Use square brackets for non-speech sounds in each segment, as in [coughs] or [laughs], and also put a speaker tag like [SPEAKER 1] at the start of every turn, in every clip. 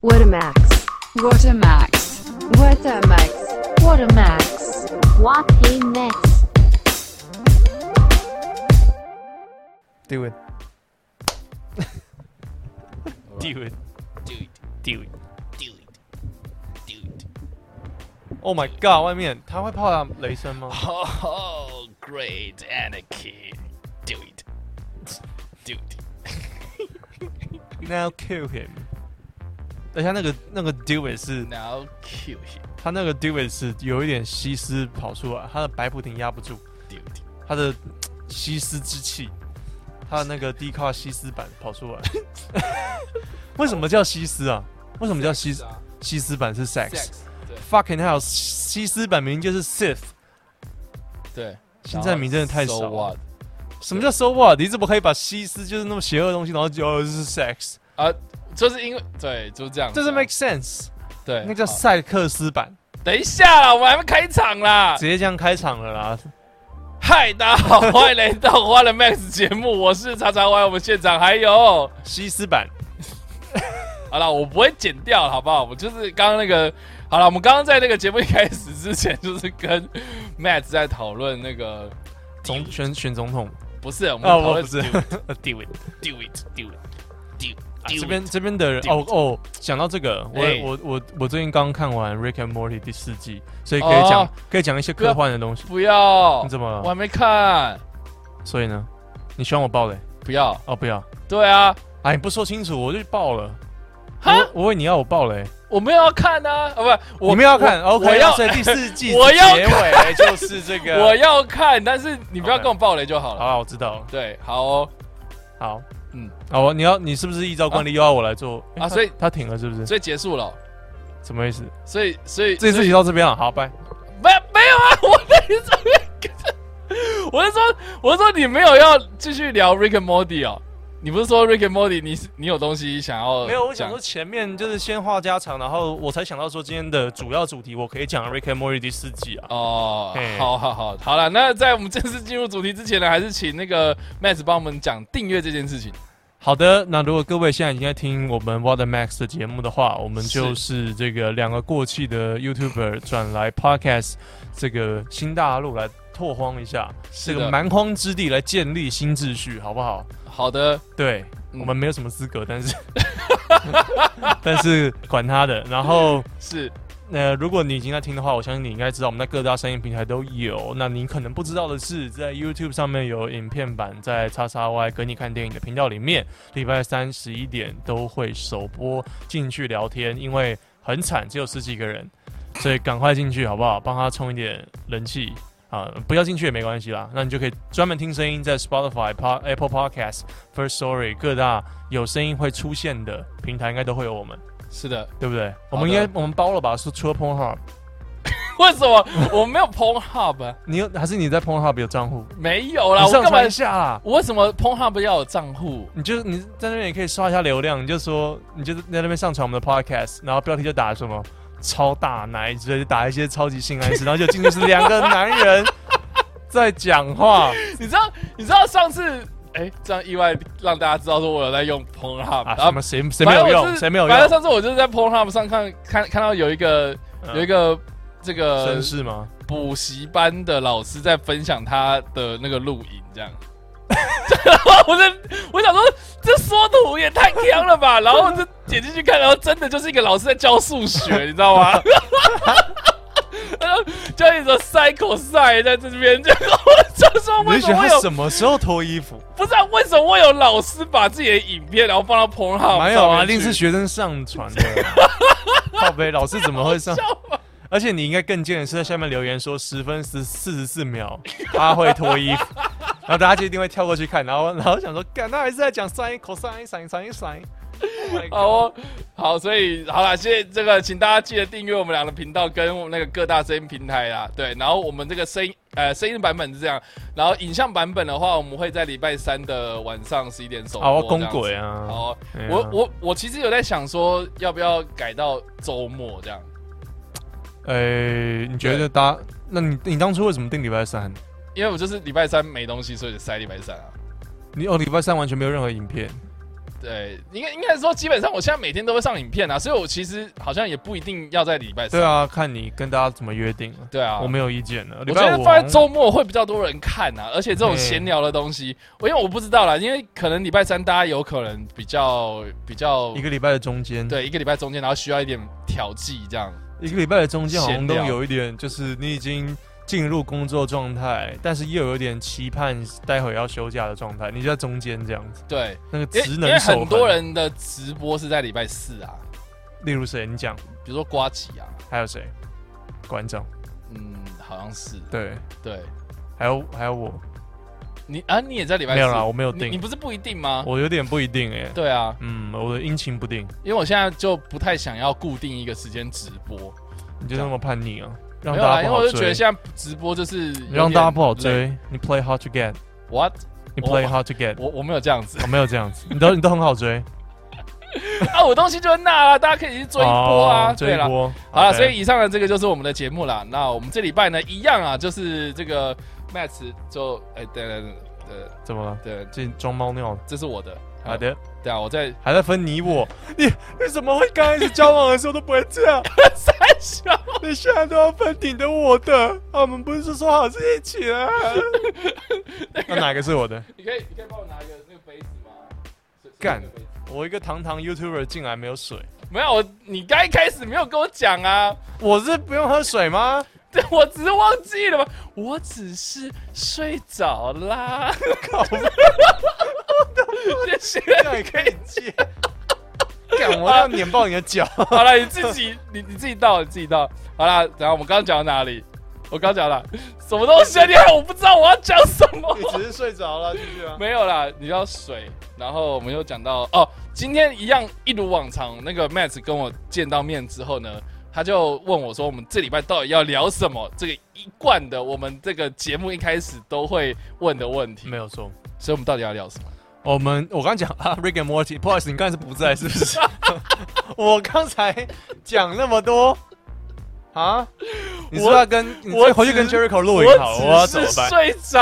[SPEAKER 1] What a max.
[SPEAKER 2] What a max.
[SPEAKER 1] What a max.
[SPEAKER 3] What a max. What a max.
[SPEAKER 4] Do it.
[SPEAKER 5] Do it. Do it. Do it. Do it. Do it.
[SPEAKER 4] Oh my god！外面他会炮打雷声吗？
[SPEAKER 5] Oh, great anarchy. Do it. Do it.
[SPEAKER 4] Now kill him。等一下，那个那个 do it 是
[SPEAKER 5] Now kill him.
[SPEAKER 4] 他那个 do it 是有一点西施跑出来，他的白普廷压不住
[SPEAKER 5] Do it.
[SPEAKER 4] 他的西施之气，他的那个低卡西施版跑出来。 [laughs] 为什么叫西施啊？为什么叫西
[SPEAKER 5] Sex 啊
[SPEAKER 4] 西施版是 sex？
[SPEAKER 5] Sex. 对
[SPEAKER 4] Fucking hell！西施版名就是 Sith。
[SPEAKER 5] 对。
[SPEAKER 4] 现在名真的太少
[SPEAKER 5] So
[SPEAKER 4] 了
[SPEAKER 5] what？
[SPEAKER 4] 什么叫 so what？你怎么可以把西施就是那么邪恶的东西，然后就哦这是 sex？
[SPEAKER 5] 啊，就是因为对，就是这样子
[SPEAKER 4] 这
[SPEAKER 5] 啊。
[SPEAKER 4] 是 make sense。
[SPEAKER 5] 对，啊
[SPEAKER 4] 那叫
[SPEAKER 5] 好
[SPEAKER 4] 赛克斯版，
[SPEAKER 5] 等一下啦，我们还没开场啦
[SPEAKER 4] 直。接这样开场了啦。
[SPEAKER 5] 嗨，大家好，欢迎来到花了 Max 节目，我是叉叉 Y，我们现场还有。
[SPEAKER 4] 西施版，
[SPEAKER 5] 好了，我不会剪掉，好不好？我就是刚刚那个，好了，我们刚刚在那个节目一开始之前，就是跟 [laughs] Matt 在讨论那个，
[SPEAKER 4] 总选选总统
[SPEAKER 5] 不是我
[SPEAKER 4] 哦，
[SPEAKER 5] 们讨
[SPEAKER 4] 我
[SPEAKER 5] 论
[SPEAKER 4] 不是 [laughs]
[SPEAKER 5] do it，do it，do it，do
[SPEAKER 4] 啊
[SPEAKER 5] do
[SPEAKER 4] 这边这边的人哦哦，讲到这个，我
[SPEAKER 5] 哎
[SPEAKER 4] 我我我最近刚看完《Rick and Morty》第四季，所以可以讲
[SPEAKER 5] 哦
[SPEAKER 4] 可以讲一些科幻的东西。
[SPEAKER 5] 不要
[SPEAKER 4] 你，怎么
[SPEAKER 5] 我还
[SPEAKER 4] 了？
[SPEAKER 5] 没看，
[SPEAKER 4] 所以呢，你希望我爆雷？
[SPEAKER 5] 不要，
[SPEAKER 4] 哦，不要，
[SPEAKER 5] 对啊，
[SPEAKER 4] 哎，你不说清楚我就爆了。
[SPEAKER 5] 哈，
[SPEAKER 4] 我我问你要我爆雷，
[SPEAKER 5] 我没有要看啊，啊，不，
[SPEAKER 4] 我
[SPEAKER 5] 我
[SPEAKER 4] 们要看
[SPEAKER 5] 我
[SPEAKER 4] OK，
[SPEAKER 5] 我
[SPEAKER 4] 那
[SPEAKER 5] 要
[SPEAKER 4] 所以第四
[SPEAKER 5] [laughs]
[SPEAKER 4] 季
[SPEAKER 5] 我要
[SPEAKER 4] 结尾就是这个。
[SPEAKER 5] [laughs] 我要看，但是你不要
[SPEAKER 4] OK
[SPEAKER 5] 跟我爆雷就好
[SPEAKER 4] 好
[SPEAKER 5] 了。
[SPEAKER 4] 了，我知道了。
[SPEAKER 5] 对，好哦，
[SPEAKER 4] 好，嗯
[SPEAKER 5] 嗯，
[SPEAKER 4] 好，你要你是不是依照惯例又要我来做
[SPEAKER 5] 啊所以
[SPEAKER 4] 他停了是不是？
[SPEAKER 5] 所以结束了哦，
[SPEAKER 4] 什么意思？
[SPEAKER 5] 所以所以
[SPEAKER 4] 这次就到这边啊了，好，拜。
[SPEAKER 5] 没没有啊，我在这边，我是说，我是说你没有要继续聊 Rick and Morty 哦，你不是说 Rick and Morty 你你有东西想要
[SPEAKER 4] 没有，我想
[SPEAKER 5] 讲
[SPEAKER 4] 说前面就是先话家常，然后我才想到说今天的主要主题我可以讲《Rick and Morty》第四季啊。
[SPEAKER 5] 哦
[SPEAKER 4] 嘿，
[SPEAKER 5] 好好好，好了，那在我们正式进入主题之前呢，还是请那个 Max 帮我们讲订阅这件事情。
[SPEAKER 4] 好的，那如果各位现在已经在听我们 Water Max 的节目的话，我们
[SPEAKER 5] 是
[SPEAKER 4] 就是这个两个过气的 YouTuber 转来 Podcast 这个新大陆来拓荒一下，这
[SPEAKER 5] 是
[SPEAKER 4] 个
[SPEAKER 5] 的，
[SPEAKER 4] 蛮荒之地来建立新秩序，好不好？
[SPEAKER 5] 好的，
[SPEAKER 4] 对、
[SPEAKER 5] 嗯
[SPEAKER 4] 我们没有什么资格，但是 [laughs] 但是管他的。然后，
[SPEAKER 5] 是
[SPEAKER 4] 呃，如果你已经在听的话，我相信你应该知道我们在各大声音平台都有。那您可能不知道的是，在 YouTube 上面有影片版，在叉叉 Y 跟你看电影的频道里面，礼拜三十一点都会首播进去聊天，因为很惨，只有十几个人，所以赶快进去好不好？帮他冲一点人气。啊、不要进去也没关系啦，那你就可以专门听声音，在 Spotify、Po- Apple Podcast、First Story 各大有声音会出现的平台，应该都会有我们，
[SPEAKER 5] 是的，
[SPEAKER 4] 对不对？我
[SPEAKER 5] 好的
[SPEAKER 4] 们应该我们包了吧？说除了 Pornhub，
[SPEAKER 5] 为什么我没有 Pornhub？啊
[SPEAKER 4] 你有还是你在 Pornhub 有账户？
[SPEAKER 5] 没有啦，
[SPEAKER 4] 你
[SPEAKER 5] 我
[SPEAKER 4] 上
[SPEAKER 5] 干嘛
[SPEAKER 4] 传一？下啦！
[SPEAKER 5] 我为什么 Pornhub 要有账户？
[SPEAKER 4] 你就你在那边也可以刷一下流量，你就说你就在那边上传我们的 podcast，然后标题就打什么超大奶之类，就打一些超级性暗
[SPEAKER 5] [laughs]
[SPEAKER 4] 示，然后就进去是两个男人在讲话。
[SPEAKER 5] [laughs] 你知道，你知道上次哎、这样意外让大家知道说我有在用 Pornhub，、
[SPEAKER 4] 啊，
[SPEAKER 5] 然后
[SPEAKER 4] 什么谁谁没有
[SPEAKER 5] 反正我
[SPEAKER 4] 用，
[SPEAKER 5] 是
[SPEAKER 4] 谁没有
[SPEAKER 5] 反
[SPEAKER 4] 用？
[SPEAKER 5] 正上次我就是在 Pornhub 上看看看到有一个、有一个这个
[SPEAKER 4] 嗯绅士吗？
[SPEAKER 5] 补习班的老师在分享他的那个录影，这样。 [laughs] 我就我想说，这缩图也太强
[SPEAKER 4] [laughs]
[SPEAKER 5] 了吧！然后我就点进去看，然后真的就是一个老师在教数学，你知道吗？ [laughs] 他就教你说 cycle side 在这边，这样我就说为
[SPEAKER 4] 你
[SPEAKER 5] 什
[SPEAKER 4] 觉得
[SPEAKER 5] 么会
[SPEAKER 4] 他
[SPEAKER 5] 有
[SPEAKER 4] 什么时候脱衣服？
[SPEAKER 5] 不是、啊、为什么会有老师把自己的影片然后放到 Pornhub
[SPEAKER 4] 没有啊，
[SPEAKER 5] 上
[SPEAKER 4] 一
[SPEAKER 5] 面
[SPEAKER 4] 定
[SPEAKER 5] 去
[SPEAKER 4] 是学生上传
[SPEAKER 5] [laughs]
[SPEAKER 4] 的。靠背老师怎么会上？而且你应该更贱的是在下面留言说十分十四十四秒他会脱衣服，然后大家就一定会跳过去看，然后然后想说，干，他还是在讲 sin cosine sin sin sin。
[SPEAKER 5] 好哦，好，所以好了，谢谢这个，请大家记得订阅我们俩的频道跟我们那个各大声音平台啦。对，然后我们这个声音呃声音版本是这样，然后影像版本的话，我们会在礼拜三的晚上十一点首播。
[SPEAKER 4] 好，公
[SPEAKER 5] 这
[SPEAKER 4] 鬼
[SPEAKER 5] 样子。
[SPEAKER 4] 啊！
[SPEAKER 5] 好哦，
[SPEAKER 4] 对啊
[SPEAKER 5] 我我我其实有在想说，要不要改到周末这样？
[SPEAKER 4] 呃，你觉得大家？那你你当初为什么定礼拜三？
[SPEAKER 5] 因为我就是礼拜三没东西，所以就塞礼拜三啊。
[SPEAKER 4] 你哦，礼拜三完全没有任何影片，
[SPEAKER 5] 对，应该应该说，基本上我现在每天都会上影片啊，所以我其实好像也不一定要在礼拜三。
[SPEAKER 4] 对，啊，看你跟大家怎么约定了。
[SPEAKER 5] 对啊，
[SPEAKER 4] 我没有意见了。礼
[SPEAKER 5] 我
[SPEAKER 4] 拜
[SPEAKER 5] 觉得
[SPEAKER 4] 五
[SPEAKER 5] 放
[SPEAKER 4] 好
[SPEAKER 5] 在
[SPEAKER 4] 像
[SPEAKER 5] 周末会比较多人看啊，而且这种
[SPEAKER 4] 嗯
[SPEAKER 5] 闲聊的东西，我因为我不知道啦，因为可能礼拜三大家有可能比较比较
[SPEAKER 4] 一个礼拜的中间，，
[SPEAKER 5] 对一个礼拜中间，然后需要一点调剂这样。
[SPEAKER 4] 一个礼拜的中间好像
[SPEAKER 5] 闲
[SPEAKER 4] 都
[SPEAKER 5] 聊
[SPEAKER 4] 有一点，就是你已经进入工作状态，但是又有点期盼待会要休假的状态，你就在中间这样子，
[SPEAKER 5] 对，
[SPEAKER 4] 那个
[SPEAKER 5] 因为
[SPEAKER 4] 职
[SPEAKER 5] 因
[SPEAKER 4] 能
[SPEAKER 5] 为
[SPEAKER 4] 守
[SPEAKER 5] 很
[SPEAKER 4] 恒
[SPEAKER 5] 多，人的直播是在礼拜四啊，
[SPEAKER 4] 例如谁，你讲，
[SPEAKER 5] 比如说瓜吉啊，
[SPEAKER 4] 还有谁，馆长，
[SPEAKER 5] 嗯，好像是
[SPEAKER 4] 对，
[SPEAKER 5] 对。
[SPEAKER 4] 还有还有我，
[SPEAKER 5] 你啊，你也在礼拜四？
[SPEAKER 4] 没有啦，我没有
[SPEAKER 5] 你你
[SPEAKER 4] 定，
[SPEAKER 5] 不是不一定吗？
[SPEAKER 4] 我有点不一定哎、
[SPEAKER 5] 对啊，
[SPEAKER 4] 嗯，我的阴晴不定，
[SPEAKER 5] 因为我现在就不太想要固定一个时间直播，
[SPEAKER 4] 你就那么叛逆啊，让
[SPEAKER 5] 没有啦，
[SPEAKER 4] 大家
[SPEAKER 5] 因为
[SPEAKER 4] 不
[SPEAKER 5] 我
[SPEAKER 4] 好
[SPEAKER 5] 就觉得
[SPEAKER 4] 追，
[SPEAKER 5] 现在直播就是
[SPEAKER 4] 你让大家不好
[SPEAKER 5] 有点累。
[SPEAKER 4] 追，你 play hard to get，
[SPEAKER 5] What？
[SPEAKER 4] 你 play
[SPEAKER 5] 我
[SPEAKER 4] hard to get，
[SPEAKER 5] 我我没有这样子 [laughs]
[SPEAKER 4] 我没有这样子，你都你都很好追，
[SPEAKER 5] 啊，我东西就那啦，大家可以去 [laughs] 追一波啊，
[SPEAKER 4] 哦追
[SPEAKER 5] 对
[SPEAKER 4] 一
[SPEAKER 5] 啦。
[SPEAKER 4] 波，
[SPEAKER 5] 好了，
[SPEAKER 4] OK
[SPEAKER 5] 所以以上的这个就是我们的节目啦。那我们这礼拜呢，一样啊，就是这个 Max 就哎，对对对
[SPEAKER 4] 怎么了？
[SPEAKER 5] 对，
[SPEAKER 4] 这装猫尿，
[SPEAKER 5] 这是我的。
[SPEAKER 4] 好，的，
[SPEAKER 5] 对啊，我在
[SPEAKER 4] 还在分你我，你为什么会刚开始交往的时候都不会这样？
[SPEAKER 5] 三小。
[SPEAKER 4] 你现在都要分你的我的，啊我们不是说好是一起的？那哪个是我的？
[SPEAKER 5] 你可以你可以帮我拿一个那个杯子吗？随随便
[SPEAKER 4] 干
[SPEAKER 5] 一个杯子
[SPEAKER 4] 我一个堂堂 YouTuber 进来没有水，
[SPEAKER 5] 没有，我你刚一开始没有跟我讲啊，
[SPEAKER 4] 我是不用喝水吗？
[SPEAKER 5] [laughs] 对我只是忘记了嘛，我只是睡着啦。 [laughs]
[SPEAKER 4] 靠，
[SPEAKER 5] 谢谢。
[SPEAKER 4] 这样也可以接。干，我要碾爆你的脚！ [laughs]
[SPEAKER 5] 好了，你自己你你自己到，你自己到。好了，然后我们刚刚讲到哪里？我刚讲了什么东西啊？你害我不知道我要讲什么 [laughs]
[SPEAKER 4] 你。只是睡着了，继续啊。
[SPEAKER 5] 没有啦，你要水，然后我们又讲到哦，今天一样一如往常，那个 Matt 跟我见到面之后呢，他就问我说，我们这礼拜到底要聊什么？这个一贯的，我们这个节目一开始都会问的问题，
[SPEAKER 4] 没有错。
[SPEAKER 5] 所以我们到底要聊什么？
[SPEAKER 4] 我们我刚讲啊，Rick and Morty，不好意思，你刚才是不在是不是？ [laughs] 我刚才讲那么多啊，你是不是要跟你是不是回去跟
[SPEAKER 5] 只
[SPEAKER 4] Jericho 录影好了，我要
[SPEAKER 5] 我
[SPEAKER 4] 怎
[SPEAKER 5] 只
[SPEAKER 4] 么
[SPEAKER 5] 是
[SPEAKER 4] 办？
[SPEAKER 5] 睡
[SPEAKER 4] [laughs]
[SPEAKER 5] 着，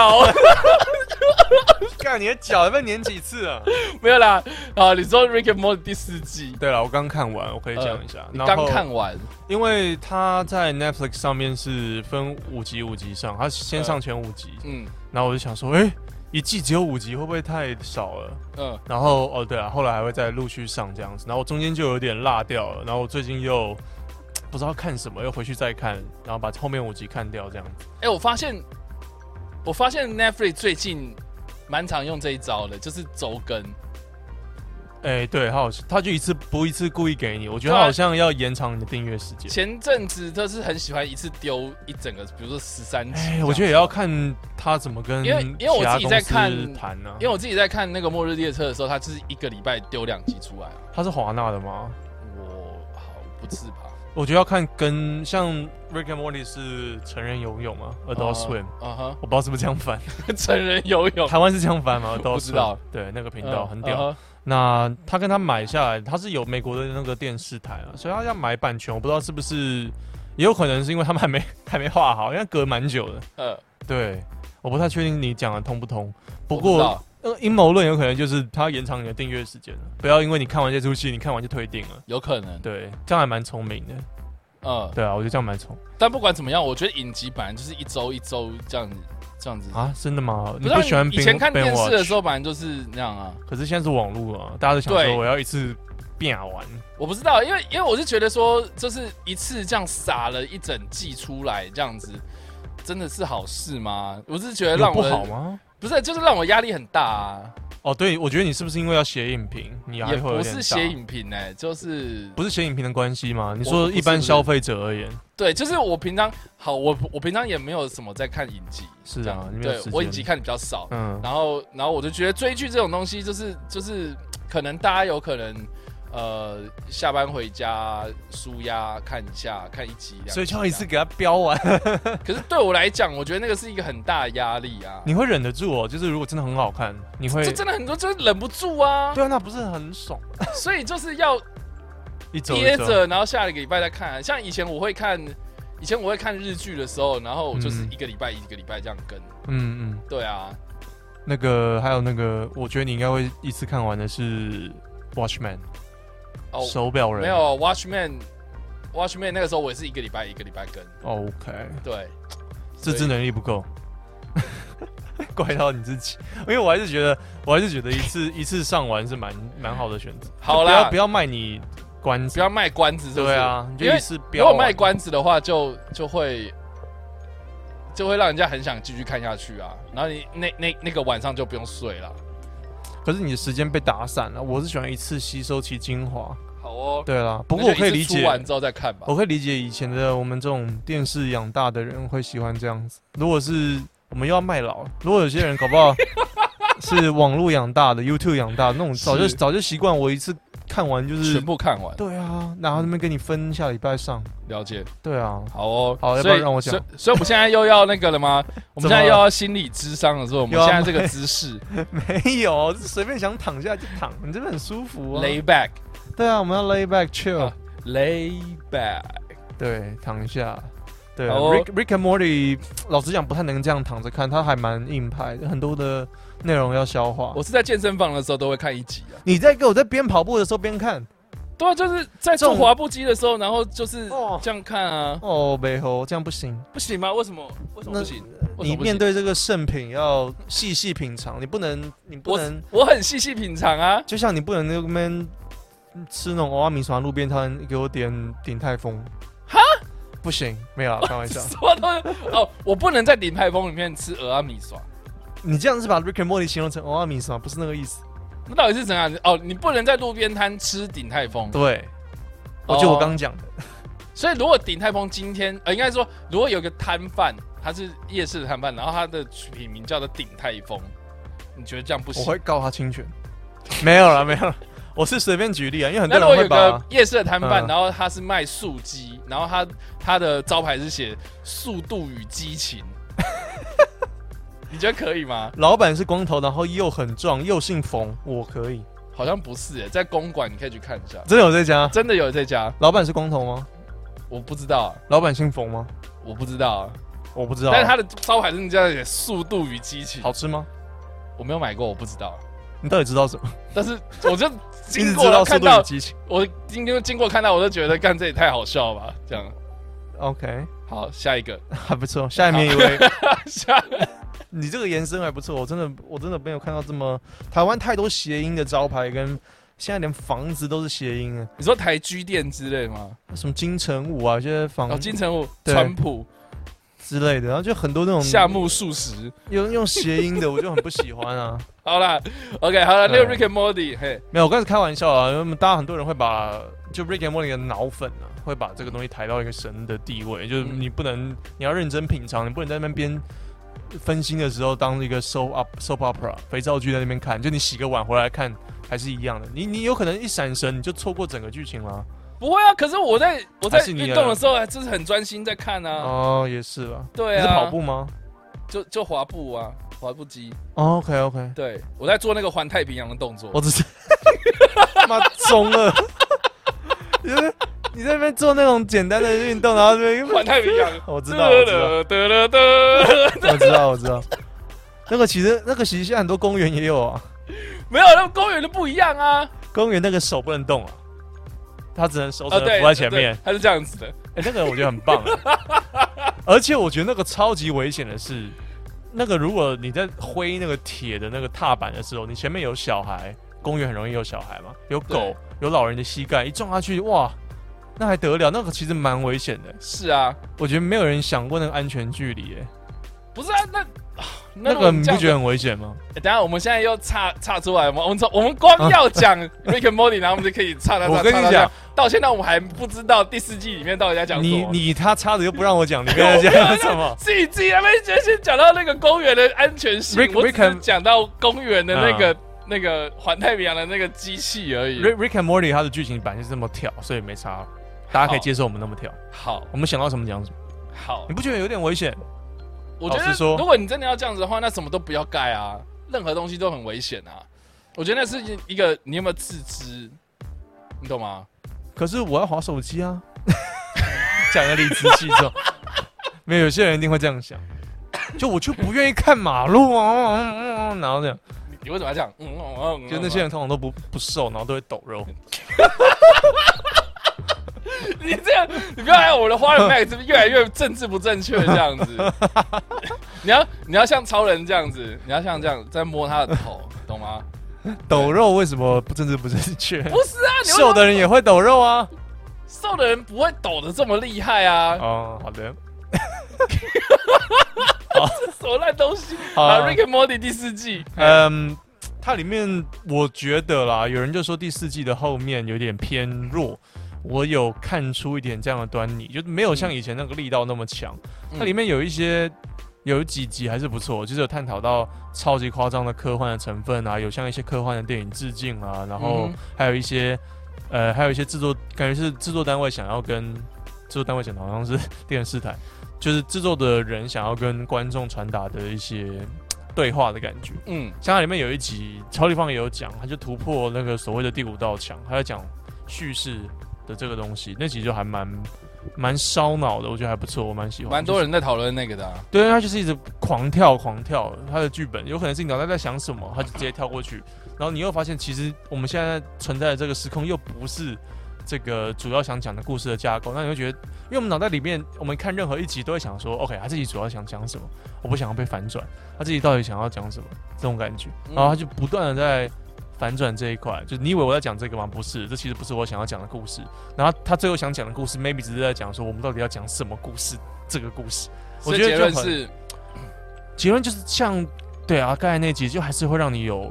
[SPEAKER 4] 干你的脚要被碾几次
[SPEAKER 5] [laughs]
[SPEAKER 4] 啊？
[SPEAKER 5] 没有啦。啊，你说《Rick and Morty》第四季，
[SPEAKER 4] 对了，我刚看完，我可以讲一下。
[SPEAKER 5] 呃你
[SPEAKER 4] 然
[SPEAKER 5] 刚
[SPEAKER 4] 后
[SPEAKER 5] 看完，
[SPEAKER 4] 因为它在 Netflix 上面是分五集五集上，它
[SPEAKER 5] 呃
[SPEAKER 4] 先上前五集，
[SPEAKER 5] 嗯
[SPEAKER 4] 然后我就想说，哎、一季只有五集，会不会太少了？
[SPEAKER 5] 嗯，
[SPEAKER 4] 然后哦对啊，后来还会再陆续上这样子，然后中间就有点落掉了，然后我最近又不知道看什么，又回去再看，然后把后面五集看掉这样子。
[SPEAKER 5] 哎、我发现，我发现 Netflix 最近蛮常用这一招的，就是周更。
[SPEAKER 4] 哎，对，他好像他就一次不一次故意给你，我觉得
[SPEAKER 5] 对啊
[SPEAKER 4] 他好像要延长你的订阅时间。
[SPEAKER 5] 前阵子就是很喜欢一次丢一整个，比如说十三集。
[SPEAKER 4] 哎，我觉得也要，看他怎么跟
[SPEAKER 5] 因为因为我
[SPEAKER 4] 其他
[SPEAKER 5] 自己在
[SPEAKER 4] 公司
[SPEAKER 5] 看
[SPEAKER 4] 谈啊呢、
[SPEAKER 5] 因为我自己在看那个《末日列车》的时候，它就是一个礼拜丢两集出来。
[SPEAKER 4] 他是华纳的吗？
[SPEAKER 5] 我好不是吧？
[SPEAKER 4] 我觉得要看跟像 Rick and Morty 是成人游泳嘛，Adult Swim，、
[SPEAKER 5] 啊哈， [laughs]
[SPEAKER 4] 我不知道是不是这样翻，
[SPEAKER 5] 成人游泳
[SPEAKER 4] 台湾是这样翻吗？Adult
[SPEAKER 5] 不知道
[SPEAKER 4] Swim，对，那个频道很屌。
[SPEAKER 5] 嗯嗯
[SPEAKER 4] 那他跟他买下来，他是有美国的那个电视台啊，所以他要买版权，我不知道是不是，也有可能是因为他们还没 [laughs] 还没画好，因为隔蛮久的。
[SPEAKER 5] 哼呃，
[SPEAKER 4] 对，我不太确定你讲的通不通。不
[SPEAKER 5] 我知
[SPEAKER 4] 过，
[SPEAKER 5] 道
[SPEAKER 4] 呃，阴谋论有可能就是他延长你的订阅时间了，不要因为你看完这出戏，你看完就退订了。
[SPEAKER 5] 有可能，
[SPEAKER 4] 对，这样还蛮聪明的。
[SPEAKER 5] 嗯，
[SPEAKER 4] 对啊，我觉得这样蛮聪
[SPEAKER 5] 但不管怎么样，我觉得影集本来就是一周一周这样子，这样子。
[SPEAKER 4] 啊，真的吗？你
[SPEAKER 5] 知道
[SPEAKER 4] 不喜欢
[SPEAKER 5] 以前
[SPEAKER 4] binge-
[SPEAKER 5] 看电视的
[SPEAKER 4] binge
[SPEAKER 5] 时
[SPEAKER 4] watch，
[SPEAKER 5] 候，本来就是那样啊。
[SPEAKER 4] 可是现在是网络啊，大家都想
[SPEAKER 5] 对
[SPEAKER 4] 说我要一次啊变完。
[SPEAKER 5] 我不知道，因为因为我是觉得说，就是一次这样撒了一整季出来，这样子真的是好事吗？我是觉得
[SPEAKER 4] 有
[SPEAKER 5] 让
[SPEAKER 4] 不
[SPEAKER 5] 我
[SPEAKER 4] 好吗？
[SPEAKER 5] 不是，就是让我压力很大啊，
[SPEAKER 4] 哦，对，我觉得你是不是因为要写影评，你压
[SPEAKER 5] 也
[SPEAKER 4] 力会有
[SPEAKER 5] 不
[SPEAKER 4] 点
[SPEAKER 5] 是
[SPEAKER 4] 大？
[SPEAKER 5] 写影评哎、就是
[SPEAKER 4] 不是写影评的关系吗？你
[SPEAKER 5] 我
[SPEAKER 4] 说
[SPEAKER 5] 不是
[SPEAKER 4] 一般
[SPEAKER 5] 不是
[SPEAKER 4] 消费者而言，
[SPEAKER 5] 对，就是我平常好，我我平常也没有什么在看影集，
[SPEAKER 4] 是啊
[SPEAKER 5] 这样
[SPEAKER 4] 你没有
[SPEAKER 5] 对
[SPEAKER 4] 时间
[SPEAKER 5] 我影集看的比较少，
[SPEAKER 4] 嗯，
[SPEAKER 5] 然后然后我就觉得追剧这种东西，就是就是可能大家有可能。呃，下班回家舒压看一下，看一集，两集
[SPEAKER 4] 所以就要
[SPEAKER 5] 这
[SPEAKER 4] 一
[SPEAKER 5] 样
[SPEAKER 4] 次给他标完， [laughs]
[SPEAKER 5] 可是对我来讲，我觉得那个是一个很大的压力啊。
[SPEAKER 4] 你会忍得住哦。就是如果真的很好看，你会
[SPEAKER 5] 就真的很多就是忍不住啊，
[SPEAKER 4] 对啊，那不是很爽？
[SPEAKER 5] 所以就是要
[SPEAKER 4] 一周
[SPEAKER 5] 憋
[SPEAKER 4] 一周，
[SPEAKER 5] 着，然后下一个礼拜再看啊。像以前我会看，以前我会看日剧的时候，然后我就是
[SPEAKER 4] 嗯
[SPEAKER 5] 一个礼拜一个礼拜这样跟。
[SPEAKER 4] 嗯嗯，
[SPEAKER 5] 对啊，
[SPEAKER 4] 那个还有那个，我觉得你应该会一次看完的是 Watchman
[SPEAKER 5] 哦，
[SPEAKER 4] 手表人。
[SPEAKER 5] 没有 Watchman。Watchman 那个时候我也是一个礼拜一个礼拜更，
[SPEAKER 4] OK，
[SPEAKER 5] 对，
[SPEAKER 4] 自制
[SPEAKER 5] 所以
[SPEAKER 4] 能力不够， [laughs] 怪到你自己。因为我还是觉得，我还是觉得一次一次上完是蛮蛮好的选择。
[SPEAKER 5] 好
[SPEAKER 4] 不要
[SPEAKER 5] 啦，
[SPEAKER 4] 不
[SPEAKER 5] 不要
[SPEAKER 4] 要卖你关子。
[SPEAKER 5] 卖关子，是不是？
[SPEAKER 4] 对啊，你
[SPEAKER 5] 因
[SPEAKER 4] 就一
[SPEAKER 5] 为
[SPEAKER 4] 次
[SPEAKER 5] 如
[SPEAKER 4] 标
[SPEAKER 5] 果
[SPEAKER 4] 完
[SPEAKER 5] 卖关子的话，就就会就会让人家很想继续看下去啊。然后你那那那个晚上就不用睡了。
[SPEAKER 4] 可是你的时间被打散了。我是喜欢一次吸收其精华。
[SPEAKER 5] 好哦，
[SPEAKER 4] 对啦，
[SPEAKER 5] 那
[SPEAKER 4] 不过我
[SPEAKER 5] 就
[SPEAKER 4] 可以
[SPEAKER 5] 一
[SPEAKER 4] 理
[SPEAKER 5] 次
[SPEAKER 4] 解哦
[SPEAKER 5] 出，完之后再看吧
[SPEAKER 4] 我。可以理解以前的我们这种电视养大的人会喜欢这样子。如果是我们又要卖老，如果有些人搞不
[SPEAKER 5] [laughs]
[SPEAKER 4] 好是网络养大的、YouTube 养大的那种，早就是早就习惯我一次看完就是
[SPEAKER 5] 全。部看完，
[SPEAKER 4] 对啊，然后那边跟你分下礼拜上。
[SPEAKER 5] 了解。
[SPEAKER 4] 对啊，
[SPEAKER 5] 好哦，
[SPEAKER 4] 好要不
[SPEAKER 5] 所
[SPEAKER 4] 要
[SPEAKER 5] 以
[SPEAKER 4] 让我讲
[SPEAKER 5] 所以所以我们现在又要那个了吗？我们
[SPEAKER 4] [laughs] 怎么
[SPEAKER 5] 现在
[SPEAKER 4] 了
[SPEAKER 5] 又要心理智商了，是吧？我们
[SPEAKER 4] 又要
[SPEAKER 5] 现在这个姿势
[SPEAKER 4] [laughs] 没有，随便想躺下就躺，你真的很舒服啊。
[SPEAKER 5] ，lay back
[SPEAKER 4] 对啊，我们要 lay back chill，、
[SPEAKER 5] 啊 lay back。
[SPEAKER 4] 对，躺下。对、啊
[SPEAKER 5] 好哦
[SPEAKER 4] r i c k Rick and Morty，老实讲不太能这样躺着看，他还蛮硬派的，很多的内容要消化
[SPEAKER 5] 我。是在健身房的时候都会看一集啊。
[SPEAKER 4] 你在给我在边跑步的时候边看，
[SPEAKER 5] 对啊，就是在
[SPEAKER 4] 这
[SPEAKER 5] 做
[SPEAKER 4] 种
[SPEAKER 5] 滑步机的时候，然后就是
[SPEAKER 4] 哦
[SPEAKER 5] 这样看啊，
[SPEAKER 4] 哦，北猴这样不行。
[SPEAKER 5] 不行吗？为什么？为什么
[SPEAKER 4] 那呃
[SPEAKER 5] 不行？为
[SPEAKER 4] 你
[SPEAKER 5] 什么不行
[SPEAKER 4] 面对这个圣品要细细品尝，你不能，你不能，
[SPEAKER 5] 我很细细品尝啊。
[SPEAKER 4] 就像你不能那边吃那种娃娃米船路边摊，给我点鼎泰丰，哈，不行，没有啊，开玩笑。
[SPEAKER 5] 什么东西？哦，我不能在鼎泰丰里面吃鹅啊阿米爽。
[SPEAKER 4] 你这样是把 Rick and Morty 形容成娃娃米船，不是那个意思。
[SPEAKER 5] 那到底是怎样？哦，你不能在路边摊吃鼎泰丰。
[SPEAKER 4] 对，我
[SPEAKER 5] 哦
[SPEAKER 4] 就我刚讲的，
[SPEAKER 5] 所以如果鼎泰丰今天，呃，应该说，如果有个摊贩，他是夜市的摊贩，然后他的品名叫做鼎泰丰，你觉得这样不
[SPEAKER 4] 我
[SPEAKER 5] 行？
[SPEAKER 4] 会告他侵权。没有了，没有了，我是随便举例啊，因为很
[SPEAKER 5] 那
[SPEAKER 4] 多
[SPEAKER 5] 如
[SPEAKER 4] 人
[SPEAKER 5] 果有
[SPEAKER 4] 会
[SPEAKER 5] 个
[SPEAKER 4] 把
[SPEAKER 5] 夜市的摊贩，
[SPEAKER 4] 嗯
[SPEAKER 5] 然后他是卖素鸡，然后他他的招牌是写“速度与激情”， [laughs] 你觉得可以吗？
[SPEAKER 4] 老板是光头，然后又很壮又姓冯，我可以。
[SPEAKER 5] 好像不是耶，在公馆你可以去看一下，
[SPEAKER 4] 真的有这家？
[SPEAKER 5] 真的有这家，
[SPEAKER 4] 老板是光头吗？
[SPEAKER 5] 我不知道啊，
[SPEAKER 4] 老板姓冯吗？
[SPEAKER 5] 我不知道啊，
[SPEAKER 4] 我不知道。
[SPEAKER 5] 但是他的招牌真的叫“速度与激情
[SPEAKER 4] 好”，吃吗？
[SPEAKER 5] 我没有买过，我不知道，
[SPEAKER 4] 你到底知道什么？
[SPEAKER 5] 但是我就
[SPEAKER 4] 你只
[SPEAKER 5] 经
[SPEAKER 4] [laughs] 知
[SPEAKER 5] 过
[SPEAKER 4] 道
[SPEAKER 5] 了
[SPEAKER 4] 速
[SPEAKER 5] 看
[SPEAKER 4] 度与
[SPEAKER 5] 到，
[SPEAKER 4] 激情。
[SPEAKER 5] 我今天经过看到，我就觉得干这也太好笑了吧，这样。
[SPEAKER 4] OK，
[SPEAKER 5] 好，下一个， [laughs]
[SPEAKER 4] 还不错。下面一位，
[SPEAKER 5] 下
[SPEAKER 4] [laughs] 你这个延伸还不错。我真的，我真的没有看到这么台湾太多谐音的招牌，跟现在连房子都是谐音啊，
[SPEAKER 5] 你说台居店之类吗？
[SPEAKER 4] 什么金城武啊，这些
[SPEAKER 5] 哦，
[SPEAKER 4] 房
[SPEAKER 5] 金城武、
[SPEAKER 4] 对
[SPEAKER 5] 川普、
[SPEAKER 4] 之类的，然后就很多那种
[SPEAKER 5] 夏目漱石。
[SPEAKER 4] 用用谐音的，我就很不喜欢啊。
[SPEAKER 5] 好啦 o k 好啦，
[SPEAKER 4] 对啊
[SPEAKER 5] 六 Rick and Morty，嘿，
[SPEAKER 4] 没有，我刚才开玩笑啊，因为大家很多人会把就 Rick and Morty 的脑粉啊，会把这个东西抬到一个神的地位，就是
[SPEAKER 5] 嗯
[SPEAKER 4] 你不能，你要认真品尝，你不能在那边分心的时候当一个 soap up soap opera 肥皂剧在那边看，就你洗个碗回来看还是一样的，你你有可能一闪神你就错过整个剧情了。
[SPEAKER 5] 不会啊，可是我在我在
[SPEAKER 4] 还是你啊
[SPEAKER 5] 运动的时候，还真是很专心在看啊。
[SPEAKER 4] 哦，也是吧。
[SPEAKER 5] 对
[SPEAKER 4] 你
[SPEAKER 5] 啊，
[SPEAKER 4] 是跑步吗哦
[SPEAKER 5] 就就滑步啊，滑步机。
[SPEAKER 4] ？OK OK，
[SPEAKER 5] 对，我在做那个环太平洋的动作
[SPEAKER 4] 我。只是妈中了，你在你在那边做那种简单的运动，然后这
[SPEAKER 5] [laughs]
[SPEAKER 4] 边
[SPEAKER 5] [laughs] 环太平洋，
[SPEAKER 4] 我知道我知道。
[SPEAKER 5] 得了得了， [laughs]
[SPEAKER 4] 我知道，我知道。那个其实，那个其实现在很多公园也有啊。
[SPEAKER 5] 没有，那公园的不一样啊。
[SPEAKER 4] 公园那个手不能动啊，他只能手只
[SPEAKER 5] 啊，
[SPEAKER 4] 能
[SPEAKER 5] 对，
[SPEAKER 4] 扶在前面
[SPEAKER 5] 对。，它是这样子的。
[SPEAKER 4] 哎、那个我觉得很棒、啊。而且我觉得那个超级危险的是，那个如果你在挥那个铁的那个踏板的时候，你前面有小孩，公园很容易有小孩嘛，有狗
[SPEAKER 5] 对，
[SPEAKER 4] 有老人的膝盖，一撞下去，哇，那还得了？那个其实蛮危险的。
[SPEAKER 5] 是啊，
[SPEAKER 4] 我觉得没有人想过那个安全距离、哎，
[SPEAKER 5] 不是啊，那啊
[SPEAKER 4] 那
[SPEAKER 5] 如果
[SPEAKER 4] 个
[SPEAKER 5] 这
[SPEAKER 4] 你
[SPEAKER 5] 样
[SPEAKER 4] 不
[SPEAKER 5] 子
[SPEAKER 4] 觉得很危险吗？
[SPEAKER 5] 欸等一下，我们现在又岔岔出来，我们我们从我们光要讲 Rick and Morty，然后我们就可以岔到
[SPEAKER 4] 啊我跟你，
[SPEAKER 5] 岔岔
[SPEAKER 4] 讲
[SPEAKER 5] 岔到现在我们还不知道第四季里面到底在讲什
[SPEAKER 4] 你
[SPEAKER 5] 么。
[SPEAKER 4] 你他插着又不让我
[SPEAKER 5] [laughs]
[SPEAKER 4] 讲，你跟他讲什么？
[SPEAKER 5] 自己自己那边先先讲到那个公园的安全性
[SPEAKER 4] Rick-
[SPEAKER 5] 我只
[SPEAKER 4] Rick
[SPEAKER 5] 是
[SPEAKER 4] and-
[SPEAKER 5] 讲到公园的那个、那个环太平洋的那个机器而已。
[SPEAKER 4] 啊 Rick Rick and Morty 它的剧情版就是这么跳，所以没差，哦大家可以接受我们那么跳，
[SPEAKER 5] 好
[SPEAKER 4] 我们想到什么讲什么。
[SPEAKER 5] 好
[SPEAKER 4] 你，不觉得有点危险？
[SPEAKER 5] 我觉
[SPEAKER 4] 老
[SPEAKER 5] 得
[SPEAKER 4] 实说
[SPEAKER 5] 如果你真的要这样子的话，那什么都不要盖啊，任何东西都很危险啊。我觉得那是一个你有没有自知，你懂吗？
[SPEAKER 4] 可是我要划手机 [laughs] 啊，讲的理直气壮。没有，有些人一定会这样想。就我就不愿意看马路啊，嗯嗯嗯然后这样，
[SPEAKER 5] 你你为什么要这样？嗯嗯嗯，嗯
[SPEAKER 4] 就那些，人通常都不不瘦，然后都会抖肉。
[SPEAKER 5] 嗯 [laughs] 你这样，你不要让我的花人 Max 越来越政治不正确这样
[SPEAKER 4] [laughs]
[SPEAKER 5] 子。你要你要像超人这样子，你要像这样在摸他的头，
[SPEAKER 4] [laughs]
[SPEAKER 5] 懂吗？
[SPEAKER 4] 抖肉为什么不政治不正确？
[SPEAKER 5] 不是啊，你为什么
[SPEAKER 4] [laughs] 瘦的人也会抖肉啊。
[SPEAKER 5] 瘦的人不会抖的这么厉害啊，
[SPEAKER 4] 哦，好的，
[SPEAKER 5] 什么烂东西
[SPEAKER 4] 好
[SPEAKER 5] 啊
[SPEAKER 4] 啊
[SPEAKER 5] ！Rick and Morty 第四
[SPEAKER 4] [laughs]
[SPEAKER 5] 季，
[SPEAKER 4] 嗯，它里面我觉得啦，有人就说第四季的后面有点偏弱，我有看出一点这样的端倪，就没有像以前那个力道那么强。
[SPEAKER 5] 嗯
[SPEAKER 4] 它里面有一些有几集还是不错，就是有探讨到超级夸张的科幻的成分啊，有向一些科幻的电影致敬啊，然后
[SPEAKER 5] 嗯哼
[SPEAKER 4] 还有一些、呃，还有一些制作，感觉是制作单位想要跟制作单位讲的好像是 [laughs] 电视台，就是制作的人想要跟观众传达的一些嘖对话的感觉。
[SPEAKER 5] 嗯
[SPEAKER 4] 像它里面有一集，超立方也有讲，他就突破那个所谓的第五道墙，他在讲叙事的这个东西，那集就还蛮蛮烧脑的，我觉得还不错，我蛮喜欢。
[SPEAKER 5] 蛮多人在讨论那个的啊、
[SPEAKER 4] 对，他就是一直狂跳狂跳，他的剧本有可能是你脑袋在想什么，他就直接跳过去，然后你又发现其实我们现在存在的这个时空又不是这个主要想讲的故事的架构，那你会觉得，因为我们脑袋里面我们看任何一集都会想说，OK，他自己主要想讲什么，我不想要被反转，他自己到底想要讲什么这种感觉，
[SPEAKER 5] 嗯
[SPEAKER 4] 然后他就不断的在。反转这一块，就是你以为我在讲这个吗？不是，这其实不是我想要讲的故事。然后他最后想讲的故事，maybe 只是在讲说我们到底要讲什么故事，这个故事。
[SPEAKER 5] 嗯所
[SPEAKER 4] 我
[SPEAKER 5] 以
[SPEAKER 4] 觉得
[SPEAKER 5] 结
[SPEAKER 4] 就
[SPEAKER 5] 论
[SPEAKER 4] 很
[SPEAKER 5] 是，
[SPEAKER 4] 结论就是像，对啊，刚才那集就还是会让你有，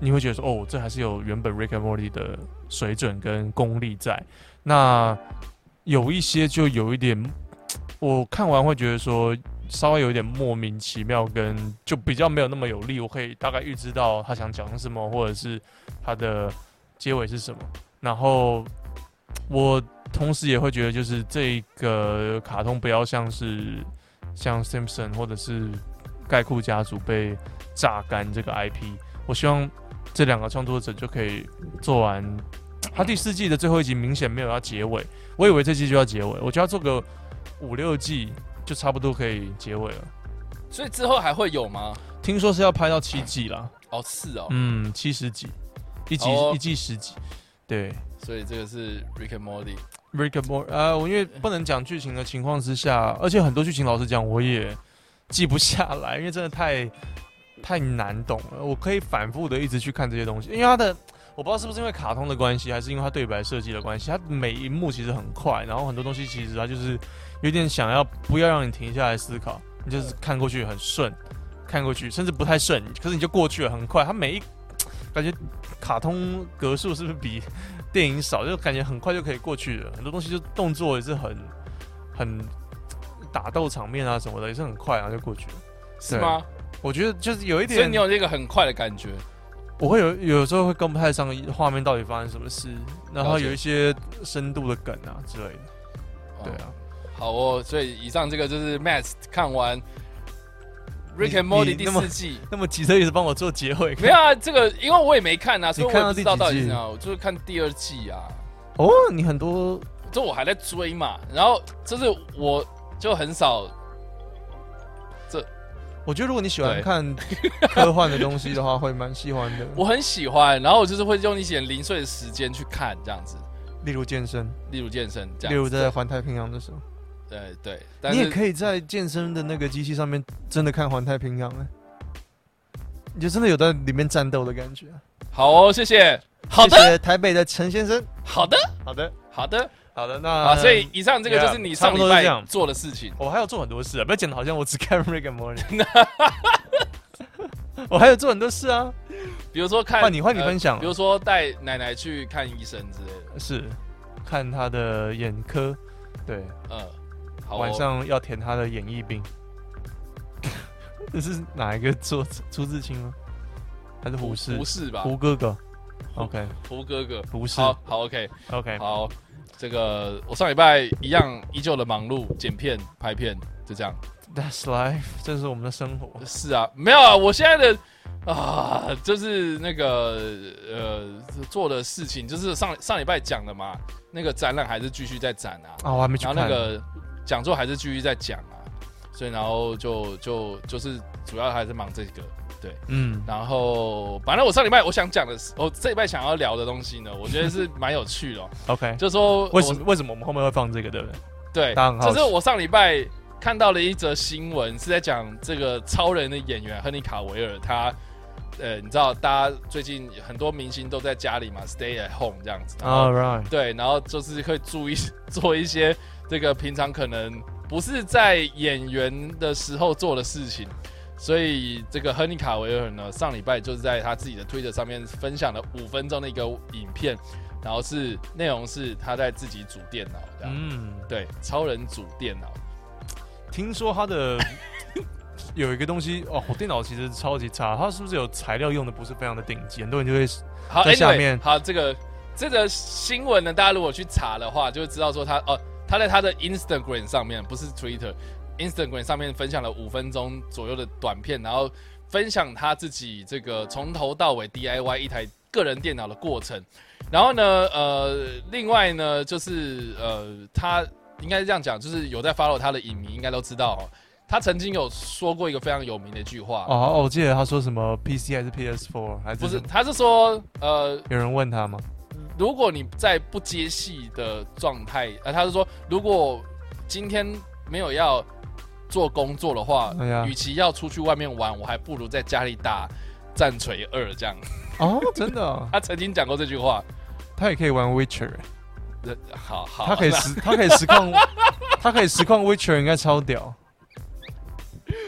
[SPEAKER 4] 你会觉得说，哦，这还是有原本 Rick and Morty 的水准跟功力在。那有一些就有一点，我看完会觉得说，稍微有一点莫名其妙，跟就比较没有那么有力。我可以大概预知到他想讲什么，或者是他的结尾是什么。然后我同时也会觉得，就是这个卡通不要像是像 Simpson 或者是盖库家族被榨干这个 IP。我希望这两个创作者就可以做完。他第四季的最后一集明显没有要结尾，我以为这季就要结尾，我觉得要做个五六季就差不多可以结尾了。
[SPEAKER 5] 所以之后还会有吗？
[SPEAKER 4] 听说是要拍到七季啦，
[SPEAKER 5] 哦，是哦，
[SPEAKER 4] 嗯，七十集，一集、
[SPEAKER 5] 哦
[SPEAKER 4] 一季十集，对。
[SPEAKER 5] 所以这个是 Rick and Morty。
[SPEAKER 4] Rick and Morty，呃，我因为不能讲剧情的情况之下，而且很多剧情老实讲我也记不下来，因为真的太太难懂了。我可以反复的一直去看这些东西，因为它的我不知道是不是因为卡通的关系，还是因为它对白设计的关系，它每一幕其实很快，然后很多东西其实它就是有点想要不要让你停下来思考，你就是看过去很顺，看过去甚至不太顺，可是你就过去了，很快。它每一感觉卡通格数是不是比电影少，就感觉很快就可以过去了。很多东西就动作也是很很打斗场面啊什么的，也是很快然后就过去了。
[SPEAKER 5] 是吗？
[SPEAKER 4] 我觉得就是有一
[SPEAKER 5] 所以
[SPEAKER 4] 点
[SPEAKER 5] 你，有这个很快的感觉，
[SPEAKER 4] 我会有有时候会跟不太上画面到底发生什么事，然后
[SPEAKER 5] 了解
[SPEAKER 4] 有一些深度的梗啊之类的。
[SPEAKER 5] 哦
[SPEAKER 4] 对，啊，
[SPEAKER 5] 好哦。所以以上这个就是 Matt 看完 Rick and
[SPEAKER 4] 你
[SPEAKER 5] Morty
[SPEAKER 4] 你
[SPEAKER 5] 第
[SPEAKER 4] 那么
[SPEAKER 5] 四季，
[SPEAKER 4] 那么急着一直帮我做结尾，
[SPEAKER 5] 没有啊，这个因为我也没看啊，所以我也
[SPEAKER 4] 看到
[SPEAKER 5] 不知道
[SPEAKER 4] 第几
[SPEAKER 5] 到底是
[SPEAKER 4] 季
[SPEAKER 5] 怎样，我就是看第二季啊，
[SPEAKER 4] 哦，你很多
[SPEAKER 5] 这我还在追嘛，然后就是我就很少，
[SPEAKER 4] 我觉得如果你喜欢
[SPEAKER 5] 对
[SPEAKER 4] 看科幻的东西的话，会蛮喜欢的。
[SPEAKER 5] 我很喜欢，然后我就是会用一些零碎的时间去看这样子，
[SPEAKER 4] 例如健身，
[SPEAKER 5] 例如健身这
[SPEAKER 4] 例
[SPEAKER 5] 样
[SPEAKER 4] 如
[SPEAKER 5] 子，
[SPEAKER 4] 在环太平洋的时候，
[SPEAKER 5] 对对，但
[SPEAKER 4] 你也
[SPEAKER 5] 是
[SPEAKER 4] 可以在健身的那个机器上面真的看环太平洋哎、你就真的有在里面战斗的感觉啊。
[SPEAKER 5] 好哦，谢谢，好
[SPEAKER 4] 谢
[SPEAKER 5] 的，
[SPEAKER 4] 谢台北的陈先生。
[SPEAKER 5] 好的，
[SPEAKER 4] 好的，
[SPEAKER 5] 好的，
[SPEAKER 4] 好的，那
[SPEAKER 5] 啊，所以以上这个就是
[SPEAKER 4] yeah，
[SPEAKER 5] 你
[SPEAKER 4] 呃差
[SPEAKER 5] 上
[SPEAKER 4] 不
[SPEAKER 5] 礼
[SPEAKER 4] 多是这
[SPEAKER 5] 拜
[SPEAKER 4] 样
[SPEAKER 5] 做的事情。
[SPEAKER 4] 我还有做很多事、啊，不要讲的好像我只看 Rick and Morty。我还有做很多事啊，
[SPEAKER 5] 比如说看，呃
[SPEAKER 4] 换你换你分享
[SPEAKER 5] 比如说带奶奶去看医生之类的，
[SPEAKER 4] 是看他的眼科，对，
[SPEAKER 5] 嗯，好哦、
[SPEAKER 4] 晚上要填他的演艺病。 [laughs] 这是哪一个作者？朱自清吗？还是胡适？
[SPEAKER 5] 胡适吧，
[SPEAKER 4] 胡哥哥。OK，
[SPEAKER 5] 胡哥哥，
[SPEAKER 4] 胡适。
[SPEAKER 5] 好好 OK，
[SPEAKER 4] OK，
[SPEAKER 5] 好，这个我上礼拜一样依旧的忙碌，剪片、拍片，就这样。
[SPEAKER 4] That's life，这是我们的生活。
[SPEAKER 5] 是啊，没有啊，我现在的啊，就是那个呃做的事情，就是上上礼拜讲的嘛，那个展览还是继续在展啊，
[SPEAKER 4] 啊，我还没去
[SPEAKER 5] 然后
[SPEAKER 4] 看。
[SPEAKER 5] 那个讲座还是继续在讲啊，所以然后就就就是主要还是忙这个。
[SPEAKER 4] 嗯，
[SPEAKER 5] [laughs] 然后，反正我上礼拜我想讲的是，我这礼拜想要聊的东西呢，我觉得是蛮有趣的、哦。 [laughs]
[SPEAKER 4] OK，
[SPEAKER 5] 就说我
[SPEAKER 4] 为什么为什么我们后面会放这个，对不对？
[SPEAKER 5] 对
[SPEAKER 4] 大家很，好
[SPEAKER 5] 就
[SPEAKER 4] 奇
[SPEAKER 5] 是我上礼拜看到了一则新闻，是在讲这个超人的演员亨利卡维尔，他呃，你知道，大家最近很多明星都在家里嘛，stay at home 这样子，然后
[SPEAKER 4] All 啊 right，
[SPEAKER 5] 对，然后就是会注意 [laughs] 做一些这个平常可能不是在演员的时候做的事情。所以这个亨利卡维尔呢，上礼拜就是在他自己的推特上面分享了五分钟的一个影片，然后是内容是他在自己组电脑，这样、
[SPEAKER 4] 嗯，
[SPEAKER 5] 对，啊超人组电脑，
[SPEAKER 4] 听说它
[SPEAKER 5] [laughs]
[SPEAKER 4] 的有一个东西哦，我电脑其实超级差，它是不是有材料用的不是非常的顶级？很多人就会
[SPEAKER 5] 好，
[SPEAKER 4] 在下
[SPEAKER 5] anyway，
[SPEAKER 4] 面
[SPEAKER 5] 好，这个这个新闻呢，大家如果去查的话，就会知道说他哦，他在他的 Instagram 上面，不是 Twitter，Instagram 上面分享了五分钟左右的短片，然后分享他自己这个从头到尾 DIY 一台个人电脑的过程。然后呢，呃，另外呢，就是呃，他应该是这样讲，就是有在 follow 他的影迷应该都知道、哦，他曾经有说过一个非常有名的一句话，
[SPEAKER 4] 哦，哦我记得他说什么 PC 还是 PS4 还是
[SPEAKER 5] 不是，
[SPEAKER 4] 什么
[SPEAKER 5] 他是说呃，
[SPEAKER 4] 有人问他吗？
[SPEAKER 5] 如果你在不接戏的状态，呃，他是说，如果今天没有要做工作的话
[SPEAKER 4] 哎，呀
[SPEAKER 5] 与、其要出去外面玩，我还不如在家里打战锤二这样。 [laughs]
[SPEAKER 4] 哦， [laughs] 真的哦、
[SPEAKER 5] 他曾经讲过这句话，
[SPEAKER 4] 他也可以玩 Witcher，欸
[SPEAKER 5] 呃好好，
[SPEAKER 4] 他可以
[SPEAKER 5] 那 [laughs]
[SPEAKER 4] 实他可以实况，他可以实况 Witcher 应该超屌。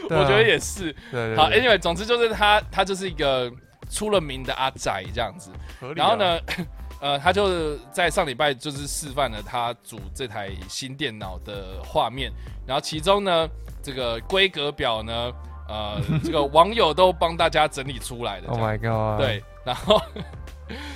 [SPEAKER 4] 对啊
[SPEAKER 5] 我觉得也是。
[SPEAKER 4] 对对啊
[SPEAKER 5] 好
[SPEAKER 4] 对
[SPEAKER 5] ，Anyway，总之就是他，他就是一个出了名的阿宅这样子。
[SPEAKER 4] 合理啊
[SPEAKER 5] 然后呢， [laughs] 呃，他就在上礼拜就是示范了他组这台新电脑的画面，然后其中呢，这个规格表呢，呃，这个网友都帮大家整理出来的这
[SPEAKER 4] ？Oh
[SPEAKER 5] 样，
[SPEAKER 4] my god！，
[SPEAKER 5] 对，然后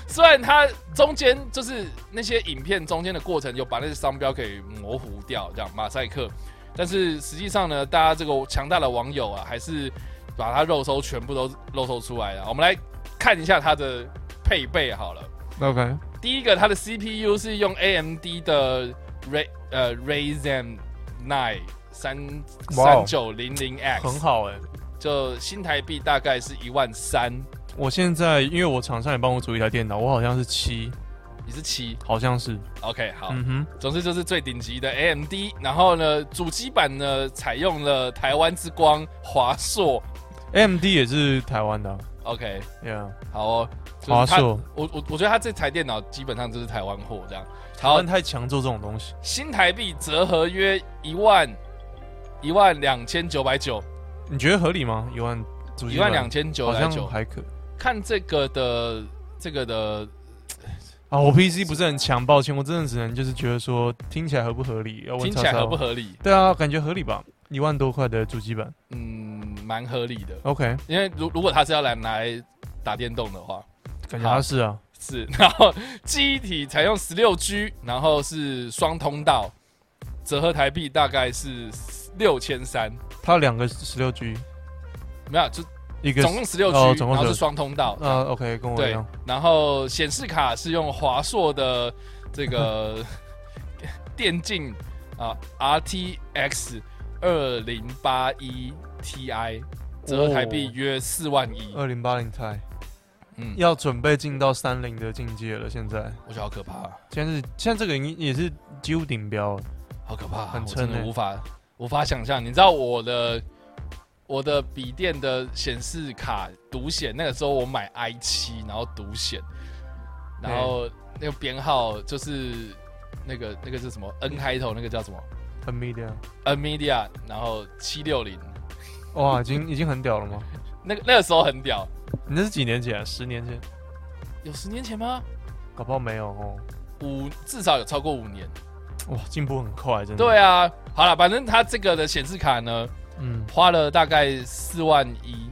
[SPEAKER 5] 虽然它中间就是那些影片中间的过程有把那些商标给模糊掉，这样马赛克，但是实际上呢，大家这个强大的网友啊，还是把它肉搜全部都肉搜出来了。我们来看一下它的配备好了。
[SPEAKER 4] OK，
[SPEAKER 5] 第一个，它的 CPU 是用 AMD 的 Ray 呃 Ryzen 9三
[SPEAKER 4] 哇哦
[SPEAKER 5] 三九零零 X，
[SPEAKER 4] 很，好哎、
[SPEAKER 5] 就新台币大概是一万三，
[SPEAKER 4] 我现在因为我厂商也帮我组一台电脑，我好像是七，
[SPEAKER 5] 你是七
[SPEAKER 4] 好像是，
[SPEAKER 5] ，OK，好，
[SPEAKER 4] 嗯
[SPEAKER 5] 总之就是最顶级的 AMD，然后呢，主机版呢采用了台湾之光华硕
[SPEAKER 4] 哼，AMD 也是台湾的啊
[SPEAKER 5] ，OK，
[SPEAKER 4] ，Yeah，
[SPEAKER 5] 好哦，就是它
[SPEAKER 4] 华硕，
[SPEAKER 5] 我我我觉得它这台电脑基本上就是台湾货这样。
[SPEAKER 4] 台
[SPEAKER 5] 好
[SPEAKER 4] 湾，太强做这种东西，
[SPEAKER 5] 新台币折合约一万一万两千九百九，
[SPEAKER 4] 你觉得合理吗？一万，主机
[SPEAKER 5] 一
[SPEAKER 4] 板
[SPEAKER 5] 万两千九
[SPEAKER 4] 好
[SPEAKER 5] 百
[SPEAKER 4] 像
[SPEAKER 5] 九。
[SPEAKER 4] 还可
[SPEAKER 5] 看这个的这个的，
[SPEAKER 4] 啊，我 PC 不是很强，抱歉，我真的只能就是觉得说听起来合不合理，要问
[SPEAKER 5] 听起来
[SPEAKER 4] 叉叉哦
[SPEAKER 5] 合不？合理？
[SPEAKER 4] 对啊，感觉合理吧？一万多块的主机板
[SPEAKER 5] 嗯，蛮合理的，
[SPEAKER 4] ，OK，
[SPEAKER 5] 因为如如果它是要来拿来打电动的话。
[SPEAKER 4] 感觉它是啊，
[SPEAKER 5] 是， [laughs] 然后记忆体采用十六 G，然后是双通道，折合台币大概是六千三，
[SPEAKER 4] 它有两个十六 G，
[SPEAKER 5] 没有，就
[SPEAKER 4] 一个
[SPEAKER 5] 总共十六
[SPEAKER 4] 哦
[SPEAKER 5] G，
[SPEAKER 4] 总共
[SPEAKER 5] 然后是
[SPEAKER 4] 16
[SPEAKER 5] 双通道，
[SPEAKER 4] 啊，OK，跟我一
[SPEAKER 5] 对
[SPEAKER 4] 样，，
[SPEAKER 5] 然后显示卡是用华硕的
[SPEAKER 4] [laughs]
[SPEAKER 5] 这个电竞啊、RTX 二零八一 Ti，折合台币
[SPEAKER 4] 哦
[SPEAKER 5] 约四万一，
[SPEAKER 4] 二零八零 Ti
[SPEAKER 5] 嗯，
[SPEAKER 4] 要准备进到三零的境界了，现在。
[SPEAKER 5] 我觉得好可怕啊、
[SPEAKER 4] 现在是现在这个已经也是几乎顶标了，
[SPEAKER 5] 好可怕啊、
[SPEAKER 4] 很
[SPEAKER 5] 我真
[SPEAKER 4] 撑
[SPEAKER 5] 的
[SPEAKER 4] 欸
[SPEAKER 5] 无法无法想象。你知道我的我的笔电的显示卡独显，那个时候我买 i 七，然后独显，然后那个编号就是那个那个是什么 N 开头，那个叫什么
[SPEAKER 4] 很 media，
[SPEAKER 5] NVIDIA，然后七六零，
[SPEAKER 4] 哇，已经已经很屌了吗？
[SPEAKER 5] 那个那个时候很屌，
[SPEAKER 4] 你那是几年前、啊？十年前？
[SPEAKER 5] 有十年前吗？
[SPEAKER 4] 搞不好没有哦。
[SPEAKER 5] 五至少有超过五年。
[SPEAKER 4] 嗯哇，进步很快，真的。
[SPEAKER 5] 对
[SPEAKER 4] 啊，
[SPEAKER 5] 啊，好了，反正它这个的显示卡呢，
[SPEAKER 4] 嗯，
[SPEAKER 5] 花了大概四万一，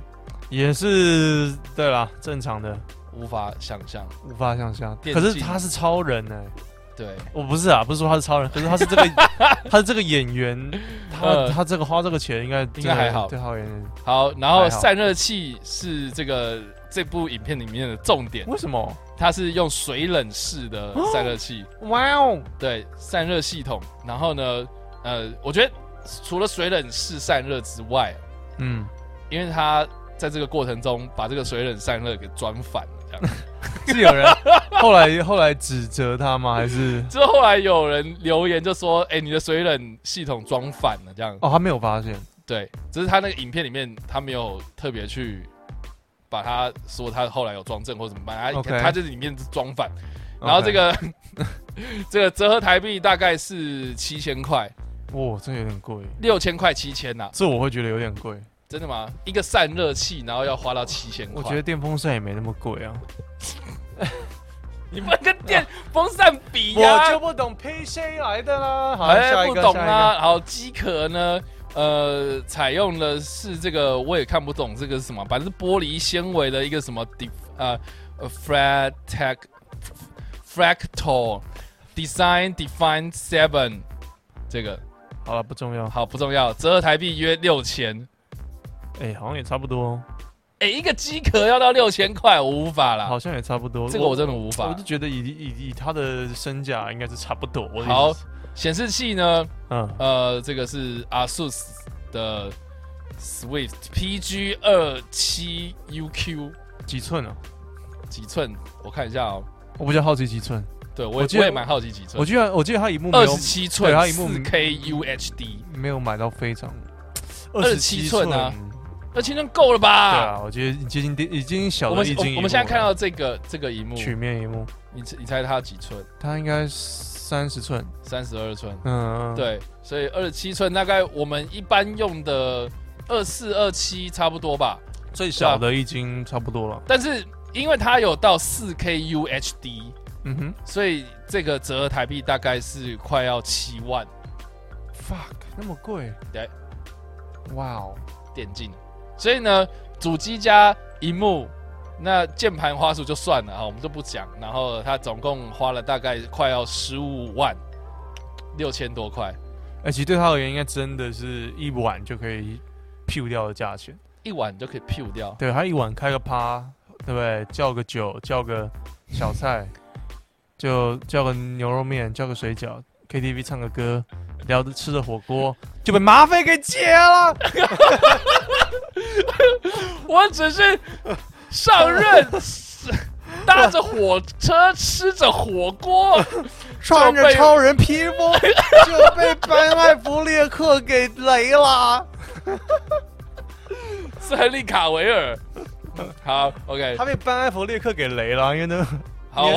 [SPEAKER 4] 也是对啦，正常的，
[SPEAKER 5] 无法想象。
[SPEAKER 4] 无法想象。
[SPEAKER 5] 电
[SPEAKER 4] 可是
[SPEAKER 5] 竞
[SPEAKER 4] 他是超人呢、
[SPEAKER 5] 对，
[SPEAKER 4] 我不是啊，不是说他是
[SPEAKER 5] [laughs]
[SPEAKER 4] 超人，可是他是这个他是这个演员，他、
[SPEAKER 5] 呃
[SPEAKER 4] 他这个花这个钱应该应
[SPEAKER 5] 应该还好
[SPEAKER 4] 对，好演员。
[SPEAKER 5] 好，然后
[SPEAKER 4] 还好
[SPEAKER 5] 散热器是这个这部影片里面的重点，
[SPEAKER 4] 为什么？
[SPEAKER 5] 它是用水冷式的散热器，
[SPEAKER 4] 哇哦，
[SPEAKER 5] 对，散热系统。然后呢，呃，我觉得除了水冷式散热之外，
[SPEAKER 4] 嗯，
[SPEAKER 5] 因为他在这个过程中把这个水冷散热给钻反了，这样。
[SPEAKER 4] [laughs] 是有人后来后来指责他吗？还是
[SPEAKER 5] 之后后来有人留言就说：“哎、你的水冷系统装反了。”这样，
[SPEAKER 4] 哦，他没有发现？
[SPEAKER 5] 对，只是他那个影片里面他没有特别去把他说他后来有装正或怎么办，他
[SPEAKER 4] OK
[SPEAKER 5] 他这里面是装反。然后这个 [laughs] 这个折合台币大概是七千块，
[SPEAKER 4] OK 哇，这有点贵，
[SPEAKER 5] 六千块七千呐，
[SPEAKER 4] 这我会觉得有点贵。
[SPEAKER 5] 真的吗？一个散热器，然后要花到七千块，
[SPEAKER 4] 我觉得电风扇也没那么贵啊。
[SPEAKER 5] 你不能跟电风扇比呀、
[SPEAKER 4] 我就不懂 PC 来的啦，好，下
[SPEAKER 5] 哎，
[SPEAKER 4] 一
[SPEAKER 5] 不
[SPEAKER 4] 个
[SPEAKER 5] 懂。
[SPEAKER 4] 下一个
[SPEAKER 5] 啊。好，机壳呢？呃，采用的是这个，我也看不懂这个是什么，反正是玻璃纤维的一个什么 d 呃呃 fractal fractal design define seven，这个
[SPEAKER 4] 好了，不重要。
[SPEAKER 5] 好不重要，折合台币约六千。
[SPEAKER 4] 哎，好像也差不多，
[SPEAKER 5] 哎，一个机壳要到六千块，我无法啦
[SPEAKER 4] 好，像也差不多。
[SPEAKER 5] 这个我真的无
[SPEAKER 4] 我
[SPEAKER 5] 法
[SPEAKER 4] 就。觉得以以以他的身价应该是差不多。我的意思
[SPEAKER 5] 好
[SPEAKER 4] 是，
[SPEAKER 5] 显示器呢？
[SPEAKER 4] 嗯，
[SPEAKER 5] 呃，这个是 ASUS 的 Swift PG 二七 UQ
[SPEAKER 4] 几寸啊？
[SPEAKER 5] 几寸？我看一下哦。
[SPEAKER 4] 我比较好奇几寸。
[SPEAKER 5] 对我
[SPEAKER 4] 我
[SPEAKER 5] 也
[SPEAKER 4] 记
[SPEAKER 5] 我
[SPEAKER 4] 得
[SPEAKER 5] 也蛮好奇几寸
[SPEAKER 4] 我，居然我记得他荧幕没
[SPEAKER 5] 二
[SPEAKER 4] 有
[SPEAKER 5] 十七寸，
[SPEAKER 4] 对它荧幕嗯
[SPEAKER 5] 四 K UHD，
[SPEAKER 4] 没有买到非常
[SPEAKER 5] 27寸啊
[SPEAKER 4] 27寸
[SPEAKER 5] 二七寸够了
[SPEAKER 4] 对
[SPEAKER 5] 吧？
[SPEAKER 4] 啊，我觉得接近电已经小
[SPEAKER 5] 我
[SPEAKER 4] 的
[SPEAKER 5] 们
[SPEAKER 4] 一
[SPEAKER 5] 我
[SPEAKER 4] 经
[SPEAKER 5] 我们现在看
[SPEAKER 4] 啊
[SPEAKER 5] 到这个这个荧幕，
[SPEAKER 4] 曲面荧幕，
[SPEAKER 5] 你猜你猜它几寸？
[SPEAKER 4] 它应该三十寸，
[SPEAKER 5] 三十二寸。
[SPEAKER 4] 嗯，，
[SPEAKER 5] 对，所以二十七寸大概我们一般用的二四二七差不多吧。
[SPEAKER 4] 最小的已经差不多了。
[SPEAKER 5] 但是因为它有到四 K UHD，
[SPEAKER 4] 嗯哼
[SPEAKER 5] 所以这个折合台币大概是快要七万
[SPEAKER 4] ，fuck，那么贵，
[SPEAKER 5] 对，
[SPEAKER 4] 哇哦，
[SPEAKER 5] 电竞。所以呢，主机加荧幕，那键盘花束就算了啊，我们就不讲。然后它总共花了大概快要十五万六千多块，
[SPEAKER 4] 哎，其实对他而言，应该真的是一碗就可以 p 掉的价钱。
[SPEAKER 5] 一晚就可以 P 掉。
[SPEAKER 4] 对他一碗开个趴，对不对？叫个酒，叫个小菜，就叫个牛肉面，叫个水饺，KTV 唱个歌，聊着吃着火锅，就被麻烦给解了。
[SPEAKER 5] 我只是上任。 [laughs] 搭着火车，吃着火锅，
[SPEAKER 4] 穿
[SPEAKER 5] 就
[SPEAKER 4] 着
[SPEAKER 5] 被
[SPEAKER 4] 超人披
[SPEAKER 5] [laughs]
[SPEAKER 4] 风就被班艾弗列克给雷
[SPEAKER 5] [laughs]
[SPEAKER 4] 了。
[SPEAKER 5] 是亨利卡维尔。嗯好，OK，
[SPEAKER 4] 他被班艾弗列克给雷了，因为呢，
[SPEAKER 5] 好，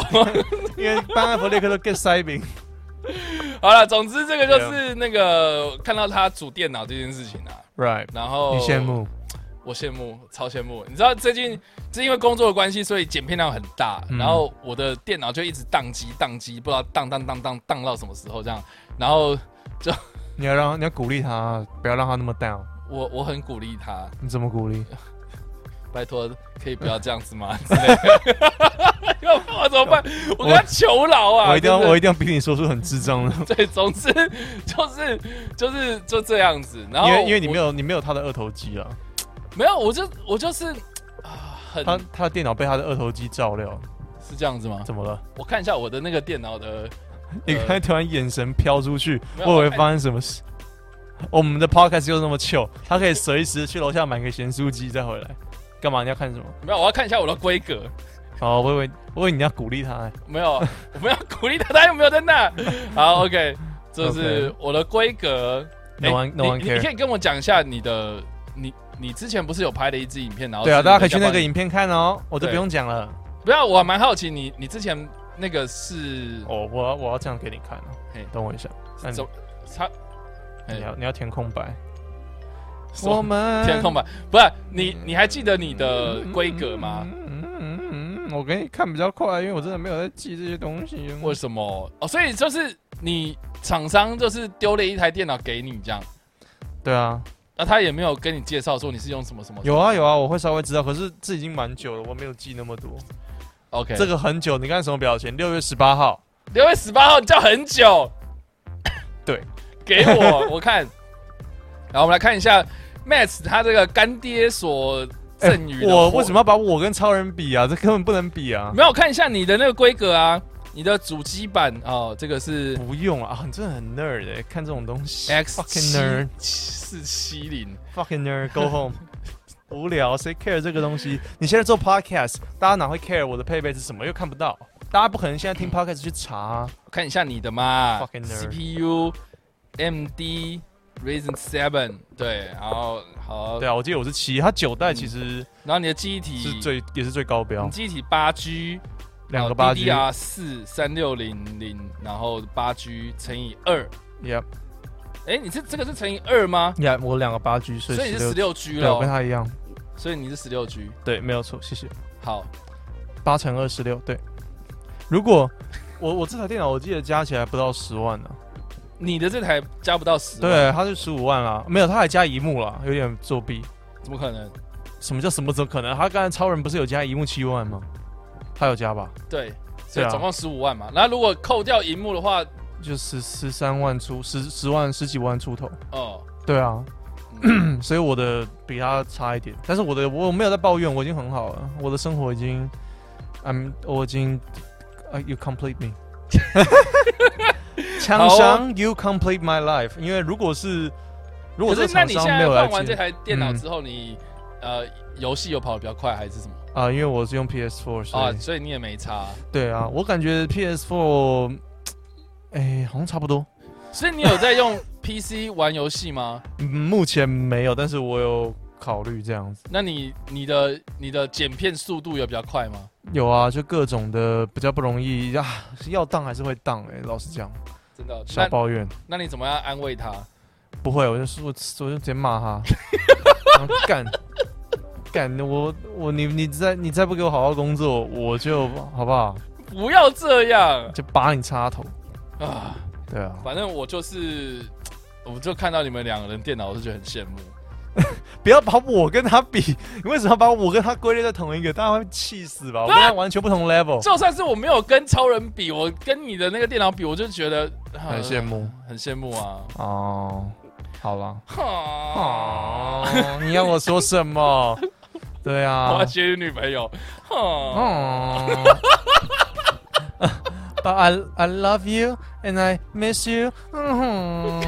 [SPEAKER 4] 因为班艾弗列克都 get 塞饼。
[SPEAKER 5] 好了，总之这个
[SPEAKER 4] 啊
[SPEAKER 5] 就是那个看到他组电脑这件事情啊，
[SPEAKER 4] Right，
[SPEAKER 5] 然后
[SPEAKER 4] 你羡，
[SPEAKER 5] 哦
[SPEAKER 4] 慕？
[SPEAKER 5] 我羡慕，超羡慕。你知道最近是因为工作的关系，所以剪片量很大，
[SPEAKER 4] 嗯
[SPEAKER 5] 然后我的电脑就一直宕机宕机，不知道宕宕宕宕宕到什么时候这样。然后
[SPEAKER 4] 你要让你要鼓励他，不要让他那么 down。
[SPEAKER 5] 我我很鼓励他，
[SPEAKER 4] 你怎么鼓励？
[SPEAKER 5] 拜托可以不要这样
[SPEAKER 4] [laughs]
[SPEAKER 5] 子吗？之类的， [laughs] 要不然我怎么办？我跟他求饶啊！
[SPEAKER 4] 我一定 [laughs] 要，
[SPEAKER 5] 真的
[SPEAKER 4] 我一定要逼你说出很智障的话。
[SPEAKER 5] 对，总之就是就是就这样子。然后
[SPEAKER 4] 因为因为你
[SPEAKER 5] 我
[SPEAKER 4] 没有你没有他的二头肌啊，
[SPEAKER 5] 没有，我就我就是啊，很
[SPEAKER 4] 他他的电脑被他的二头肌照料，
[SPEAKER 5] 是这样子吗？
[SPEAKER 4] 怎么了？
[SPEAKER 5] 我看一下我的那个电脑的，
[SPEAKER 4] 你刚才突然眼神飘出去，
[SPEAKER 5] 没有
[SPEAKER 4] 我以为
[SPEAKER 5] 我看
[SPEAKER 4] 发生什么事。我们的 podcast 就那么糗，他可以随时去楼下买个咸酥鸡再回来。干嘛？你要看什么？
[SPEAKER 5] 没有，我要看一下我的规格。
[SPEAKER 4] 哦，我以为我以为你要鼓励他、欸。
[SPEAKER 5] 没有， [laughs] 我们要鼓励他，他又没有在那。好，OK，这是
[SPEAKER 4] OK
[SPEAKER 5] 我的规格。
[SPEAKER 4] No
[SPEAKER 5] 诶
[SPEAKER 4] one- no one
[SPEAKER 5] 你你
[SPEAKER 4] care
[SPEAKER 5] 你可以跟我讲一下你的，你你之前不是有拍了一支影片，然后
[SPEAKER 4] 对啊，
[SPEAKER 5] 哦是
[SPEAKER 4] 大家可以去那
[SPEAKER 5] 人
[SPEAKER 4] 个
[SPEAKER 5] 帮你。
[SPEAKER 4] 影片看哦，我就
[SPEAKER 5] 对
[SPEAKER 4] 不用讲了。
[SPEAKER 5] 不要，我还蛮好奇你你之前那个是
[SPEAKER 4] 哦，我要我要这样给你看哦
[SPEAKER 5] 嘿。哎
[SPEAKER 4] 等我一下，那你
[SPEAKER 5] 怎么他？
[SPEAKER 4] 你要你要填空白。
[SPEAKER 5] 什
[SPEAKER 4] 我
[SPEAKER 5] 么
[SPEAKER 4] 们
[SPEAKER 5] 哦填空吧，不是你，你还记得你的规格吗？
[SPEAKER 4] 嗯嗯嗯嗯，我给你看比较快，因为我真的没有在记这些东西。
[SPEAKER 5] 为什么？哦，所以就是你厂商就是丢了一台电脑给你这样，
[SPEAKER 4] 对啊，
[SPEAKER 5] 那、他也没有跟你介绍说你是用什么什么。
[SPEAKER 4] 有啊有啊，我会稍微知道，可是这已经蛮久了，我没有记那么多。
[SPEAKER 5] OK，
[SPEAKER 4] 这
[SPEAKER 5] 这个
[SPEAKER 4] 个很久，你看什么表情？六月十八号，
[SPEAKER 5] 六月十八号叫很久，
[SPEAKER 4] [laughs] 对，
[SPEAKER 5] 给我 [laughs] 我看。然后我们来看一下 Max 他这个干爹所赠予、的
[SPEAKER 4] 哎我 [laughs]
[SPEAKER 5] 货
[SPEAKER 4] 为什么要把我跟超人比啊？这根本不能比啊！
[SPEAKER 5] 没有看一下你的那个规格啊？你的主机板哦，这个是
[SPEAKER 4] 不用啊，啊你真的很 nerd 哎、看这种东西
[SPEAKER 5] X
[SPEAKER 4] fucking nerd
[SPEAKER 5] 四七零，
[SPEAKER 4] fucking nerd go home，无
[SPEAKER 5] [laughs]
[SPEAKER 4] 聊，谁 care 这个东西？你现在做 podcast，大家哪会 care 我的配备是什么？又看不到，大家不可能现在
[SPEAKER 5] 嗯
[SPEAKER 4] 听 podcast 去查啊、
[SPEAKER 5] 我看一下你的嘛
[SPEAKER 4] Fucking nerd
[SPEAKER 5] ，CPU、MD、Ryzen Seven，对，然后好，
[SPEAKER 4] 对啊，我记得我是七，它九代其实
[SPEAKER 5] 然后你的记忆体
[SPEAKER 4] 是最、也是最高标
[SPEAKER 5] 你，记忆体八 G，
[SPEAKER 4] 哦两个八 G，
[SPEAKER 5] ，DDR 四三六零零，然后八 G 乘以二，
[SPEAKER 4] yep
[SPEAKER 5] 哎，你是这个是乘以二吗？
[SPEAKER 4] yep，我两个八 G，所
[SPEAKER 5] 所以
[SPEAKER 4] 以
[SPEAKER 5] 你是十
[SPEAKER 4] 16，
[SPEAKER 5] 六哦 G
[SPEAKER 4] 嗯对，我跟
[SPEAKER 5] 了，
[SPEAKER 4] 他一样，
[SPEAKER 5] 所以你是十六 G，
[SPEAKER 4] 对，没有错，谢谢。
[SPEAKER 5] 好，
[SPEAKER 4] 八乘二十六，对。如果我我这台电脑，我记得加起来不到十万呢、
[SPEAKER 5] 你的这台加不到十，，
[SPEAKER 4] 对，它是十五万啦，没有，它还加一幕啦，有点作弊。
[SPEAKER 5] 怎么可能？
[SPEAKER 4] 什么叫什么怎么可能？他刚才超人不是有加一幕七万吗？他有加吧？
[SPEAKER 5] 对，所
[SPEAKER 4] 对
[SPEAKER 5] 以
[SPEAKER 4] 啊
[SPEAKER 5] 总共十五万嘛。然后如果扣掉荧幕的话，
[SPEAKER 4] 就十十三万出，十十万十几万出头。
[SPEAKER 5] 哦，
[SPEAKER 4] 对啊，嗯 [clears throat] 所以我的比他差一点，但是我的我没有在抱怨，我已经很好了，我的生活已经，I'm 我已经、呃 y o u complete me，枪
[SPEAKER 5] 啊好
[SPEAKER 4] 伤、You complete my life，因为如果是如果
[SPEAKER 5] 可
[SPEAKER 4] 这
[SPEAKER 5] 是那
[SPEAKER 4] 厂
[SPEAKER 5] 你现
[SPEAKER 4] 商没
[SPEAKER 5] 在
[SPEAKER 4] 有
[SPEAKER 5] 换
[SPEAKER 4] 来
[SPEAKER 5] 完这
[SPEAKER 4] 接
[SPEAKER 5] 台电脑
[SPEAKER 4] 嗯
[SPEAKER 5] 之后，你呃游戏有跑得比较快还是什么
[SPEAKER 4] 啊、因为我是用 PS4，所以、
[SPEAKER 5] 啊？所以你也没差，
[SPEAKER 4] 对啊，我感觉 PS4，哎、好像差不多。
[SPEAKER 5] 所以你有在用 [laughs] PC 玩游戏吗？
[SPEAKER 4] 嗯目前没有，但是我有考虑这样子。
[SPEAKER 5] 那你你的你的剪片速度有比较快吗？
[SPEAKER 4] 有啊，就各种的比较不容易啊，要当还是会当哎、老实讲，
[SPEAKER 5] 真的？
[SPEAKER 4] 啊小
[SPEAKER 5] 那
[SPEAKER 4] 抱怨
[SPEAKER 5] 那你怎么样安慰他？
[SPEAKER 4] 不会，我就说我我就直接骂 [laughs] 他，然后干干我我你你再你再不给我好好工作，我就好不好
[SPEAKER 5] 不要这样
[SPEAKER 4] 就拔你插头。
[SPEAKER 5] 啊！
[SPEAKER 4] 对啊，
[SPEAKER 5] 反正我就是，我就看到你们两个人电脑，我就觉得很羡
[SPEAKER 4] 哦
[SPEAKER 5] 慕。
[SPEAKER 4] 不要把我跟他比，你为什么要把我跟他归类在同一个？大家会气死吧？我跟他完全不同 level，
[SPEAKER 5] 就算是我没有跟超人比，我跟你的那个电脑比，我就觉得、啊
[SPEAKER 4] 很羡慕
[SPEAKER 5] 很羡慕啊。
[SPEAKER 4] [laughs] 哦。好了，啊
[SPEAKER 5] 哈，
[SPEAKER 4] 哦，你要我说什么？对 [laughs] 啊，
[SPEAKER 5] 我要接你女朋友。啊哈，
[SPEAKER 4] 哦。But I I love you and I miss you 嗯哼。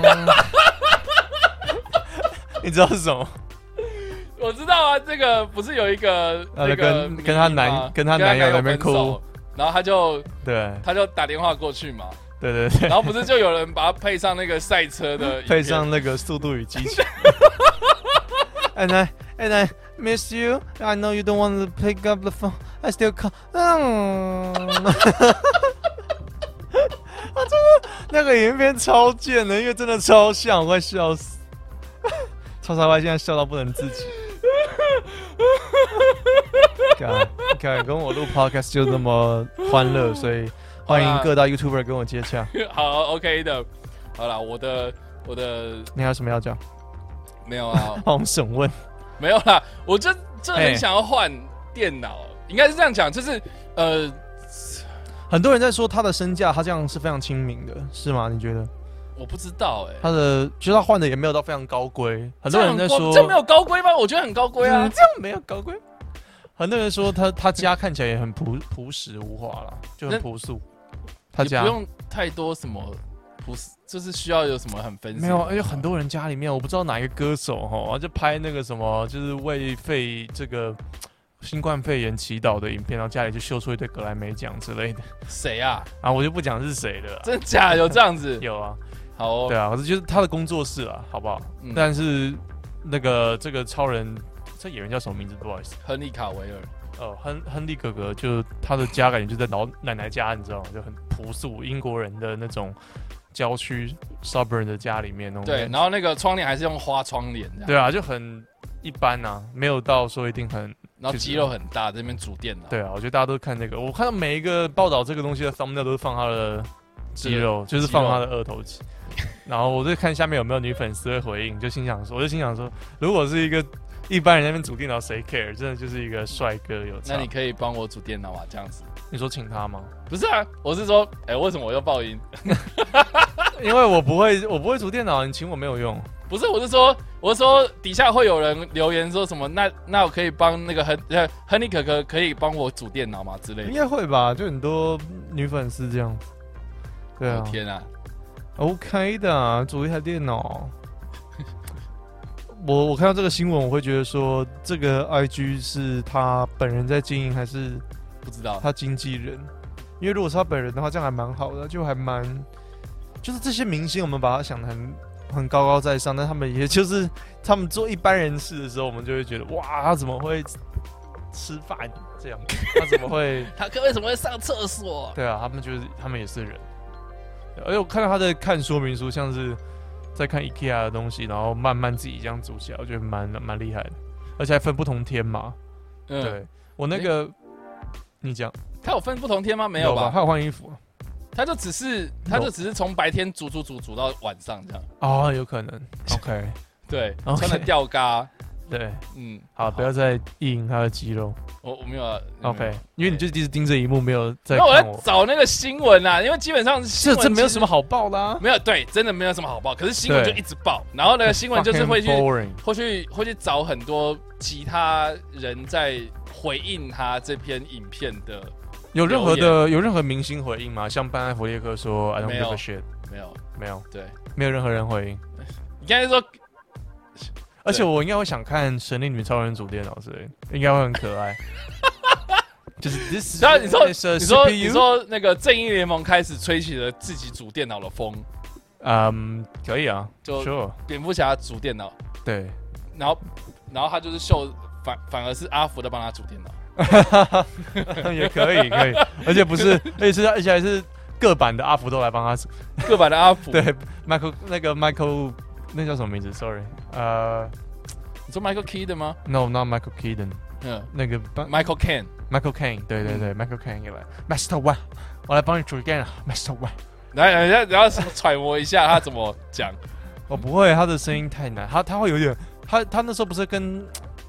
[SPEAKER 4] [laughs] 你知道是什么？
[SPEAKER 5] 我知道啊，这个不是有一个
[SPEAKER 4] 啊
[SPEAKER 5] 那个
[SPEAKER 4] 跟
[SPEAKER 5] 迷
[SPEAKER 4] 跟她
[SPEAKER 5] 吗
[SPEAKER 4] 男跟
[SPEAKER 5] 跟
[SPEAKER 4] 她男友
[SPEAKER 5] 友
[SPEAKER 4] 在那边
[SPEAKER 5] 分手，然后他就
[SPEAKER 4] 对
[SPEAKER 5] 他就打电话过去嘛，
[SPEAKER 4] 对对对，
[SPEAKER 5] 然后不是就有人把他配上那个赛车
[SPEAKER 4] [laughs]
[SPEAKER 5] 的影片，
[SPEAKER 4] 配上那个《速度与激情》。and I and I miss you. I know you don't want to pick up the phone. I still call. [laughs] 嗯。啊，真的，那个影片超贱的，因为真的超像，我快笑死。 [laughs] 超傻瓜现在笑到不能自己。看，看，啊跟我录 podcast 就那么欢乐，所以欢迎各大 YouTuber 跟我接洽。
[SPEAKER 5] [laughs] 好 OK 的，好啦，我的我的
[SPEAKER 4] 你还有什么要讲？
[SPEAKER 5] 没有啊， [laughs]
[SPEAKER 4] 帮我们审问。
[SPEAKER 5] 没有啦，我就真的
[SPEAKER 4] 哎
[SPEAKER 5] 很想要换电脑，应该是这样讲，就是呃，
[SPEAKER 4] 很多人在说他的身价，他这样是非常亲民的，是吗？你觉得
[SPEAKER 5] 我不知道哎、
[SPEAKER 4] 他的就是他换的也没有到非常高规，很多人在说
[SPEAKER 5] 这没有高规吗？我觉得很高规啊
[SPEAKER 4] 嗯，这样没有高规。很多人说他他家看起来也很朴朴实无华啦，就很
[SPEAKER 5] 那
[SPEAKER 4] 朴素。他
[SPEAKER 5] 也
[SPEAKER 4] 家
[SPEAKER 5] 不用太多什么，不是就是需要有什么很分析
[SPEAKER 4] 没有，因为很多人家里面我不知道哪一个歌手哈，就拍那个什么，就是为肺这个新冠肺炎祈祷的影片，然后家里就秀出一堆格莱美奖之类的
[SPEAKER 5] 谁啊，
[SPEAKER 4] 啊，我就不讲是谁的啦。
[SPEAKER 5] 真假有这
[SPEAKER 4] [laughs]
[SPEAKER 5] 样子？
[SPEAKER 4] 有啊，
[SPEAKER 5] 好哦
[SPEAKER 4] 对，啊，可是就是他的工作室啊，好不好？
[SPEAKER 5] 嗯
[SPEAKER 4] 但是那个这个超人，这演员叫什么名字？不好意思，
[SPEAKER 5] 亨利卡维尔，
[SPEAKER 4] 呃，亨亨利哥哥，就是他的家感觉就在老奶奶家，你知道吗？就很朴素英国人的那种郊区 suburb 的家里面那种感觉。
[SPEAKER 5] 对，然后那个窗帘还是用花窗帘这样，
[SPEAKER 4] 对啊，就很一般啊，没有到说一定很
[SPEAKER 5] 然后
[SPEAKER 4] 就是
[SPEAKER 5] 肌肉很大，这边主电脑，
[SPEAKER 4] 对啊。我觉得大家都看这个，我看到每一个报道这个东西的 thumbnail 都是放他的肌肉，就是放他的二头 [laughs] 肌。然后我就看下面有没有女粉丝会回应，就心想说，我就心想说，如果是一个一般人在那边主电脑，谁 care？真的就是一个帅哥有差。
[SPEAKER 5] 那你可以帮我主电脑啊，这样子。
[SPEAKER 4] 你说请他吗？ [laughs]
[SPEAKER 5] 不是啊，我是说，哎、为什么我又爆音？
[SPEAKER 4] 因为我不会，我不会主电脑，你请我没有用。
[SPEAKER 5] 不是，我是说，我是说底下会有人留言说什么？那那我可以帮那个亨呃亨利可可可以帮我组电脑吗之类
[SPEAKER 4] 应
[SPEAKER 5] 的？
[SPEAKER 4] 该会吧？就很多女粉丝这样子。对啊
[SPEAKER 5] 我天啊！
[SPEAKER 4] ，OK 的啊，组一台电脑。 [laughs] 我我看到这个新闻，我会觉得说，这个 IG 是他本人在经营，还是
[SPEAKER 5] 不知道，
[SPEAKER 4] 他经纪人？因为如果是他本人的话，这样还蛮好的，就还蛮，就是这些明星，我们把他想的很很高高在上，但他们也就是他们做一般人事的时候，我们就会觉得哇，他怎么会吃饭这样？他怎么会？
[SPEAKER 5] 他可为什么会上厕所？
[SPEAKER 4] 对啊，他们就是他们也是人，对而且我看到他在看说明书，像是在看 IKEA 的东西，然后慢慢自己这样组起来，我觉得蛮蛮厉害的，而且还分不同天嘛。
[SPEAKER 5] 嗯，
[SPEAKER 4] 对我那个，你讲
[SPEAKER 5] 他有分不同天吗？没有吧？
[SPEAKER 4] 他有换衣服啊
[SPEAKER 5] 他就只是他就只是从白天煮煮煮煮到晚上这样，
[SPEAKER 4] 哦，有可
[SPEAKER 5] [laughs]
[SPEAKER 4] 能。OK，
[SPEAKER 5] 对
[SPEAKER 4] OK
[SPEAKER 5] 穿的吊嘎，
[SPEAKER 4] 对，
[SPEAKER 5] 嗯，
[SPEAKER 4] 好，不要再意淫他的肌肉。
[SPEAKER 5] 我我没有啊
[SPEAKER 4] OK，因为你就一直盯着一幕，没有在
[SPEAKER 5] 那我在
[SPEAKER 4] 看我。
[SPEAKER 5] 找那个新闻啊，因为基本上新
[SPEAKER 4] 这
[SPEAKER 5] 闻
[SPEAKER 4] 这没有
[SPEAKER 5] 其实
[SPEAKER 4] 什么好报的啊。
[SPEAKER 5] 没有对，真的没有什么好报，可是新闻就
[SPEAKER 4] 对
[SPEAKER 5] 一直报，然后呢，新闻就是会去
[SPEAKER 4] Fucking boring
[SPEAKER 5] 会去会去找很多其他人在回应他这篇影片的，
[SPEAKER 4] 有任何
[SPEAKER 5] 留
[SPEAKER 4] 的有任何明星回应吗？像班艾弗列克说 I don't
[SPEAKER 5] 没有
[SPEAKER 4] give a shit，
[SPEAKER 5] 没有？
[SPEAKER 4] 没有，
[SPEAKER 5] 对，
[SPEAKER 4] 没有任何人回应。
[SPEAKER 5] 你刚才说
[SPEAKER 4] 而且我应该会想看《神力女超人》主电脑之类，应该会很可
[SPEAKER 5] [laughs]
[SPEAKER 4] 爱。就是 this，
[SPEAKER 5] 然后你说
[SPEAKER 4] is a
[SPEAKER 5] 你说
[SPEAKER 4] CPU
[SPEAKER 5] 你说那个正义联盟开始吹起了自己组电脑的风，
[SPEAKER 4] 嗯，可以啊，
[SPEAKER 5] 就
[SPEAKER 4] sure，
[SPEAKER 5] 蝙蝠侠组电脑， [laughs]
[SPEAKER 4] 对，
[SPEAKER 5] 然后然后他就是秀反反而是阿福在帮他组电脑，
[SPEAKER 4] 也可以，可以，而且不是，而且是而且还是各版的阿福都来帮
[SPEAKER 5] [laughs]
[SPEAKER 4] 他，
[SPEAKER 5] 个版的阿福，
[SPEAKER 4] [laughs] 对，Michael 那个 Michael 那叫什么名字？Sorry，呃、
[SPEAKER 5] 你说 Michael Keaton 吗？
[SPEAKER 4] n o not Michael Keaton，
[SPEAKER 5] 嗯
[SPEAKER 4] 那个帮
[SPEAKER 5] ，Michael Can，
[SPEAKER 4] Michael Caine，对对对、m
[SPEAKER 5] 嗯
[SPEAKER 4] i c h a e l Caine 也来，Master One，我来帮你主电脑，Master One。
[SPEAKER 5] 来来来，然后揣摩一下他怎么讲，
[SPEAKER 4] 我哦不会，他的声音太难，他他会有点，他他那时候不是跟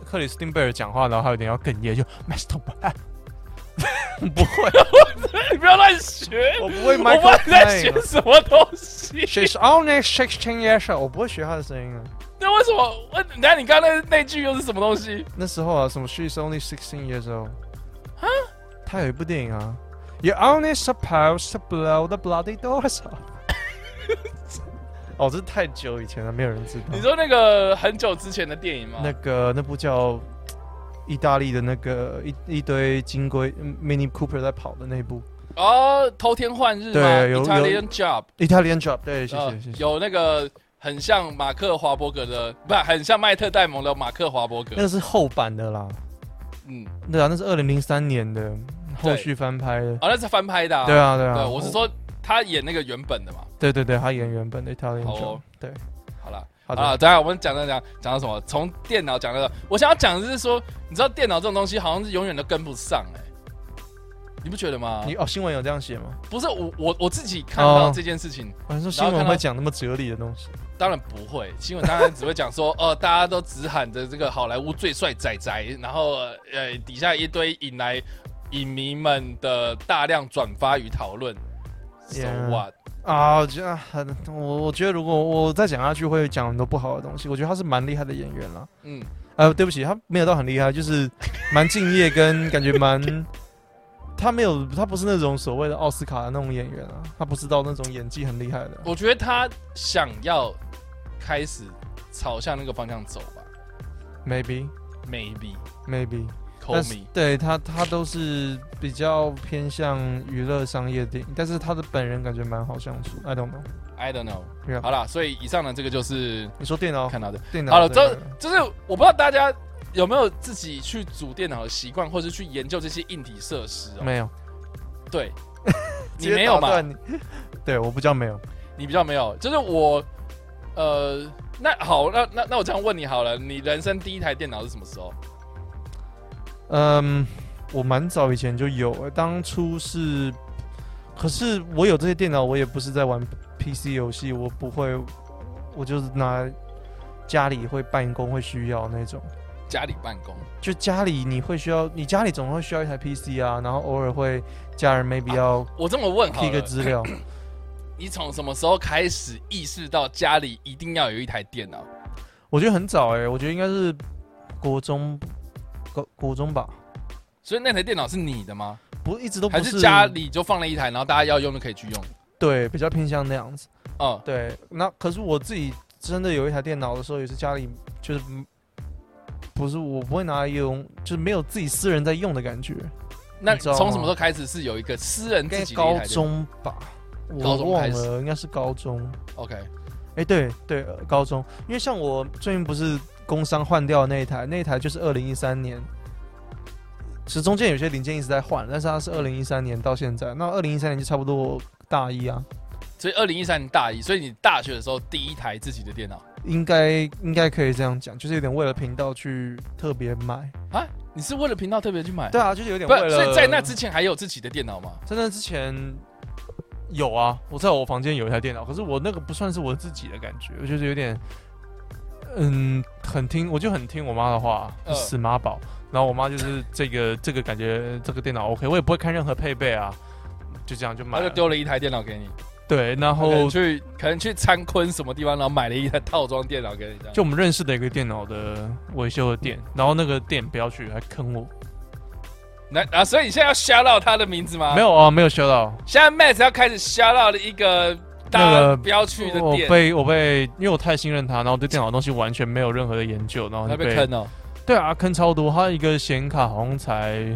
[SPEAKER 4] 克里斯汀贝尔讲话，然后他有点要哽咽，就 Master One。不会，
[SPEAKER 5] [laughs] 你不要乱学，
[SPEAKER 4] 我不会哎
[SPEAKER 5] 我不知道
[SPEAKER 4] Michael
[SPEAKER 5] 你在学
[SPEAKER 4] Caine。
[SPEAKER 5] 什么东西。
[SPEAKER 4] She's only sixteen years old。我不会学他的声音啊。
[SPEAKER 5] 那为什么？我那你刚刚那那句又是什么东西？
[SPEAKER 4] 那时候啊，什么 She's only sixteen years old。他有一部电影啊，You're only supposed to blow the bloody doors off。哦，这太久以前了，没有人知道。
[SPEAKER 5] 你说那个很久之前的电影吗？
[SPEAKER 4] 啊那个那部叫意大利的那个一一堆金龟嗯 Mini Cooper 在跑的那部
[SPEAKER 5] 哦，偷天换日吗
[SPEAKER 4] 对有
[SPEAKER 5] ？Italian Job，
[SPEAKER 4] Italian Job，对，谢
[SPEAKER 5] 呃
[SPEAKER 4] 谢谢谢。
[SPEAKER 5] 有那个很像马克华伯格的，不，很像麦特戴蒙的马克华伯
[SPEAKER 4] 那
[SPEAKER 5] 格。
[SPEAKER 4] 个是后版的啦，
[SPEAKER 5] 嗯，
[SPEAKER 4] 对啊，那是二零零三年的后续翻拍的。
[SPEAKER 5] 哦，那是翻拍的。
[SPEAKER 4] 对，啊，对啊，
[SPEAKER 5] 对，我是，说他演那个原本的嘛。
[SPEAKER 4] 对对对，他演原本的 Italian
[SPEAKER 5] 好
[SPEAKER 4] Job，
[SPEAKER 5] 哦
[SPEAKER 4] 对，
[SPEAKER 5] 好了。
[SPEAKER 4] 好
[SPEAKER 5] 啊，
[SPEAKER 4] 的，
[SPEAKER 5] 等一下我们讲讲讲讲到什么？从电脑讲到的，我想要讲的是说，你知道电脑这种东西好像是永远都跟不上哎、你不觉得吗？
[SPEAKER 4] 你哦，新闻有这样写吗？
[SPEAKER 5] 不是我我我自己看到
[SPEAKER 4] 哦
[SPEAKER 5] 这件事情，
[SPEAKER 4] 我是说
[SPEAKER 5] 然
[SPEAKER 4] 新
[SPEAKER 5] 后看
[SPEAKER 4] 闻
[SPEAKER 5] 到
[SPEAKER 4] 会讲那么哲理的东西，
[SPEAKER 5] 当然不会，新闻当然只会讲说， [laughs] 哦，大家都只喊着这个好莱坞最帅仔仔，然后呃底下一堆引来影迷们的大量转发与讨论。So
[SPEAKER 4] Yeah
[SPEAKER 5] what？
[SPEAKER 4] 啊，我觉得很，我我觉得如果我再讲下去会讲很多不好的东西。我觉得他是蛮厉害的演员啦，
[SPEAKER 5] 嗯，
[SPEAKER 4] 呃，对不起，他没有到很厉害，就是蛮敬业跟感觉蛮，他没有，他不是那种所谓的奥斯卡的那种演员啊，他不是到那种演技很厉害的。
[SPEAKER 5] 我觉得他想要开始朝向那个方向走吧
[SPEAKER 4] Maybe
[SPEAKER 5] ，maybe
[SPEAKER 4] maybe，但
[SPEAKER 5] call
[SPEAKER 4] 是
[SPEAKER 5] me。
[SPEAKER 4] 对他他都是比较偏向娱乐商业电影，但是他的本人感觉蛮好相处。I don't know。
[SPEAKER 5] I don't know。
[SPEAKER 4] Yeah
[SPEAKER 5] 好啦，所以以上呢，这个就是
[SPEAKER 4] 你说电脑
[SPEAKER 5] 看到的。
[SPEAKER 4] 电脑
[SPEAKER 5] 好了，
[SPEAKER 4] 对
[SPEAKER 5] 这就是我不知道大家有没有自己去组电脑的习惯，或者去研究这些硬体设施哦。
[SPEAKER 4] 没有， [laughs]
[SPEAKER 5] 对，你
[SPEAKER 4] 直接
[SPEAKER 5] 没有
[SPEAKER 4] 打
[SPEAKER 5] 嘛？
[SPEAKER 4] 断你？ [laughs] 对，我不叫没有。
[SPEAKER 5] 你比较没有，就是我，呃，那好，那那那我这样问你好了，你人生第一台电脑是什么时候？
[SPEAKER 4] 嗯，我蛮早以前就有了，当初是，可是我有这些电脑，我也不是在玩 PC 游戏，我不会，我就是拿家里会办公会需要那种，
[SPEAKER 5] 家里办公，
[SPEAKER 4] 就家里你会需要，你家里总会需要一台 PC 啊，然后偶尔会家人 maybe 要
[SPEAKER 5] 我这么问好 [coughs]
[SPEAKER 4] key 个
[SPEAKER 5] 了，
[SPEAKER 4] 资料。
[SPEAKER 5] 你从什么时候开始意识到家里一定要有一台电脑？
[SPEAKER 4] 我觉得很早哎、我觉得应该是国中，国国中吧，
[SPEAKER 5] 所以那台电脑是你的吗？
[SPEAKER 4] 不一直都不
[SPEAKER 5] 还是家里就放了一台，然后大家要用就可以去用？
[SPEAKER 4] 对比较偏向那样子。
[SPEAKER 5] 哦、
[SPEAKER 4] 对，那可是我自己真的有一台电脑的时候，也是家里就是嗯不是我不会拿来用，就是没有自己私人在用的感觉。
[SPEAKER 5] 那
[SPEAKER 4] 你知道
[SPEAKER 5] 从
[SPEAKER 4] 吗
[SPEAKER 5] 什么时候开始是有一个私人
[SPEAKER 4] 应
[SPEAKER 5] 自
[SPEAKER 4] 该
[SPEAKER 5] 己的一
[SPEAKER 4] 高
[SPEAKER 5] 台电脑
[SPEAKER 4] 中吧，
[SPEAKER 5] 高
[SPEAKER 4] 我
[SPEAKER 5] 中
[SPEAKER 4] 忘
[SPEAKER 5] 开始
[SPEAKER 4] 了，应该是高中。
[SPEAKER 5] ？OK，
[SPEAKER 4] 哎、对对、呃高中，因为像我最近不是工商换掉的那一台，那一台就是二零一三年。其实中间有些零件一直在换，但是它是二零一三年到现在，那二零一三年就差不多大一啊，
[SPEAKER 5] 所以二零一三年大一，所以你大学的时候第一台自己的电脑
[SPEAKER 4] 应该应该可以这样讲，就是有点为了频道去特别买，
[SPEAKER 5] 啊？你是为了频道特别去买？
[SPEAKER 4] 对啊，就是有点
[SPEAKER 5] 不
[SPEAKER 4] 为
[SPEAKER 5] 是，
[SPEAKER 4] 了。
[SPEAKER 5] 所以在那之前还有自己的电脑吗？
[SPEAKER 4] 在那之前有啊，我在我房间有一台电脑，可是我那个不算是我自己的感觉，我就是有点，嗯，很听，我就很听我妈的话，
[SPEAKER 5] 嗯
[SPEAKER 4] 死妈宝。然后我妈就是这个这个感觉，这个电脑 OK，我也不会看任何配备啊，就这样就买哦
[SPEAKER 5] 他就
[SPEAKER 4] 了。
[SPEAKER 5] 丢了一台电脑给你，
[SPEAKER 4] 对，然
[SPEAKER 5] 可能
[SPEAKER 4] 后
[SPEAKER 5] 去可能去参坤什么地方，然后买了一台套装电脑给你，这样
[SPEAKER 4] 就我们认识的一个电脑的维修的店，
[SPEAKER 5] 嗯
[SPEAKER 4] 然后那个店不要去，还坑我，
[SPEAKER 5] 那啊，所以你现在要 shout out 他的名字吗？
[SPEAKER 4] 没
[SPEAKER 5] 有，
[SPEAKER 4] 有啊，没有修到。
[SPEAKER 5] 现在 Max 要开始 shout out 一个大
[SPEAKER 4] 那
[SPEAKER 5] 家
[SPEAKER 4] 个哦
[SPEAKER 5] 不要去的
[SPEAKER 4] 我
[SPEAKER 5] 店，
[SPEAKER 4] 被我被，因为我太信任他，然后对电脑的东西完全没有任何的研究，然后
[SPEAKER 5] 他
[SPEAKER 4] 就
[SPEAKER 5] 被坑哦。
[SPEAKER 4] 对啊，坑超多，它一个显卡好像才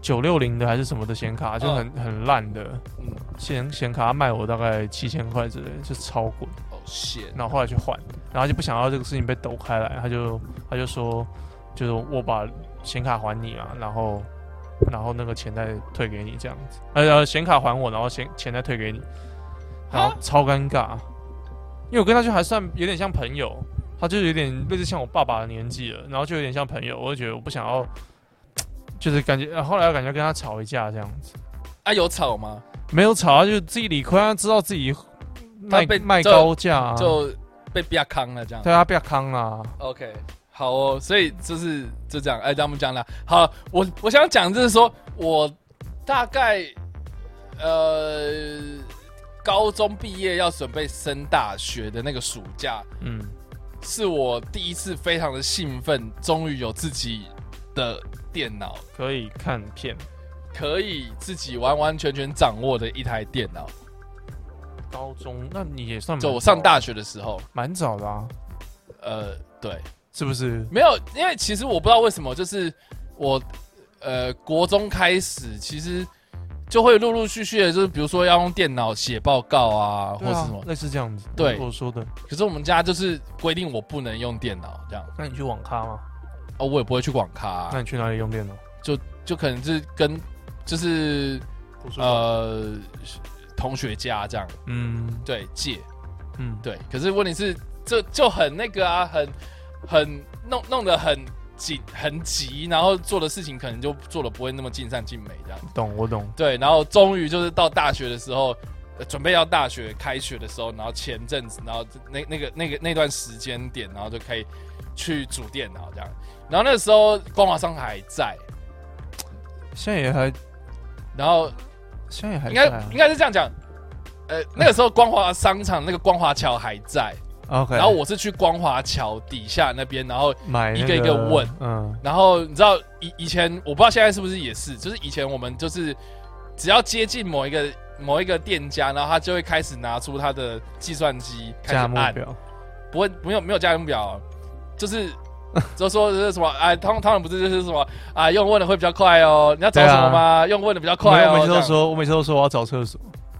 [SPEAKER 4] 九六零的还是什么的显卡，就很、很烂的
[SPEAKER 5] 嗯，
[SPEAKER 4] 显显卡，卖我大概七千块之类，就超贵。
[SPEAKER 5] 哦 shit，
[SPEAKER 4] 然后后来去换，然后就不想要这个事情被抖开来，他就他就说，就是我把显卡还你啊，然后然后那个钱再退给你这样子，呃，然后显卡还我，然后钱钱再退给你，然后
[SPEAKER 5] 哈
[SPEAKER 4] 超尴尬，因为我跟他就还算有点像朋友，他就是有点类似像我爸爸的年纪了，然后就有点像朋友，我就觉得我不想要，就是感觉呃后来我感觉跟他吵一架这样子，
[SPEAKER 5] 啊有吵吗？
[SPEAKER 4] 没有吵，他就自己理亏，他知道自己卖
[SPEAKER 5] 他被
[SPEAKER 4] 卖
[SPEAKER 5] 就
[SPEAKER 4] 高价、啊，
[SPEAKER 5] 就被逼坑了这样。
[SPEAKER 4] 对他不要康啦。
[SPEAKER 5] OK，好哦，所以就是就这样，哎，咱们讲了。好，我我想讲就是说我大概呃高中毕业要准备升大学的那个暑假，
[SPEAKER 4] 嗯，
[SPEAKER 5] 是我第一次非常的兴奋，终于有自己的电脑，
[SPEAKER 4] 可以看片。
[SPEAKER 5] 可以自己完完全全掌握的一台电脑。
[SPEAKER 4] 高中，那你也算蛮
[SPEAKER 5] 就我上大学的时候，
[SPEAKER 4] 蛮早的啊，
[SPEAKER 5] 呃，对，
[SPEAKER 4] 是不是？
[SPEAKER 5] 没有，因为其实我不知道为什么，就是我呃国中开始，其实就会陆陆续续的，就是比如说要用电脑写报告啊，或
[SPEAKER 4] 对
[SPEAKER 5] 是
[SPEAKER 4] 啊
[SPEAKER 5] 什么。
[SPEAKER 4] 类似这样子。
[SPEAKER 5] 对
[SPEAKER 4] 我说的。
[SPEAKER 5] 可是我们家就是规定我不能用电脑这样，
[SPEAKER 4] 那你去网咖吗？
[SPEAKER 5] 哦，我也不会去网咖啊、
[SPEAKER 4] 那你去哪里用电脑？
[SPEAKER 5] 就可能是跟就是
[SPEAKER 4] 图书馆。
[SPEAKER 5] 呃同学家这样，
[SPEAKER 4] 嗯
[SPEAKER 5] 对借
[SPEAKER 4] 嗯，
[SPEAKER 5] 对。可是问题是，这就很那个啊，很很弄弄得很紧很急，然后做的事情可能就做的不会那么尽善尽美这样。
[SPEAKER 4] 懂我懂。
[SPEAKER 5] 对，然后终于就是到大学的时候，呃准备要大学开学的时候，然后前阵子，然后那那个那个那段时间点，然后就可以去组电脑这样。然后那时候光华商还在，
[SPEAKER 4] 现在也还，
[SPEAKER 5] 然后
[SPEAKER 4] 现在也还
[SPEAKER 5] 应该、
[SPEAKER 4] 在啊
[SPEAKER 5] 应该是这样讲，呃，那个时候光华商场那个光华桥还
[SPEAKER 4] [laughs]
[SPEAKER 5] 在，
[SPEAKER 4] OK。
[SPEAKER 5] 然后我是去光华桥底下那边，然后
[SPEAKER 4] 买那
[SPEAKER 5] 一个一个问，
[SPEAKER 4] 嗯，
[SPEAKER 5] 然后你知道以以前我不知道现在是不是也是，就是以前我们就是只要接近某一个某一个店家，然后他就会开始拿出他的计算机开始
[SPEAKER 4] 价目
[SPEAKER 5] 按，
[SPEAKER 4] 表。
[SPEAKER 5] 不会没有没有加目表，啊就是
[SPEAKER 4] [laughs]
[SPEAKER 5] 就说就是什么啊，他们他们不是就是什么啊，用问的会比较快哦，你要找
[SPEAKER 4] 对啊
[SPEAKER 5] 什么吗？用问的比较快
[SPEAKER 4] 我
[SPEAKER 5] 哦
[SPEAKER 4] 每，次
[SPEAKER 5] 这
[SPEAKER 4] 都
[SPEAKER 5] 样
[SPEAKER 4] 说，我每次都说我要找厕所， [laughs]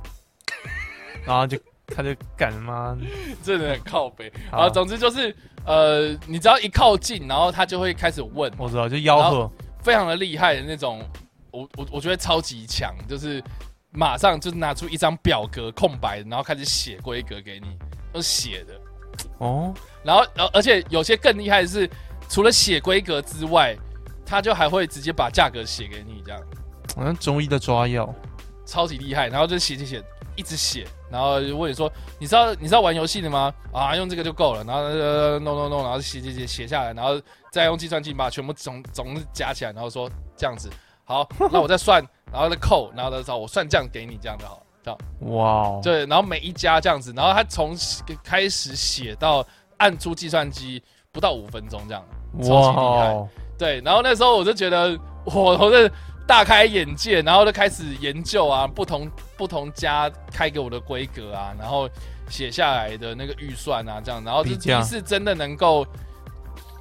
[SPEAKER 4] 然后就他就干嘛？
[SPEAKER 5] 真的很靠北
[SPEAKER 4] 好
[SPEAKER 5] 啊。总之就是呃，你只要一靠近，然后他就会开始问，
[SPEAKER 4] 我知道，就吆喝。
[SPEAKER 5] 非常的厉害的那种，我我我觉得超级强，就是马上就拿出一张表格空白的，然后开始写规格给你，都是写的。
[SPEAKER 4] 哦，
[SPEAKER 5] 然后，然后而且有些更厉害的是，除了写规格之外，他就还会直接把价格写给你，这样
[SPEAKER 4] 好像中医的抓药。
[SPEAKER 5] 超级厉害。然后就写写写，一直写，然后就问你说，你知道你知道玩游戏的吗？啊，用这个就够了。然后呃弄弄弄，然后写写写写下来，然后再用计算机把它全部总总是加起来，然后说这样子好，那我再算，然后再扣，然后再找我算这样给你，这样就好了。
[SPEAKER 4] 哇哦，
[SPEAKER 5] 对，然后每一家这样子，然后他从开始写到按出计算机不到五分钟这样，超级厉害
[SPEAKER 4] 哦，
[SPEAKER 5] 对，然后那时候我就觉得我我是大开眼界，然后就开始研究啊，不同不同家开给我的规格啊，然后写下来的那个预算啊，这样，然后
[SPEAKER 4] 比
[SPEAKER 5] 就
[SPEAKER 4] 价
[SPEAKER 5] 第一次真的能够，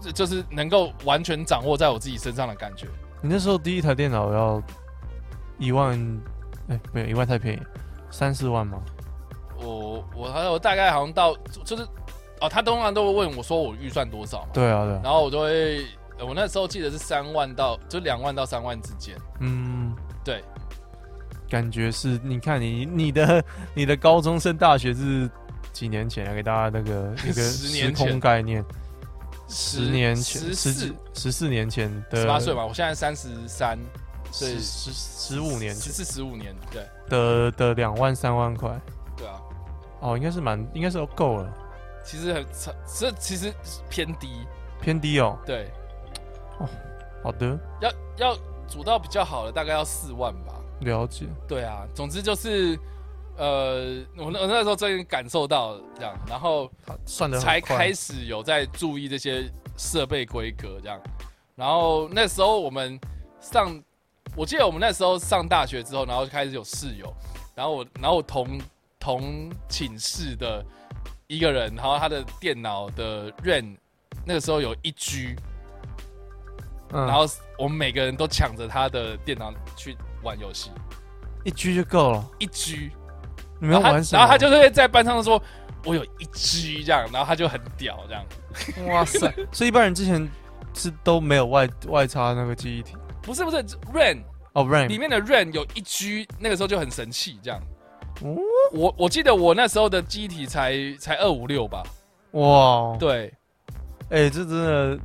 [SPEAKER 5] 就就是能够完全掌握在我自己身上的感觉。
[SPEAKER 4] 你那时候第一台电脑要一万，哎、没有一万太便宜，三四万吗？
[SPEAKER 5] 我我好像我大概好像到就是哦，他通常都会问我说我预算多少嘛，
[SPEAKER 4] 对啊，对啊，
[SPEAKER 5] 然后我就会，呃我那时候记得是三万到就两万到三万之间，
[SPEAKER 4] 嗯，
[SPEAKER 5] 对，
[SPEAKER 4] 感觉是，你看你你的 [laughs] 你的高中升大学是几年前啊？给大家那
[SPEAKER 5] [laughs]
[SPEAKER 4] 个一个
[SPEAKER 5] 十
[SPEAKER 4] 时
[SPEAKER 5] 年前
[SPEAKER 4] 空概念，
[SPEAKER 5] 十
[SPEAKER 4] 十年前，
[SPEAKER 5] 十
[SPEAKER 4] 十
[SPEAKER 5] 四
[SPEAKER 4] 几十四年前的
[SPEAKER 5] 十八岁嘛，我现在三十三，所以
[SPEAKER 4] 十十十五年
[SPEAKER 5] 十
[SPEAKER 4] 前
[SPEAKER 5] 四十五年，对
[SPEAKER 4] 的的两万三万块，
[SPEAKER 5] 对啊，
[SPEAKER 4] 哦，应该是蛮应该是够了，
[SPEAKER 5] 其实很差这其实偏低，
[SPEAKER 4] 偏低哦。
[SPEAKER 5] 对，
[SPEAKER 4] 好的，
[SPEAKER 5] 要要组到比较好的大概要四万吧，
[SPEAKER 4] 了解。
[SPEAKER 5] 对啊，总之就是。呃，我那我那时候真的感受到了这样，然后
[SPEAKER 4] 他算的
[SPEAKER 5] 才开
[SPEAKER 4] 始
[SPEAKER 5] 始有在注意这些设备规格这样。然后那时候我们上，我记得我们那时候上大学之后，然后就开始有室友，然后我，然后我同同寝室的一个人，然后他的电脑的 RAM 那个时候有一 G，
[SPEAKER 4] 嗯
[SPEAKER 5] 然后我们每个人都抢着他的电脑去玩游戏，
[SPEAKER 4] 一 G 就够了。
[SPEAKER 5] 一 G，
[SPEAKER 4] 你们要
[SPEAKER 5] 然后他
[SPEAKER 4] 玩什么？
[SPEAKER 5] 然后他就是会在班上说。我有一 G 这样，然后他就很屌这样，
[SPEAKER 4] 哇塞！ [laughs] 所以一般人之前是都没有外外插那个记忆体
[SPEAKER 5] 不是不是 RAM
[SPEAKER 4] 哦，RAM
[SPEAKER 5] 里面的 RAM 有一 G，那个时候就很神气这样。
[SPEAKER 4] 哦
[SPEAKER 5] 我我记得我那时候的机体才才二五六吧，
[SPEAKER 4] 哇，
[SPEAKER 5] 对。
[SPEAKER 4] 哎、这真的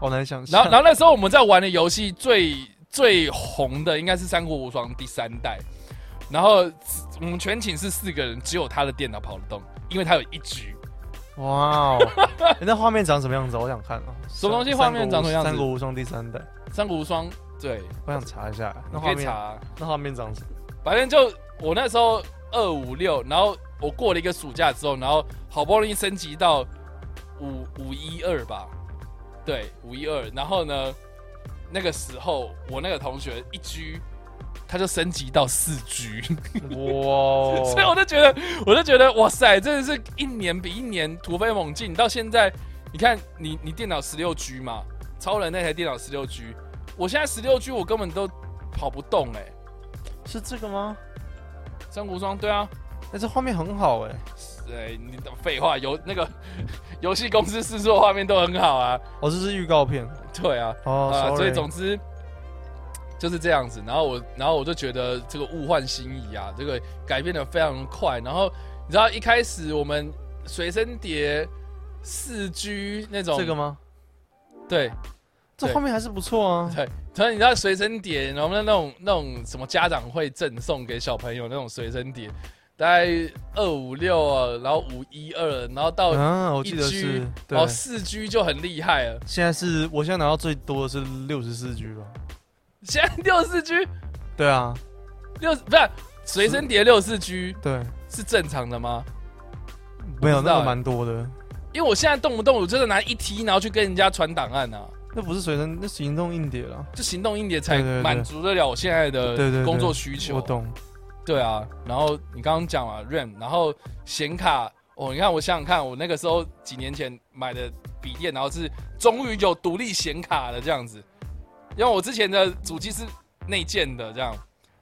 [SPEAKER 4] 好难想象。
[SPEAKER 5] 然后然后那时候我们在玩的游戏最最红的应该是《三国无双》第三代，然后我们全寝室四个人，只有他的电脑跑得动，因为他有一 G。
[SPEAKER 4] 后
[SPEAKER 5] [laughs]
[SPEAKER 4] 哇、哦哎那画面长什么样子？我想看啊。
[SPEAKER 5] 什么东西
[SPEAKER 4] 三
[SPEAKER 5] 画面长什么样子
[SPEAKER 4] 三国无双第三代，
[SPEAKER 5] 《三国无双》对，
[SPEAKER 4] 我想查一下。那
[SPEAKER 5] 你
[SPEAKER 4] 画
[SPEAKER 5] 可以
[SPEAKER 4] 面，
[SPEAKER 5] 查，
[SPEAKER 4] 那画面长什么？
[SPEAKER 5] 反正就我那时候二五六，然后我过了一个暑假之后，然后好不容易升级到五五一二吧，对，五一二。然后呢，那个时候我那个同学一 G，他就升级到四 G， [laughs]
[SPEAKER 4] 哇！
[SPEAKER 5] 所以我就觉得，我就觉得，哇塞，真的是一年比一年突飞猛进。到现在，你看你你电脑十六 G 嘛，超人那台电脑十六 G，我现在十六 G 我根本都跑不动哎、欸，
[SPEAKER 4] 是这个吗？
[SPEAKER 5] 三国无双对啊。
[SPEAKER 4] 哎、这画面很好哎、
[SPEAKER 5] 对，你的废话，游那个 [laughs] 游戏公司制作画面都很好啊。
[SPEAKER 4] 哦，这是预告片
[SPEAKER 5] 对啊，
[SPEAKER 4] 哦、
[SPEAKER 5] 啊、
[SPEAKER 4] sorry
[SPEAKER 5] 所以总之就是这样子。然后我，然后我就觉得这个物换星移啊，这个改变的非常快。然后你知道一开始我们随身碟四 G 那种，
[SPEAKER 4] 这个吗？
[SPEAKER 5] 对，
[SPEAKER 4] 这画面还是不错啊。
[SPEAKER 5] 所以你知道随身碟，然后那种那种什么家长会赠送给小朋友那种随身碟，大概二五六啊，然后五一二，然后到
[SPEAKER 4] 嗯、啊，我记得
[SPEAKER 5] 1G
[SPEAKER 4] 是对。
[SPEAKER 5] 哦，四 G 就很厉害了。
[SPEAKER 4] 现在是我现在拿到最多的是六十四 G 吧？
[SPEAKER 5] 现在六四 G
[SPEAKER 4] 对啊，
[SPEAKER 5] 六不是随身碟六四 G
[SPEAKER 4] 对，
[SPEAKER 5] 是正常的吗？
[SPEAKER 4] 没有
[SPEAKER 5] 不知道
[SPEAKER 4] 那个
[SPEAKER 5] 欸
[SPEAKER 4] 蛮多的，
[SPEAKER 5] 因为我现在动不动我就是拿一 T，然后去跟人家传档案啊，
[SPEAKER 4] 那不是随身，那是行动硬碟了。
[SPEAKER 5] 就行动硬碟才
[SPEAKER 4] 对对对
[SPEAKER 5] 满足得了我现在
[SPEAKER 4] 对对
[SPEAKER 5] 的
[SPEAKER 4] 对
[SPEAKER 5] 工作需求。
[SPEAKER 4] 我
[SPEAKER 5] 啊
[SPEAKER 4] 懂，
[SPEAKER 5] 对啊，然后你刚刚讲了 RAM，然后显卡，哦，你看我想想看，我那个时候几年前买的笔电，然后是终于有独立显卡了这样子，因为我之前的主机是内建的这样，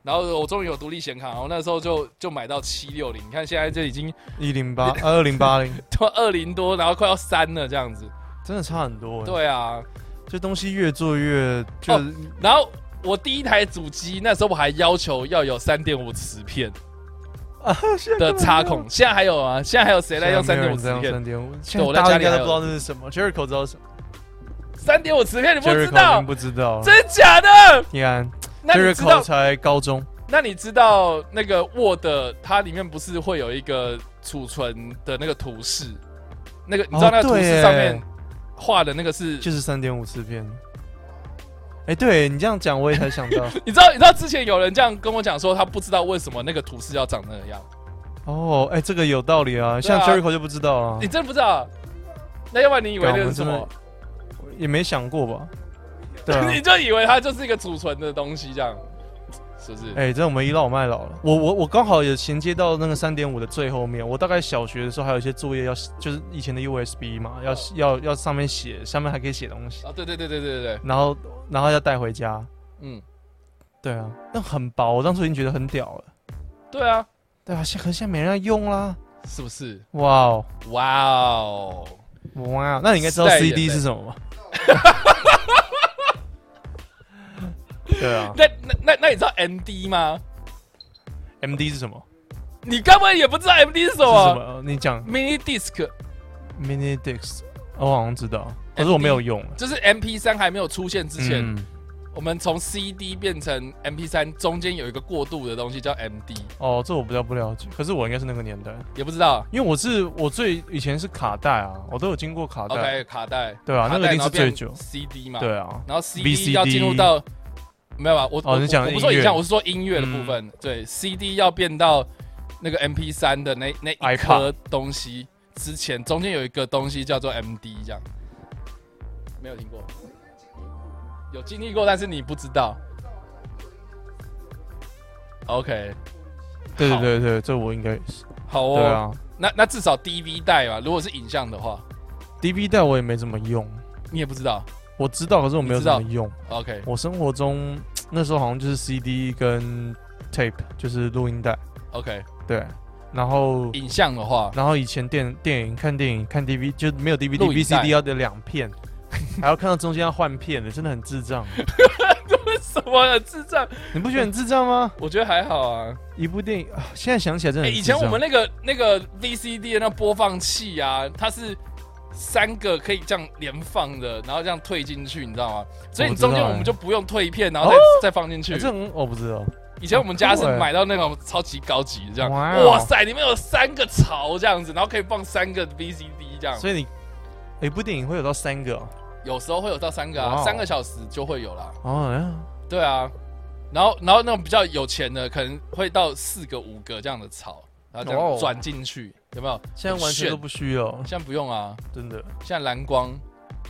[SPEAKER 5] 然后我终于有独立显卡，然后那时候就就买到七六零，你看现在这已经
[SPEAKER 4] 一零
[SPEAKER 5] [laughs]
[SPEAKER 4] 八二零八零，
[SPEAKER 5] 都二零多，然后快要三了这样子，
[SPEAKER 4] 真的差很多欸。
[SPEAKER 5] 对啊，
[SPEAKER 4] 这东西越做越就
[SPEAKER 5] 哦然后我第一台主机那时候我还要求要有三点五磁片的插孔，啊现在还有啊，现在还有谁在用三点五磁片？
[SPEAKER 4] 三点五，现在
[SPEAKER 5] 我在
[SPEAKER 4] 大家
[SPEAKER 5] 家
[SPEAKER 4] 应
[SPEAKER 5] 里
[SPEAKER 4] 该都
[SPEAKER 5] 还
[SPEAKER 4] 不
[SPEAKER 5] 有
[SPEAKER 4] 知道那是什么，Jericho 知道什么
[SPEAKER 5] 三点五磁片你不知
[SPEAKER 4] ，Jericho 已
[SPEAKER 5] 道
[SPEAKER 4] 经？不知道了。
[SPEAKER 5] 真假的？
[SPEAKER 4] 你看
[SPEAKER 5] 那你知
[SPEAKER 4] ，Jericho
[SPEAKER 5] 道？
[SPEAKER 4] 才高中，
[SPEAKER 5] 那你知道那个 Word 它里面不是会有一个储存的那个图示？那哦个你知道那个图
[SPEAKER 4] 对耶
[SPEAKER 5] 示上面画的那个是
[SPEAKER 4] 就是三点五磁片。哎、哎，对你这样讲，我也才想
[SPEAKER 5] [laughs]
[SPEAKER 4] 到
[SPEAKER 5] 你知道，你知道之前有人这样跟我讲说，他不知道为什么那个图示要长那样，
[SPEAKER 4] 哦，哎，这个有道理啊，
[SPEAKER 5] 对啊
[SPEAKER 4] 像 Jericho 就不知道啊
[SPEAKER 5] 你，真的不知道？那要不然你以为
[SPEAKER 4] 干我
[SPEAKER 5] 那是
[SPEAKER 4] 们
[SPEAKER 5] 什
[SPEAKER 4] 真的
[SPEAKER 5] 么？
[SPEAKER 4] 也没想过吧？对啊，
[SPEAKER 5] [laughs] 你就以为它就是一个储存的东西，这样是不是？
[SPEAKER 4] [laughs] 哎、这我们倚老卖老了。我我我刚好也衔接到那个三点五的最后面。我大概小学的时候还有一些作业要，就是以前的 USB 嘛，要要要上面写，下面还可以写东西，
[SPEAKER 5] 啊，对对对对对对，
[SPEAKER 4] 然后然后要带回家。
[SPEAKER 5] 嗯，
[SPEAKER 4] 对啊，那很薄，我当初已经觉得很屌了。
[SPEAKER 5] 对啊，
[SPEAKER 4] 对啊，现可是现在没人要用啦。
[SPEAKER 5] 是不是？
[SPEAKER 4] 哇哦
[SPEAKER 5] 哇哦，
[SPEAKER 4] 哇哦，那你应该知道
[SPEAKER 5] 时代眼
[SPEAKER 4] CD
[SPEAKER 5] 泪
[SPEAKER 4] 是什
[SPEAKER 5] [laughs]
[SPEAKER 4] 么吧？对啊
[SPEAKER 5] 那那那那你知道 MD 吗？
[SPEAKER 4] ，MD 是什么？
[SPEAKER 5] 你根本也不知道 MD 是什
[SPEAKER 4] 是什
[SPEAKER 5] 么
[SPEAKER 4] 么？你讲
[SPEAKER 5] ，mini disc
[SPEAKER 4] Mini Disc，哦我好像知道，可是我没有用。
[SPEAKER 5] 就是 MP 3还没有出现之前，
[SPEAKER 4] 嗯
[SPEAKER 5] 我们从 CD 变成 MP 3中间有一个过渡的东西叫 MD，
[SPEAKER 4] 哦，这我比较不了解，可是我应该是那个年代，
[SPEAKER 5] 也不知道。
[SPEAKER 4] 因为我是我最以前是卡带啊，我都有经过卡带
[SPEAKER 5] OK，卡带，
[SPEAKER 4] 对啊，
[SPEAKER 5] 卡
[SPEAKER 4] 那个
[SPEAKER 5] 带
[SPEAKER 4] 一定
[SPEAKER 5] 然
[SPEAKER 4] 是
[SPEAKER 5] 后变
[SPEAKER 4] 最久，
[SPEAKER 5] CD 嘛，
[SPEAKER 4] 对啊，
[SPEAKER 5] 然后
[SPEAKER 4] VCD
[SPEAKER 5] CD 要进入到没有吧？我
[SPEAKER 4] 哦
[SPEAKER 5] 我
[SPEAKER 4] 你讲
[SPEAKER 5] 我不说
[SPEAKER 4] 音乐嗯
[SPEAKER 5] 影像，我是说音乐的部分。对，CD 要变到那个 MP 3的那那一
[SPEAKER 4] iPod
[SPEAKER 5] 颗东西之前，中间有一个东西叫做 MD，这样没有听过，有经历过，但是你不知道。OK，
[SPEAKER 4] 对对
[SPEAKER 5] 好
[SPEAKER 4] 对对，这我应该也是，
[SPEAKER 5] 好
[SPEAKER 4] 对
[SPEAKER 5] 哦，
[SPEAKER 4] 啊
[SPEAKER 5] 那那至少 DV 带吧，如果是影像的话，
[SPEAKER 4] ，DV 带我也没怎么用，
[SPEAKER 5] 你也不知道。
[SPEAKER 4] 我知道，可是我没有
[SPEAKER 5] 你知道
[SPEAKER 4] 怎么用，
[SPEAKER 5] OK，
[SPEAKER 4] 我生活中那时候好像就是 CD 跟 tape，就是录音带，
[SPEAKER 5] OK，
[SPEAKER 4] 对，然后
[SPEAKER 5] 影像的话， [laughs]
[SPEAKER 4] 然后以前电电影看电影看 DV 就没有 DVD
[SPEAKER 5] 录影带
[SPEAKER 4] VCD 要得两片， [laughs] 还要看到中间要换片的，真的很智
[SPEAKER 5] [laughs]
[SPEAKER 4] 障，
[SPEAKER 5] 为什么智障？
[SPEAKER 4] 你不觉得很智障吗？
[SPEAKER 5] 我觉得还好啊。
[SPEAKER 4] 一部电影，啊现在想起来真的
[SPEAKER 5] 哎、
[SPEAKER 4] 很
[SPEAKER 5] 以
[SPEAKER 4] 智
[SPEAKER 5] 前
[SPEAKER 4] 障、
[SPEAKER 5] 我们那个那个 VCD 的那播放器啊，它是三个可以这样连放的，然后这样退进去，你知道吗？所以你
[SPEAKER 4] 我知道
[SPEAKER 5] 中间
[SPEAKER 4] 哎
[SPEAKER 5] 我们就不用退一片，然后再、再放进去
[SPEAKER 4] 哎、。这种我不知道，
[SPEAKER 5] 以前我们家是
[SPEAKER 4] 好酷哎
[SPEAKER 5] 买到那种超级高级的，这样，
[SPEAKER 4] 哇哦
[SPEAKER 5] 哇塞，里面有三个槽这样子，然后可以放三个 VCD 这样，
[SPEAKER 4] 所以你哎一部电影会有到三个哦，
[SPEAKER 5] 有时候会有到三个
[SPEAKER 4] 哇
[SPEAKER 5] 啊，
[SPEAKER 4] 哦
[SPEAKER 5] 三个小时就会有啦。
[SPEAKER 4] 哦呀
[SPEAKER 5] 对啊，然后然后那种比较有钱的，可能会到四个五个这样的槽，然后这
[SPEAKER 4] 哇哦
[SPEAKER 5] 样转进去，有没有？
[SPEAKER 4] 现在完全
[SPEAKER 5] 炫
[SPEAKER 4] 都不需要，
[SPEAKER 5] 现在不用啊，
[SPEAKER 4] 真的，
[SPEAKER 5] 现在蓝光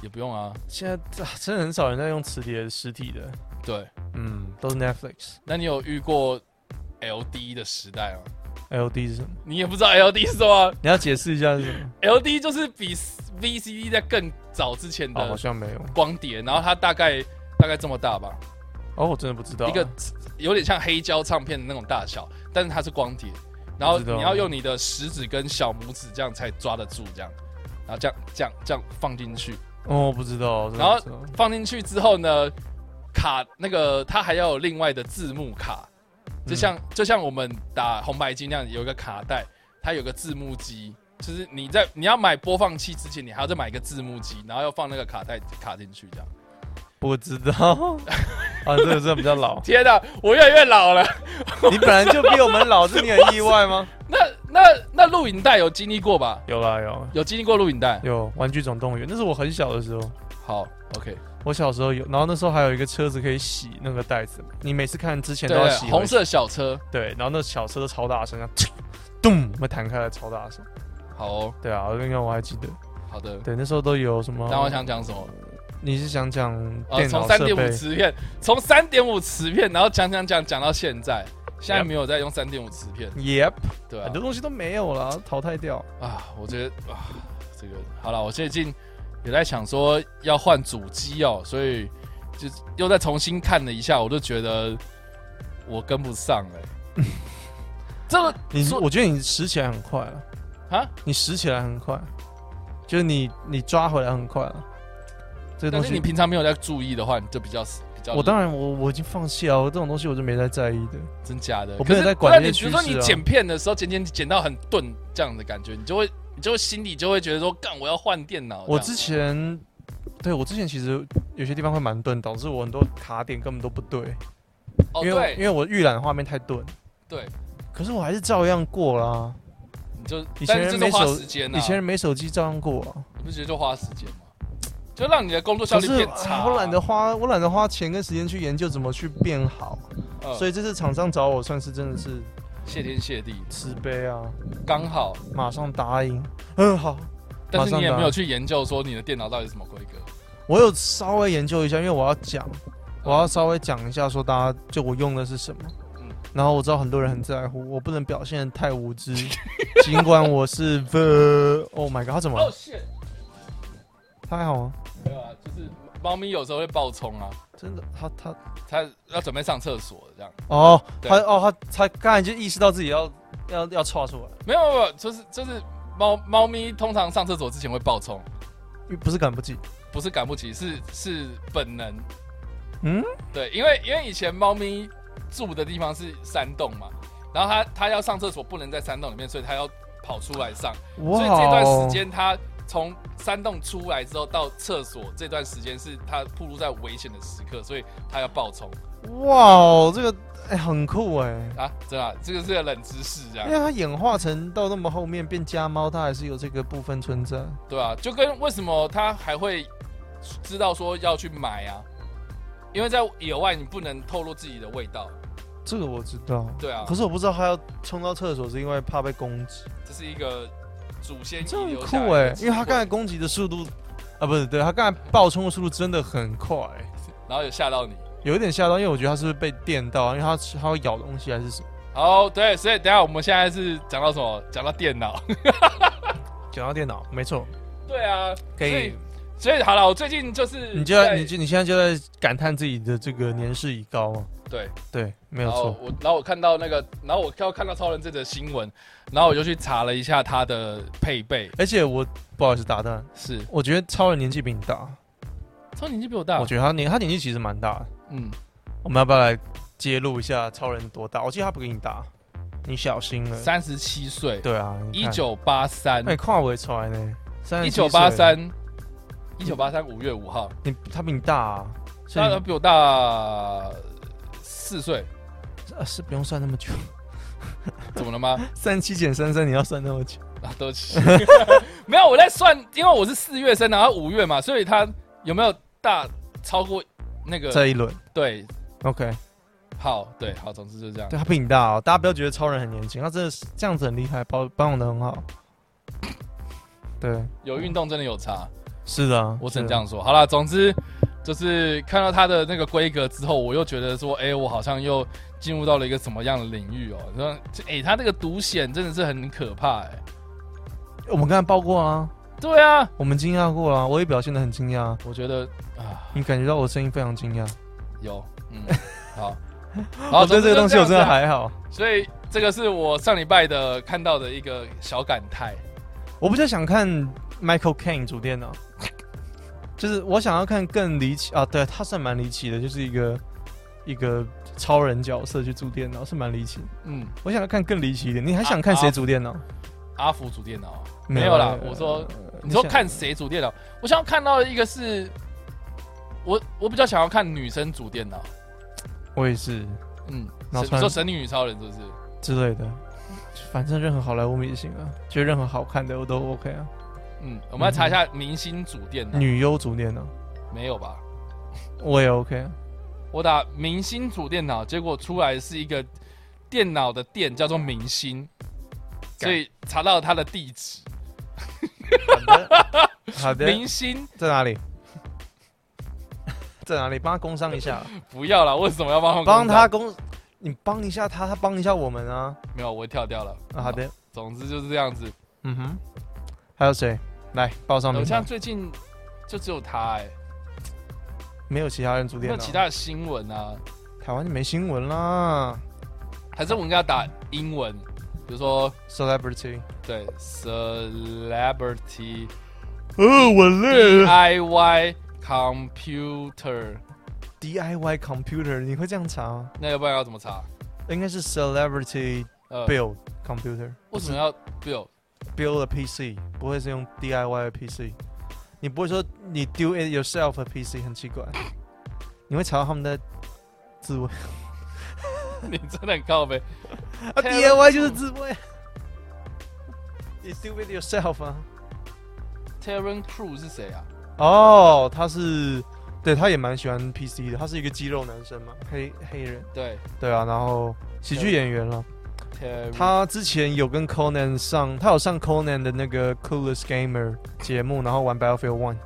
[SPEAKER 5] 也不用啊，
[SPEAKER 4] 现在、啊真的很少人在用磁碟实体的，
[SPEAKER 5] 对。
[SPEAKER 4] 嗯，都是 Netflix。
[SPEAKER 5] 那你有遇过 LD 的时代吗？
[SPEAKER 4] L D 是什么？
[SPEAKER 5] 你也不知道 LD 是什么
[SPEAKER 4] 你要解释一下是什么？
[SPEAKER 5] ？LD 就是比 VCD 在更早之前
[SPEAKER 4] 哦，好
[SPEAKER 5] 的
[SPEAKER 4] 像没有。
[SPEAKER 5] 光碟，然后它大概大概这么大吧，
[SPEAKER 4] 哦，我真的不知道。
[SPEAKER 5] 一个有点像黑胶唱片的那种大小，但是它是光碟，然后
[SPEAKER 4] 我知道啊
[SPEAKER 5] 你要用你的食指跟小拇指这样才抓得住，这样，然后这样这样这样放进去，
[SPEAKER 4] 哦，我不知道。真的
[SPEAKER 5] 然后
[SPEAKER 4] 不知道
[SPEAKER 5] 放进去之后呢，卡那个它还要有另外的字幕卡，就像、
[SPEAKER 4] 嗯
[SPEAKER 5] 就像我们打红白机那样，有一个卡带，它有个字幕机，就是你在你要买播放器之前，你还要再买一个字幕机，然后要放那个卡带卡进去这样。。
[SPEAKER 4] 不知道 [laughs] 啊，这个真的比较老
[SPEAKER 5] [laughs] 天哪、我越来越老了。 [laughs]
[SPEAKER 4] 你本来就比我们老，是你很意外吗？
[SPEAKER 5] 那那那录影带有经历过吧？
[SPEAKER 4] 有啦有
[SPEAKER 5] [laughs] 有经历过录影带？
[SPEAKER 4] 有，《玩具总动员》那是我很小的时候。
[SPEAKER 5] 好，OK，
[SPEAKER 4] 我小时候有，然后那时候还有一个车子可以洗那个袋子，你每次看之前
[SPEAKER 5] 对
[SPEAKER 4] 都要
[SPEAKER 5] 对
[SPEAKER 4] 洗，
[SPEAKER 5] 红色小车，
[SPEAKER 4] 对，然后那小车都超大声，这样咚，会弹开来超大声，
[SPEAKER 5] 好哦，
[SPEAKER 4] 对啊，应该我还记得，
[SPEAKER 5] 好的。
[SPEAKER 4] 对，那时候都有什么？
[SPEAKER 5] 那我想讲什么？
[SPEAKER 4] 你是想讲
[SPEAKER 5] 呃，
[SPEAKER 4] 电
[SPEAKER 5] 从
[SPEAKER 4] 脑
[SPEAKER 5] 三
[SPEAKER 4] 设
[SPEAKER 5] 点
[SPEAKER 4] 备
[SPEAKER 5] 五？磁片，从三点五磁片，然后讲讲讲讲到现在，现在
[SPEAKER 4] Yep
[SPEAKER 5] 没有在用三点五磁片，
[SPEAKER 4] Yep，
[SPEAKER 5] 对啊
[SPEAKER 4] 很多，东西都没有了，淘汰掉。
[SPEAKER 5] 啊，我觉得啊，这个好了，我最近也在想说要换主机哦，所以就又再重新看了一下，我就觉得我跟不上
[SPEAKER 4] [laughs]
[SPEAKER 5] 哎、这个
[SPEAKER 4] 你
[SPEAKER 5] 说
[SPEAKER 4] 我觉得你拾起来很快了，
[SPEAKER 5] 啊，
[SPEAKER 4] 你拾起来很快，就是你你抓回来很快了。这个
[SPEAKER 5] 但
[SPEAKER 4] 东
[SPEAKER 5] 是你
[SPEAKER 4] 西，
[SPEAKER 5] 平常没有在注意的话，你就比较比较
[SPEAKER 4] 我当然我我已经放弃了，我这种东西我就没再在意的。
[SPEAKER 5] 真假的，
[SPEAKER 4] 我
[SPEAKER 5] 可
[SPEAKER 4] 没有
[SPEAKER 5] 是
[SPEAKER 4] 在管
[SPEAKER 5] 不然
[SPEAKER 4] 这
[SPEAKER 5] 你
[SPEAKER 4] 些
[SPEAKER 5] 比如说
[SPEAKER 4] 趋
[SPEAKER 5] 你
[SPEAKER 4] 势啊
[SPEAKER 5] 剪片的时候，剪剪剪到很钝这样的感觉，你就会你就会心里就会觉得说，干我要换电脑。
[SPEAKER 4] 我
[SPEAKER 5] 哦这样
[SPEAKER 4] 之前，对我之前其实有些地方会蛮钝，导致我很多卡点根本都不对，
[SPEAKER 5] 哦
[SPEAKER 4] 因为
[SPEAKER 5] 对
[SPEAKER 4] 因为我预览画面太钝。
[SPEAKER 5] 对，
[SPEAKER 4] 可是我还是照样过啦，
[SPEAKER 5] 你就
[SPEAKER 4] 以前
[SPEAKER 5] 但是
[SPEAKER 4] 人
[SPEAKER 5] 就是
[SPEAKER 4] 没
[SPEAKER 5] 花
[SPEAKER 4] 手
[SPEAKER 5] 时间啊，
[SPEAKER 4] 以前人没手机照样过啊。
[SPEAKER 5] 你不觉得就花时间吗？就让你的工作效
[SPEAKER 4] 可
[SPEAKER 5] 率
[SPEAKER 4] 是
[SPEAKER 5] 变差。
[SPEAKER 4] 啊我懒得花，我懒得花钱跟时间去研究怎么去变好，
[SPEAKER 5] 嗯，
[SPEAKER 4] 所以这次厂商找我算是真的是
[SPEAKER 5] 谢天谢地，
[SPEAKER 4] 慈悲啊，
[SPEAKER 5] 刚好。
[SPEAKER 4] 马上答应。嗯，好，
[SPEAKER 5] 但
[SPEAKER 4] 马
[SPEAKER 5] 是
[SPEAKER 4] 上啊
[SPEAKER 5] 你也
[SPEAKER 4] 拿
[SPEAKER 5] 没有去研究说你的电脑到底是什么规格，
[SPEAKER 4] 我有稍微研究一下，因为我要讲，我要稍微讲一下，说大家就我用的是什么
[SPEAKER 5] 嗯。
[SPEAKER 4] 然后我知道很多人很在乎，我不能表现得太无知， [laughs] 尽管我是 the Oh my god，他怎么
[SPEAKER 5] 哦
[SPEAKER 4] 了？
[SPEAKER 5] shit，
[SPEAKER 4] 他还好吗？
[SPEAKER 5] 没有啊，就是猫咪有时候会爆冲啊，
[SPEAKER 4] 真的，他他
[SPEAKER 5] 它要准备上厕所了这样。
[SPEAKER 4] 哦，
[SPEAKER 5] 对
[SPEAKER 4] 他哦他他刚才就意识到自己要要要岔出
[SPEAKER 5] 没有没有没有，就是就是猫猫咪通常上厕所之前会爆冲，嗯
[SPEAKER 4] 来，不是赶不及，
[SPEAKER 5] 不是赶不及，是是本能。
[SPEAKER 4] 嗯，
[SPEAKER 5] 对，因为因为以前猫咪住的地方是山洞嘛，然后它它要上厕所不能在山洞里面，所以它要跑出来上。
[SPEAKER 4] 哇
[SPEAKER 5] 所以这段
[SPEAKER 4] 哦
[SPEAKER 5] 时间它从山洞出来之后到厕所这段时间是它暴露在危险的时刻，所以它要爆冲
[SPEAKER 4] 哇哦，这个哎、很酷哎、
[SPEAKER 5] 啊！真的啊、这个是个冷知识，这啊
[SPEAKER 4] 因为
[SPEAKER 5] 样
[SPEAKER 4] 它演化成到那么后面变家猫，它还是有这个部分存在。
[SPEAKER 5] 对啊，就跟为什么它还会知道说要去买啊？因为在野外你不能透露自己的味道，
[SPEAKER 4] 这个我知道，
[SPEAKER 5] 对啊
[SPEAKER 4] 可是我不知道它要冲到厕所是因为怕被攻击，
[SPEAKER 5] 这是一个祖先
[SPEAKER 4] 这
[SPEAKER 5] 遗
[SPEAKER 4] 很
[SPEAKER 5] 留
[SPEAKER 4] 酷
[SPEAKER 5] 下来的
[SPEAKER 4] 哎、
[SPEAKER 5] 智
[SPEAKER 4] 因为它
[SPEAKER 5] 慧
[SPEAKER 4] 刚才攻击的速度啊，不是，对，它刚才爆冲的速度真的很快、欸
[SPEAKER 5] 然后有吓到你。
[SPEAKER 4] 有一点吓到，因为我觉得它是不是被电到，因为它它会咬东西还是什么，
[SPEAKER 5] 好，对，所以等一下我们现在是讲到什么？讲到电脑。 [laughs]
[SPEAKER 4] 咬到电脑，没错，
[SPEAKER 5] 对啊，
[SPEAKER 4] 可以。
[SPEAKER 5] 所以。所以好了，我最近就是
[SPEAKER 4] 你就在
[SPEAKER 5] 嗯在
[SPEAKER 4] 你就你现在就在感叹自己的这个年事已高嘛？
[SPEAKER 5] 对，
[SPEAKER 4] 对，没有
[SPEAKER 5] 然后
[SPEAKER 4] 错。
[SPEAKER 5] 我然后我看到那个，然后我看看到超人这则新闻，然后我就去查了一下他的配备
[SPEAKER 4] 而且我不好意思打断，
[SPEAKER 5] 是，
[SPEAKER 4] 我觉得超人年纪比你大，
[SPEAKER 5] 超年纪比我大
[SPEAKER 4] 我，觉得他年他年纪其实蛮大的。
[SPEAKER 5] 嗯，
[SPEAKER 4] 我们要不要来揭露一下超人多大？我记得他不给你打，你小心了。
[SPEAKER 5] 三十七岁，
[SPEAKER 4] 对啊，你
[SPEAKER 5] 一
[SPEAKER 4] 看
[SPEAKER 5] 九八三
[SPEAKER 4] 哎，，跨围出来呢，三十
[SPEAKER 5] 一
[SPEAKER 4] 七
[SPEAKER 5] 九八
[SPEAKER 4] 岁，
[SPEAKER 5] 三，一九八三五月五号，
[SPEAKER 4] 你他比你大啊，所以
[SPEAKER 5] 他呃
[SPEAKER 4] 你
[SPEAKER 5] 比我大四岁，
[SPEAKER 4] 呃是不用算那
[SPEAKER 5] [laughs]
[SPEAKER 4] 么久，
[SPEAKER 5] 怎么了吗？
[SPEAKER 4] 三七减三三你要算那么久，
[SPEAKER 5] [laughs] 啊，对不起，没有，我在算，因为我是四月生，然后五月嘛，所以他有没有大超过那个？
[SPEAKER 4] 这一轮
[SPEAKER 5] 对，
[SPEAKER 4] OK，
[SPEAKER 5] 好，对，好，总之就是这样。
[SPEAKER 4] 对他比你大哦，大家不要觉得超人很年轻，他真的是这样子很厉害，保保养的很好。对，
[SPEAKER 5] 有运动真的有差，
[SPEAKER 4] 是的啊，
[SPEAKER 5] 我只
[SPEAKER 4] 是
[SPEAKER 5] 能
[SPEAKER 4] 的
[SPEAKER 5] 这样说。好啦，总之就是看到他的那个规格之后，我又觉得说，哎、我好像又进入到了一个什么样的领域哦、然后，哎、他那个独显真的是很可怕、哎。
[SPEAKER 4] 我们刚才报过啊，
[SPEAKER 5] 对啊，
[SPEAKER 4] 我们惊讶过啊，我也表现的很惊讶，
[SPEAKER 5] 我觉得啊，
[SPEAKER 4] 你感觉到我声音非常惊讶。
[SPEAKER 5] 有，嗯，
[SPEAKER 4] [laughs]
[SPEAKER 5] 好，好，
[SPEAKER 4] 我对
[SPEAKER 5] 总之
[SPEAKER 4] 这个
[SPEAKER 5] 就
[SPEAKER 4] 东西我真
[SPEAKER 5] 样
[SPEAKER 4] 的
[SPEAKER 5] 子啊
[SPEAKER 4] 还好，
[SPEAKER 5] 所以这个是我上礼拜的看到的一个小感慨。
[SPEAKER 4] 我比较想看 Michael Caine 主电脑，就是我想要看更离奇啊，对他算蛮离奇的，就是一个一个超人角色去组电脑是蛮离奇的。
[SPEAKER 5] 嗯，
[SPEAKER 4] 我想要看更离奇一点，你还想看谁组电脑？
[SPEAKER 5] 阿福主电脑啊没有啦，我说你说
[SPEAKER 4] 呃想
[SPEAKER 5] 看谁主电脑？我想要看到的一个是，我我比较想要看女生主电脑。
[SPEAKER 4] 我也是
[SPEAKER 5] 嗯，
[SPEAKER 4] 然后突
[SPEAKER 5] 神你
[SPEAKER 4] 然
[SPEAKER 5] 说神力女超人是不是？
[SPEAKER 4] 之类的，反正任何好莱坞明星啊，就任何好看的我都 OK 啊。
[SPEAKER 5] 嗯，我们来查一下明星主电脑，
[SPEAKER 4] 女优组电脑
[SPEAKER 5] 没有吧？
[SPEAKER 4] 我也 OK 啊。
[SPEAKER 5] 我打明星主电脑，结果出来是一个电脑的店叫做明星，
[SPEAKER 4] 干
[SPEAKER 5] 所以查到了它的地址，
[SPEAKER 4] 好的， [laughs] 好的，
[SPEAKER 5] [laughs] 明星
[SPEAKER 4] 在哪里？ [laughs] 在哪里？帮他工商一下，
[SPEAKER 5] 不要了，为什么要帮他们
[SPEAKER 4] 帮
[SPEAKER 5] 公告
[SPEAKER 4] 他工，你帮一下他，他帮一下我们啊。
[SPEAKER 5] 没有，我跳掉了。
[SPEAKER 4] 啊，好，的，
[SPEAKER 5] 总之就是这样子。
[SPEAKER 4] 嗯哼，还有谁？来报上
[SPEAKER 5] 我
[SPEAKER 4] 名
[SPEAKER 5] 像
[SPEAKER 4] 单，
[SPEAKER 5] 最近就只有他哎、
[SPEAKER 4] 没有其他人组
[SPEAKER 5] 没
[SPEAKER 4] 电
[SPEAKER 5] 有
[SPEAKER 4] 脑，
[SPEAKER 5] 其他的新闻啊，
[SPEAKER 4] 台湾就没新闻啦。
[SPEAKER 5] 还是我们应该要打英文，比如说
[SPEAKER 4] Celebrity，
[SPEAKER 5] 对
[SPEAKER 4] [laughs]
[SPEAKER 5] celebrity
[SPEAKER 4] 呃，我累
[SPEAKER 5] DIY computer，
[SPEAKER 4] DIY computer，你会这样查吗？
[SPEAKER 5] 那要不然要怎么查？
[SPEAKER 4] 应该是 Celebrity
[SPEAKER 5] 呃
[SPEAKER 4] build computer。
[SPEAKER 5] 为什么要 build？
[SPEAKER 4] build a PC，不会是用 DIY 的 PC，你不会说你 do it yourself 的 PC，很奇怪，你会查到他们的自慰，
[SPEAKER 5] [laughs] 你真的很靠背。
[SPEAKER 4] 啊
[SPEAKER 5] Terrible
[SPEAKER 4] DIY 就是自慰，你 do it yourself 啊
[SPEAKER 5] Terran Crew 是谁啊？
[SPEAKER 4] 哦，他是，对，他也蛮喜欢 PC 的，他是一个肌肉男生嘛，黑黑人，嗯
[SPEAKER 5] 对
[SPEAKER 4] 对啊，然后喜剧演员了。
[SPEAKER 5] ，Terry，
[SPEAKER 4] 他之前有跟 Conan 上，他有上 Conan 的那个 Coolest Gamer 节目，然后玩 Battlefield One。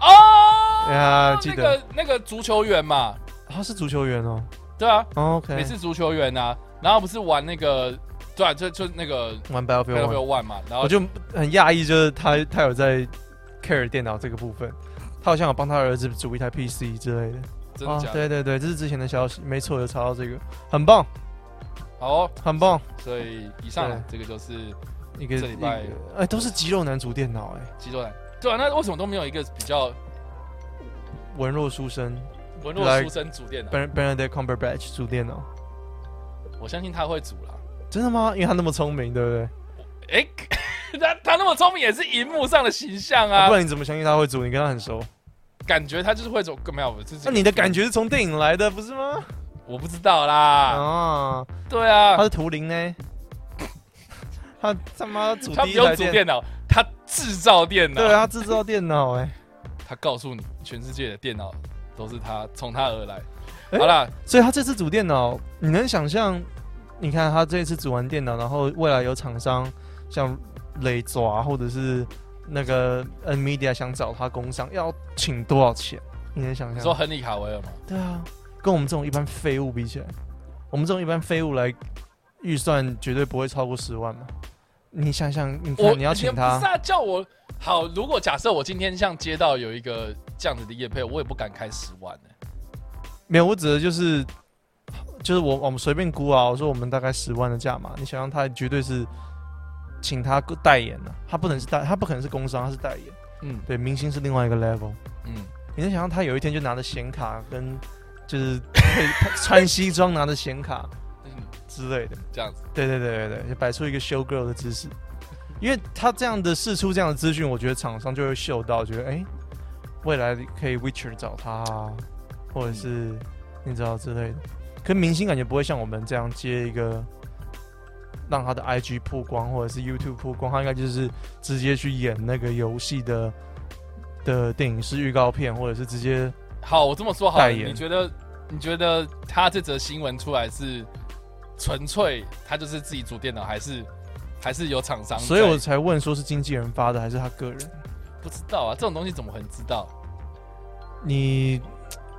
[SPEAKER 5] 哦，
[SPEAKER 4] 哎呀，记
[SPEAKER 5] 那
[SPEAKER 4] 得
[SPEAKER 5] 个那个足球员嘛，
[SPEAKER 4] 他是足球员哦。
[SPEAKER 5] 对啊，
[SPEAKER 4] 哦 OK，
[SPEAKER 5] 也是足球员啊，然后不是玩那个，对啊，就就那个
[SPEAKER 4] 玩 Battlefield
[SPEAKER 5] Battlefield
[SPEAKER 4] One，
[SPEAKER 5] One 嘛，然后
[SPEAKER 4] 我就很讶异，就是他他有在 care 电脑这个部分，他好像有帮他儿子组一台 PC 之类的。
[SPEAKER 5] 真的假的？
[SPEAKER 4] 哦对对对，这是之前的消息，没错，有查到这个，很棒，
[SPEAKER 5] 好哦，
[SPEAKER 4] 很棒。
[SPEAKER 5] 所以以上呢，这个就是
[SPEAKER 4] 一个
[SPEAKER 5] 这礼拜
[SPEAKER 4] 一个哎、都是肌肉男主电脑哎、
[SPEAKER 5] 肌肉男。对啊，那为什么都没有一个比较
[SPEAKER 4] 文弱书生
[SPEAKER 5] 文弱书生主电脑？
[SPEAKER 4] Ben Benedict Cumberbatch 主电脑，
[SPEAKER 5] 我相信他会组啦。
[SPEAKER 4] 真的吗？因为他那么聪明，对不对？
[SPEAKER 5] 哎、 [laughs] 他他那么聪明，也是荧幕上的形象
[SPEAKER 4] 啊
[SPEAKER 5] 啊
[SPEAKER 4] 不，然你怎么相信他会组？你跟他很熟，
[SPEAKER 5] 感觉他就是会走。没有，这是
[SPEAKER 4] 那、你的感觉是从电影来的，不是吗？
[SPEAKER 5] 我不知道啦。
[SPEAKER 4] 啊，
[SPEAKER 5] 对啊
[SPEAKER 4] 他，是图灵呢， [laughs] 他他妈组
[SPEAKER 5] 他
[SPEAKER 4] 第
[SPEAKER 5] 不
[SPEAKER 4] 一
[SPEAKER 5] 用
[SPEAKER 4] 台
[SPEAKER 5] 组
[SPEAKER 4] 电，
[SPEAKER 5] 电脑，他制造电脑。
[SPEAKER 4] 对，啊，他制造电脑哎、
[SPEAKER 5] 他告诉你，全世界的电脑都是他从他而来。
[SPEAKER 4] 哎
[SPEAKER 5] 好啦，
[SPEAKER 4] 所以他这次组电脑，你能想象？你看他这次组完电脑，然后未来有厂商像雷爪或者是那个 NVIDIA 想找他工商，要请多少钱？你能想
[SPEAKER 5] 你
[SPEAKER 4] 象
[SPEAKER 5] 说
[SPEAKER 4] 吗？
[SPEAKER 5] 亨利卡维尔吗？
[SPEAKER 4] 对啊，跟我们这种一般废物比起来，我们这种一般废物来预算绝对不会超过十万嘛。你想想，你
[SPEAKER 5] 我
[SPEAKER 4] 看你要请
[SPEAKER 5] 不是
[SPEAKER 4] 他，
[SPEAKER 5] 啊，叫我好。如果假设我今天像接到有一个这样子的业配，我也不敢开十万欸呢、
[SPEAKER 4] 没有，我指的就是就是我我们随便估啊，我说我们大概十万的价码，你想想他绝对是请他代言的、他不能是代，他不可能是工商，他是代言，
[SPEAKER 5] 嗯
[SPEAKER 4] 对，明星是另外一个 level。
[SPEAKER 5] 嗯，
[SPEAKER 4] 你能想象他有一天就拿着显卡跟就是 [laughs] 配他穿西装拿着显卡
[SPEAKER 5] 嗯，
[SPEAKER 4] 之类的，
[SPEAKER 5] 这样子
[SPEAKER 4] 对对对对对，就摆出一个 show girl 的姿势，因为他这样的试出这样的资讯，我觉得厂商就会嗅到，觉得哎、诶未来可以 Witcher 找他、啊，或者是、你知道之类的。可明星感觉不会像我们这样接一个让他的 IG 曝光或者是 YouTube 曝光，他应该就是直接去演那个游戏的的电影式预告片，或者是直接
[SPEAKER 5] 好，我这么说好了，
[SPEAKER 4] 代言
[SPEAKER 5] 你觉得你觉得他这则新闻出来是纯粹他就是自己组电脑，还是还是有厂商在？
[SPEAKER 4] 所以我才问说是经纪人发的还是他个人。
[SPEAKER 5] 不知道啊，这种东西怎么可能知道？
[SPEAKER 4] 你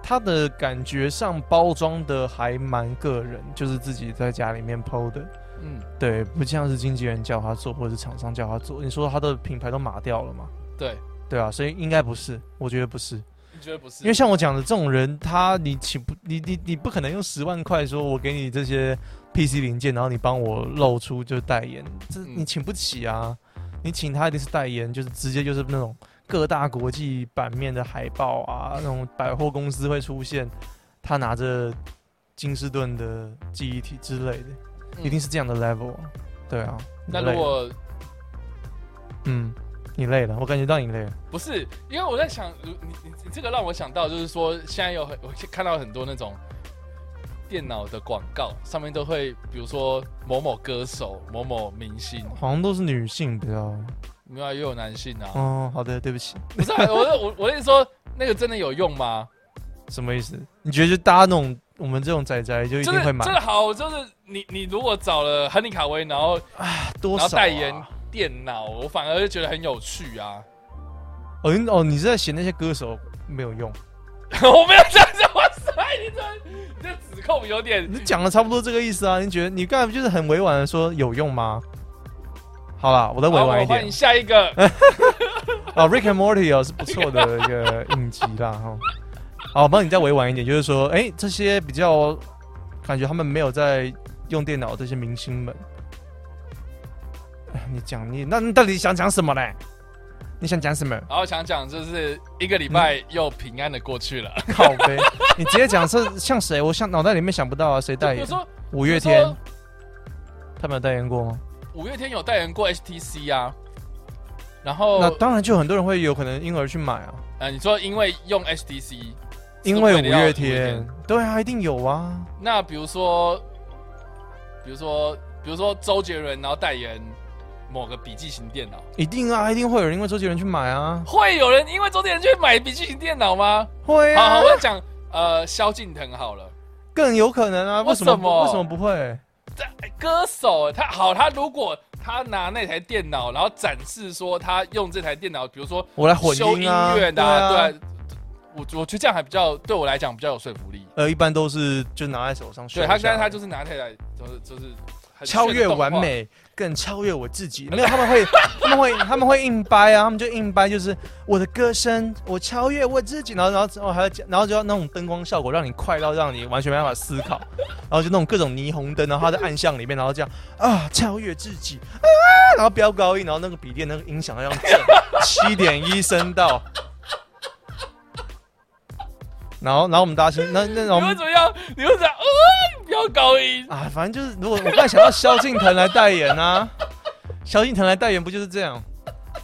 [SPEAKER 4] 他的感觉上包装的还蛮个人，就是自己在家里面剖的，
[SPEAKER 5] 嗯，
[SPEAKER 4] 对，不像是经纪人叫他做或者是厂商叫他做。你说他的品牌都麻掉了嘛？
[SPEAKER 5] 对，
[SPEAKER 4] 对啊，所以应该不是，我觉得不是，
[SPEAKER 5] 你觉得不是？
[SPEAKER 4] 因为像我讲的这种人，他你岂不你你你不可能用十万块说我给你这些 PC 零件，然后你帮我露出就是代言，这
[SPEAKER 5] 嗯
[SPEAKER 4] 你请不起啊！你请他一定是代言，就是直接就是那种各大国际版面的海报啊，那种百货公司会出现，他拿着金士顿的记忆体之类的，
[SPEAKER 5] 嗯
[SPEAKER 4] 一定是这样的 level 啊。对啊，你
[SPEAKER 5] 那
[SPEAKER 4] 累了
[SPEAKER 5] 如果
[SPEAKER 4] 嗯，你累了，我感觉到你累了。
[SPEAKER 5] 不是，因为我在想，如你你你这个让我想到，就是说现在有很我看到很多那种电脑的广告，上面都会比如说某某歌手、某某明星，
[SPEAKER 4] 好像都是女性比较。
[SPEAKER 5] 没有啊也有男性啊，
[SPEAKER 4] 哦，好的，对不起。
[SPEAKER 5] 不是、啊、我的我我跟你说，那个真的有用吗？
[SPEAKER 4] 什么意思？你觉得就大家那种我们这种仔仔就一
[SPEAKER 5] 就
[SPEAKER 4] 定
[SPEAKER 5] 是
[SPEAKER 4] 会买
[SPEAKER 5] 真的好，就是你你如果找了亨利卡维，然后
[SPEAKER 4] 多
[SPEAKER 5] 然
[SPEAKER 4] 少、
[SPEAKER 5] 后
[SPEAKER 4] 啊、
[SPEAKER 5] 代言电脑，我反而就觉得很有趣啊。 [laughs]
[SPEAKER 4] 哦你哦，你是在嫌那些歌手没有用？
[SPEAKER 5] 我没有这样子，哇塞，你这你这指控有点
[SPEAKER 4] 你讲的差不多这个意思啊？你觉得你刚才不就是很委婉的说有用吗？好啦，我再委
[SPEAKER 5] 好，
[SPEAKER 4] 婉
[SPEAKER 5] 我
[SPEAKER 4] 一
[SPEAKER 5] 帮
[SPEAKER 4] 点
[SPEAKER 5] 你。下一个。
[SPEAKER 4] 哦，Rick and Morty 哦是不错的一个影集啦哈。哦好，我帮你再委婉一点，就是说，哎、这些比较感觉他们没有在用电脑的这些明星们，哎你讲你那你到底想讲什么嘞？你想讲什么？
[SPEAKER 5] 然后想讲就是一个礼
[SPEAKER 4] 嗯
[SPEAKER 5] 拜又平安的过去了。
[SPEAKER 4] 靠背， [laughs] 你直接讲是像谁？我像脑袋里面想不到啊，谁代
[SPEAKER 5] [laughs] 比
[SPEAKER 4] 言？
[SPEAKER 5] 如说
[SPEAKER 4] 五月天
[SPEAKER 5] 比如说，
[SPEAKER 4] 他们有代言过吗？
[SPEAKER 5] 五月天有代言过 HTC 啊，然后
[SPEAKER 4] 那当然就很多人会有可能因而去买啊，
[SPEAKER 5] 呃，你说因为用 HTC，是
[SPEAKER 4] 因为五
[SPEAKER 5] 了
[SPEAKER 4] 月
[SPEAKER 5] 五月
[SPEAKER 4] 天
[SPEAKER 5] 天，
[SPEAKER 4] 对啊，一定有啊。
[SPEAKER 5] 那比如说，比如说，比如说周杰伦，然后代言某个笔记型电脑，
[SPEAKER 4] 一定啊，一定会有人因为周杰伦去买啊，
[SPEAKER 5] 会有人因为周杰伦去买笔记型电脑吗？
[SPEAKER 4] 会
[SPEAKER 5] 好
[SPEAKER 4] 啊，
[SPEAKER 5] 好，我要讲呃萧敬腾好了，
[SPEAKER 4] 更有可能啊，为什么不
[SPEAKER 5] 为
[SPEAKER 4] 为
[SPEAKER 5] 什
[SPEAKER 4] 什么
[SPEAKER 5] 么
[SPEAKER 4] 不会？
[SPEAKER 5] 这哎歌手他好，他如果他拿那台电脑，然后展示说他用这台电脑，比如说
[SPEAKER 4] 我来混
[SPEAKER 5] 修
[SPEAKER 4] 音啊，
[SPEAKER 5] 乐的、
[SPEAKER 4] 对啊
[SPEAKER 5] 对啊我我觉得这样还比较对我来讲比较有说服力。
[SPEAKER 4] 呃，一般都是就拿在手上秀
[SPEAKER 5] 对
[SPEAKER 4] 一下，
[SPEAKER 5] 他，但是他就是拿那台就是就是很
[SPEAKER 4] 超
[SPEAKER 5] 炫
[SPEAKER 4] 越
[SPEAKER 5] 的动画
[SPEAKER 4] 完，美，更超越我自己。没有，他们会，他们会，他们会硬掰啊，他们就硬掰，就是我的歌声，我超越我自己，然后，然后，然后还要加，然后就要那种灯光效果，让你快到让你完全没办法思考，然后就那种各种霓虹灯，然后他在暗巷里面，然后这样啊，超越自己啊，然后飙高音，然后那个笔电那个音响要这样震七点一声道。然后，然后我们大家心，那那种
[SPEAKER 5] 你为什么要你为什么要、呃、不要高音？
[SPEAKER 4] 啊，反正就是，如果我刚才想到萧敬腾来代言啊，萧敬腾来代言不就是这样？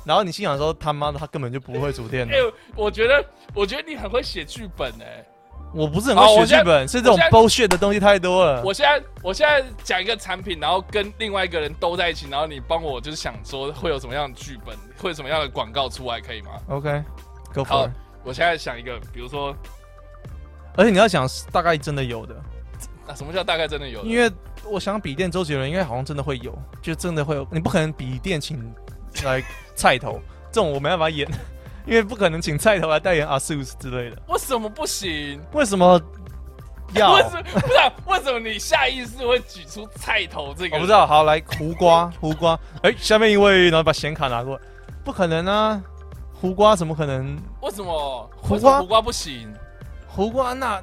[SPEAKER 4] 然后你心想说他妈的，他根本就不会煮电脑
[SPEAKER 5] 哎、。我觉得我觉得你很会写剧本哎、
[SPEAKER 4] 我不是很会学剧本，是这种
[SPEAKER 5] 我现在
[SPEAKER 4] bullshit 的东西太多了。
[SPEAKER 5] 我现在我现在讲一个产品，然后跟另外一个人兜在一起，然后你帮我就是想说会有什么样的剧本，会有什么样的广告出来，可以吗？
[SPEAKER 4] OK，go、
[SPEAKER 5] 好
[SPEAKER 4] for it。
[SPEAKER 5] 我现在想一个，比如说，
[SPEAKER 4] 而且你要想，大概真的有的，
[SPEAKER 5] 啊、什么叫大概真的有的？
[SPEAKER 4] 因为我想笔电周杰伦应该好像真的会有，就真的会有。你不可能笔电请来 [laughs] 菜头，这种我没办法演，因为不可能请菜头来代言 ASUS 之类的。
[SPEAKER 5] 为什么不行？
[SPEAKER 4] 为什么要？
[SPEAKER 5] [laughs] 为什不是啊、为什么你下意识会举出菜头这个？
[SPEAKER 4] 我不知道，好来胡瓜，胡瓜，哎、下面一位，然后把显卡拿过来，不可能啊，胡瓜怎么可能？
[SPEAKER 5] 为什么
[SPEAKER 4] 胡瓜
[SPEAKER 5] 为什么胡瓜不行？
[SPEAKER 4] 胡瓜那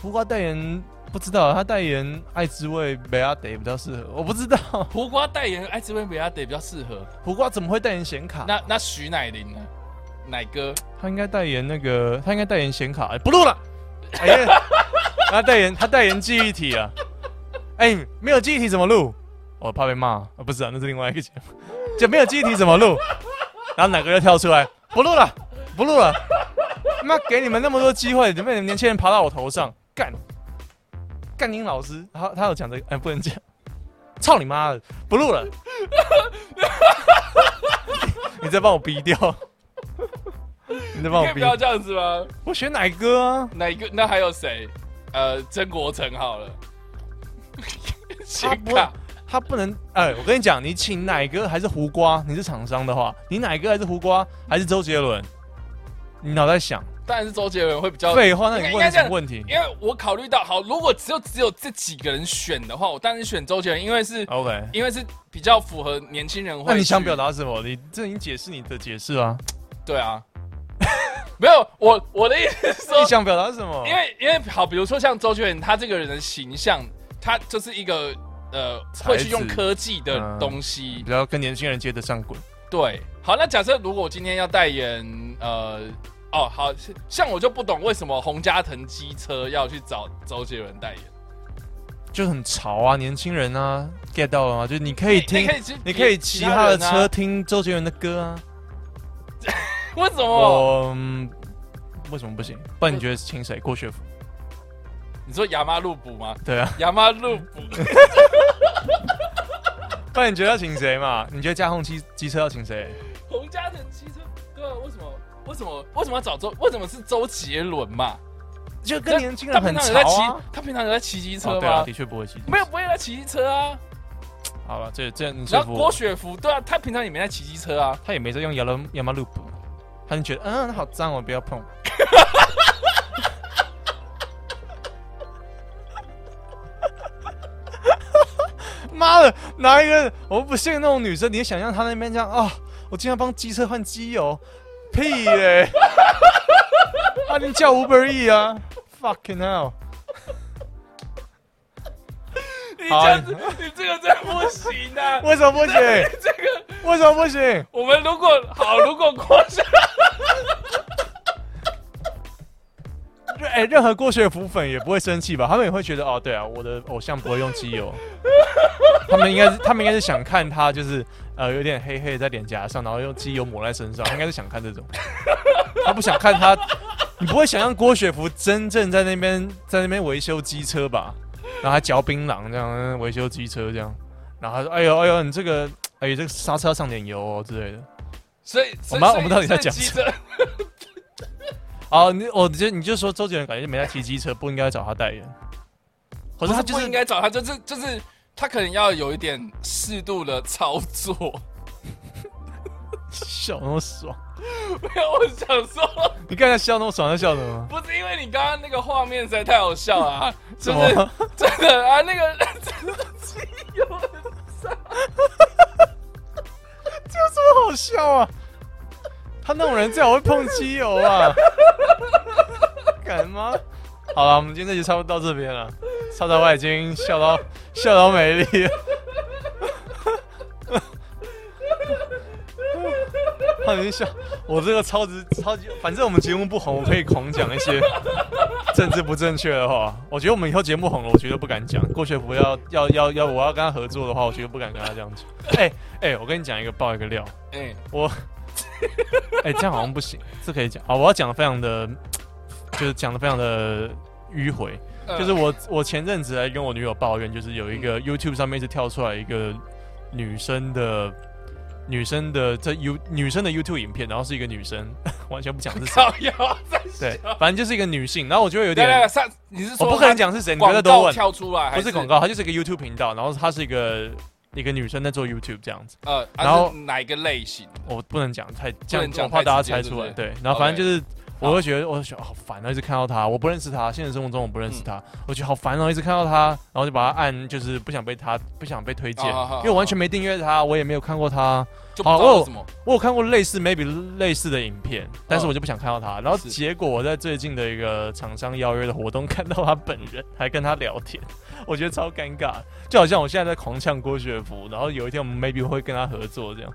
[SPEAKER 4] 胡瓜代言不知道，他代言爱滋味美阿得比较适合，我不知道
[SPEAKER 5] 胡瓜代言艾滋病比亚得比较适合。
[SPEAKER 4] 胡瓜怎么会代言显卡？
[SPEAKER 5] 那那徐乃麟呢？乃哥，
[SPEAKER 4] 他应该代言那个，他应该代言显卡，哎、不录了，哎、呀，他代言他代言记忆体啊，哎、没有记忆体怎么录？我怕被骂，啊、不是啊，那是另外一个节目，就没有记忆体怎么录？然后哪个又跳出来，不录了，不录了，妈给你们那么多机会，怎么你们年轻人爬到我头上干？干您老师，他他有讲这个，哎、不能讲，操你妈的，不录了， [laughs] 你再帮我逼掉，你再帮我
[SPEAKER 5] 你可以不
[SPEAKER 4] 逼，
[SPEAKER 5] 要这样子吗？
[SPEAKER 4] 我选奶哥啊。
[SPEAKER 5] 哪一个？那还有谁？呃，曾国成好了。 [laughs] 显
[SPEAKER 4] 不
[SPEAKER 5] 卡，
[SPEAKER 4] 他不能，哎，我跟你讲，你请奶哥还是胡瓜，你是厂商的话，你奶哥还是胡瓜还是周杰伦？你脑袋想，
[SPEAKER 5] 当然是周杰伦会比较。
[SPEAKER 4] 废话，那
[SPEAKER 5] 应
[SPEAKER 4] 你
[SPEAKER 5] 该
[SPEAKER 4] 问了
[SPEAKER 5] 这样
[SPEAKER 4] 什么问题
[SPEAKER 5] 哦因为我考虑到，好，如果只有只有这几个人选的话，我当然选周杰伦，因为是、
[SPEAKER 4] ？OK，
[SPEAKER 5] 因为是比较符合年轻人会。
[SPEAKER 4] 那你想表？达什么？你这已经解释你的解释啊，
[SPEAKER 5] 对啊， [laughs] 没有，我我的意思是说
[SPEAKER 4] 你，想表达什么？
[SPEAKER 5] 因为因为好，比如说像周杰伦，他这个人的形象，他就是一个呃
[SPEAKER 4] 才
[SPEAKER 5] 会去
[SPEAKER 4] 子
[SPEAKER 5] 用科技的
[SPEAKER 4] 嗯
[SPEAKER 5] 东西
[SPEAKER 4] 比。较跟年轻人接得上滚，
[SPEAKER 5] 对，好，那假设如果我今天要代言，呃，哦，好像我就不懂为什么洪嘉腾机车要去找周杰伦代言。 [laughs]
[SPEAKER 4] 就很潮啊，年轻人啊，get 到了吗？就是你可以
[SPEAKER 5] 你
[SPEAKER 4] 听
[SPEAKER 5] 可，以去
[SPEAKER 4] 你可以骑他的
[SPEAKER 5] 人啊
[SPEAKER 4] 车，听周杰伦的歌啊。
[SPEAKER 5] 为什么？
[SPEAKER 4] 我嗯为什么不行？不然你觉得请谁？郭雪芙？
[SPEAKER 5] 你说亚麻路补吗？
[SPEAKER 4] 对啊，
[SPEAKER 5] 亚麻路补，
[SPEAKER 4] 不然你觉得要请谁嘛？你觉得驾控机机车要请谁？
[SPEAKER 5] [laughs] 洪嘉腾机车，对啊，为什么？为什么？为什么要找周？为什么是周杰伦嘛？
[SPEAKER 4] 就
[SPEAKER 5] 那
[SPEAKER 4] 跟年轻
[SPEAKER 5] 他
[SPEAKER 4] 人
[SPEAKER 5] 平
[SPEAKER 4] 很
[SPEAKER 5] 常有
[SPEAKER 4] 潮
[SPEAKER 5] 在骑
[SPEAKER 4] 啊。，
[SPEAKER 5] 他平常有在骑机车
[SPEAKER 4] 哦对啊，
[SPEAKER 5] 吗？
[SPEAKER 4] 的确不会骑。
[SPEAKER 5] 没有，不会在骑机车啊。
[SPEAKER 4] 好了，这这你说
[SPEAKER 5] 然
[SPEAKER 4] 服
[SPEAKER 5] 后郭
[SPEAKER 4] 我，
[SPEAKER 5] 雪芙，对啊，他平常也没在骑机车啊。
[SPEAKER 4] 他也没在用 Yellow Yama Loop，他就觉得嗯好脏，我不要碰。 [laughs] 妈的，拿一个我不信那种女生，你也想象她那边这样啊、我今天帮机车换机油，屁嘞、
[SPEAKER 5] [laughs]
[SPEAKER 4] 他连叫 Uber E 啊，fucking hell。
[SPEAKER 5] 你
[SPEAKER 4] 好
[SPEAKER 5] 这样子，你这个真的不行啊！
[SPEAKER 4] [laughs] 为什么不行？
[SPEAKER 5] 这个，
[SPEAKER 4] 为什么不行？
[SPEAKER 5] 我们如果好，如果郭雪，
[SPEAKER 4] 任哎、任何郭雪芙粉也不会生气吧？他们也会觉得哦，对啊，我的偶像不会用机油。他们应该是，他们应该是想看他就是呃有点黑黑在脸颊上，然后用机油抹在身上，应该是想看这种。他不想看他，你不会想象郭雪芙真正在那边在那边维修机车吧？然后还嚼槟榔这样维修机车这样，然后他说：“哎呦哎呦，你这个哎、这个刹车要上点油哦之类的。
[SPEAKER 5] 所以，所
[SPEAKER 4] 我
[SPEAKER 5] 以
[SPEAKER 4] 们
[SPEAKER 5] 所以
[SPEAKER 4] 我们到底在
[SPEAKER 5] 所以
[SPEAKER 4] 讲
[SPEAKER 5] 急
[SPEAKER 4] 什
[SPEAKER 5] 着
[SPEAKER 4] 哦，你我觉得你就说周杰伦感觉没在骑机车，不应该找他代言，或
[SPEAKER 5] 不
[SPEAKER 4] 者
[SPEAKER 5] 是
[SPEAKER 4] 他
[SPEAKER 5] 他
[SPEAKER 4] 就
[SPEAKER 5] 不
[SPEAKER 4] 是
[SPEAKER 5] 应该找他，就是就是他可能要有一点适度的操作。 [laughs]
[SPEAKER 4] 笑那么爽。
[SPEAKER 5] 没有，我想说，
[SPEAKER 4] 你看他笑那么爽，他笑什么？
[SPEAKER 5] 不是因为你刚刚那个画面实在太好笑了、啊，
[SPEAKER 4] [laughs] 什
[SPEAKER 5] 就是
[SPEAKER 4] 么？
[SPEAKER 5] 真的啊，那个 [laughs] 真的是有人上
[SPEAKER 4] [laughs] 这有什么好笑啊？ [laughs] 他那种人最好会碰机油啊！敢吗？好了，我们今天这集差不多到这边了。叉叉 Y 已经笑到笑到美丽了。 [laughs] 他已经笑，我这个超级超级，反正我们节目不红，我可以狂讲一些政治不正确的话。我觉得我们以后节目红了，我绝对不敢讲。郭学福要要要要，我要跟他合作的话，我绝对不敢跟他这样讲。哎、哎、我跟你讲一个爆一个料，
[SPEAKER 5] 哎、
[SPEAKER 4] [laughs] 我，哎、这样好像不行，这可以讲啊。我要讲的非常的，就是讲的非常的迂回，
[SPEAKER 5] 呃
[SPEAKER 4] 就是我我前阵子来跟我女友抱怨，就是有一个 YouTube 上面一直跳出来一个女生的。女生的这 U 女生的 YouTube 影片，然后是一个女生， [laughs] 完全不讲是
[SPEAKER 5] [laughs]
[SPEAKER 4] 谁，
[SPEAKER 5] 靠腰在
[SPEAKER 4] 对
[SPEAKER 5] 笑。，
[SPEAKER 4] 反正就是一个女性，然后我就会有
[SPEAKER 5] 对对
[SPEAKER 4] 点
[SPEAKER 5] 对，，上你是
[SPEAKER 4] 我
[SPEAKER 5] 说
[SPEAKER 4] 不可能讲是谁，你不
[SPEAKER 5] 广
[SPEAKER 4] 要多
[SPEAKER 5] 告
[SPEAKER 4] 问，
[SPEAKER 5] 跳出来，还
[SPEAKER 4] 不是广？告，它就是一个 YouTube 频道，然后她是一个一个女生在做 YouTube 这样子。
[SPEAKER 5] 呃，啊
[SPEAKER 4] 然后
[SPEAKER 5] 是哪一个类型？
[SPEAKER 4] 我不能讲太这样
[SPEAKER 5] 能，讲
[SPEAKER 4] 我怕大家
[SPEAKER 5] 太直接
[SPEAKER 4] 猜出来。
[SPEAKER 5] 对
[SPEAKER 4] 对，然后反正就是，
[SPEAKER 5] 好
[SPEAKER 4] 我会觉得我想好烦啊，一直看到他，我不认识他，现实生活中我不
[SPEAKER 5] 嗯
[SPEAKER 4] 认识他，我觉得好烦哦，一直看到他，然后就把他按，就是不想被他不想被推荐，
[SPEAKER 5] 好好好
[SPEAKER 4] 因为我完全没订阅他，我也没有看过他，
[SPEAKER 5] 就不
[SPEAKER 4] 好
[SPEAKER 5] 知道
[SPEAKER 4] 我
[SPEAKER 5] 是什么
[SPEAKER 4] 我有看过类似 maybe 类似的影片，但是我就不想看到他。然后
[SPEAKER 5] 是
[SPEAKER 4] 结果我在最近的一个厂商邀约的活动看到他本人，还跟他聊天， [laughs] 我觉得超尴尬，就好像我现在在狂呛郭雪芙，然后有一天我们 maybe 会跟他合作这样，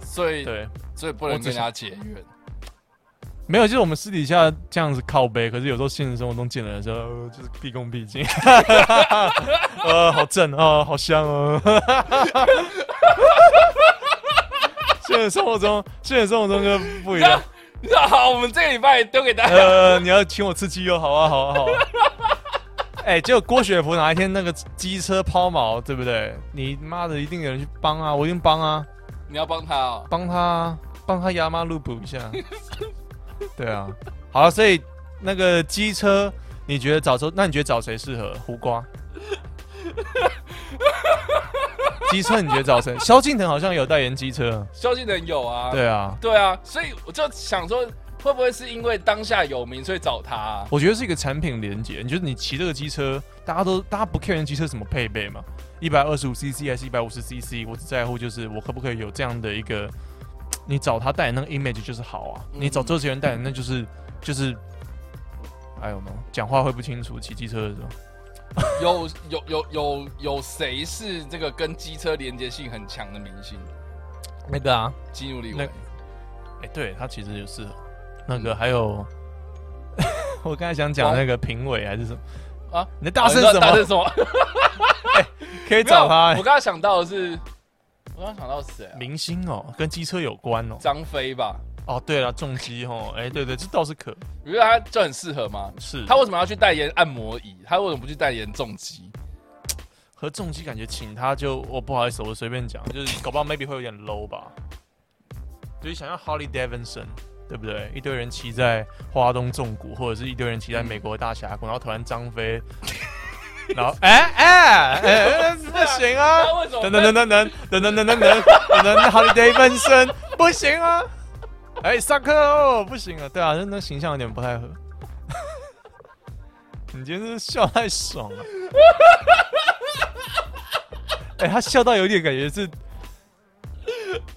[SPEAKER 5] 所以
[SPEAKER 4] 对。
[SPEAKER 5] 所以不
[SPEAKER 4] 我
[SPEAKER 5] 能
[SPEAKER 4] 只
[SPEAKER 5] 跟
[SPEAKER 4] 想
[SPEAKER 5] 他结缘。 [laughs]
[SPEAKER 4] 没有，就是我们私底下这样子靠背，可是有时候现实生活中见人的时候，呃就是毕恭毕敬， [laughs] 呃，好正哦，好香哦。 [laughs] 现实生活中，现实生活中就不一样。
[SPEAKER 5] 你知道，好，我们这个礼拜丢给大家。
[SPEAKER 4] 呃，你要请我吃鸡肉，好啊，好啊，好啊。哎、结果郭雪芙哪一天那个机车抛锚，对不对？你妈的，一定有人去帮啊，我一定帮啊。
[SPEAKER 5] 你要帮他哦。
[SPEAKER 4] 帮他帮他压马路补一下。对啊，好了，所以那个机车，你觉得找周？那你觉得找谁适合？胡瓜。机车你觉得找谁？萧敬腾好像有代言机车。
[SPEAKER 5] 萧敬腾有啊。
[SPEAKER 4] 对啊，
[SPEAKER 5] 对啊，所以我就想说，会不会是因为当下有名，所以找他啊、
[SPEAKER 4] 我觉得是一个产品连接。你觉得你骑这个机车，大家都大家不 care 机车什么配备嘛？一百二十五 CC 还是一百五十 CC？我只在乎就是我可不可以有这样的一个，你找他代言那个 image 就是好啊，
[SPEAKER 5] 嗯
[SPEAKER 4] 你找周杰伦代言那就是就是，哎呦 w 讲话会不清楚，骑机车的时候。
[SPEAKER 5] 有有有有有谁是这个跟机车连接性很强的明星？
[SPEAKER 4] 那个啊，
[SPEAKER 5] 基努里维
[SPEAKER 4] 那。哎、对他其实就是那
[SPEAKER 5] 嗯
[SPEAKER 4] 个还有， [laughs] 我刚才想讲那个评委还是什么
[SPEAKER 5] 啊
[SPEAKER 4] 啊？你的大声
[SPEAKER 5] 哦你
[SPEAKER 4] 什
[SPEAKER 5] 知道大
[SPEAKER 4] 么？
[SPEAKER 5] 圣什么？
[SPEAKER 4] 可以
[SPEAKER 5] 没有
[SPEAKER 4] 找他、欸
[SPEAKER 5] 我刚刚想到的是，我刚刚想到是谁啊？
[SPEAKER 4] 明星哦，跟机车有关哦。
[SPEAKER 5] 张飞吧？
[SPEAKER 4] 哦，对了，重击哦，哎、对对，这倒是可
[SPEAKER 5] 你觉得他就很适合吗？
[SPEAKER 4] 是
[SPEAKER 5] 他为什么要去代言按摩椅？他为什么不去代言重击？
[SPEAKER 4] 和重击感觉请他就我不好意思，我随便讲，就是搞不好 maybe 会有点 low 吧。就是想要 Holly Davidson，对不对？一堆人骑在花东纵谷，或者是一堆人骑在美国大峡谷，然后突然张飞，然后哎哎哎，不行啊！
[SPEAKER 5] 他为什么
[SPEAKER 4] 等等等等等等等等等等等等，Holiday 分身不行啊！哎，上课喽，不行啊！对啊，那那形象有点不太合。你今天是笑太爽了。哎，他笑到有点感觉是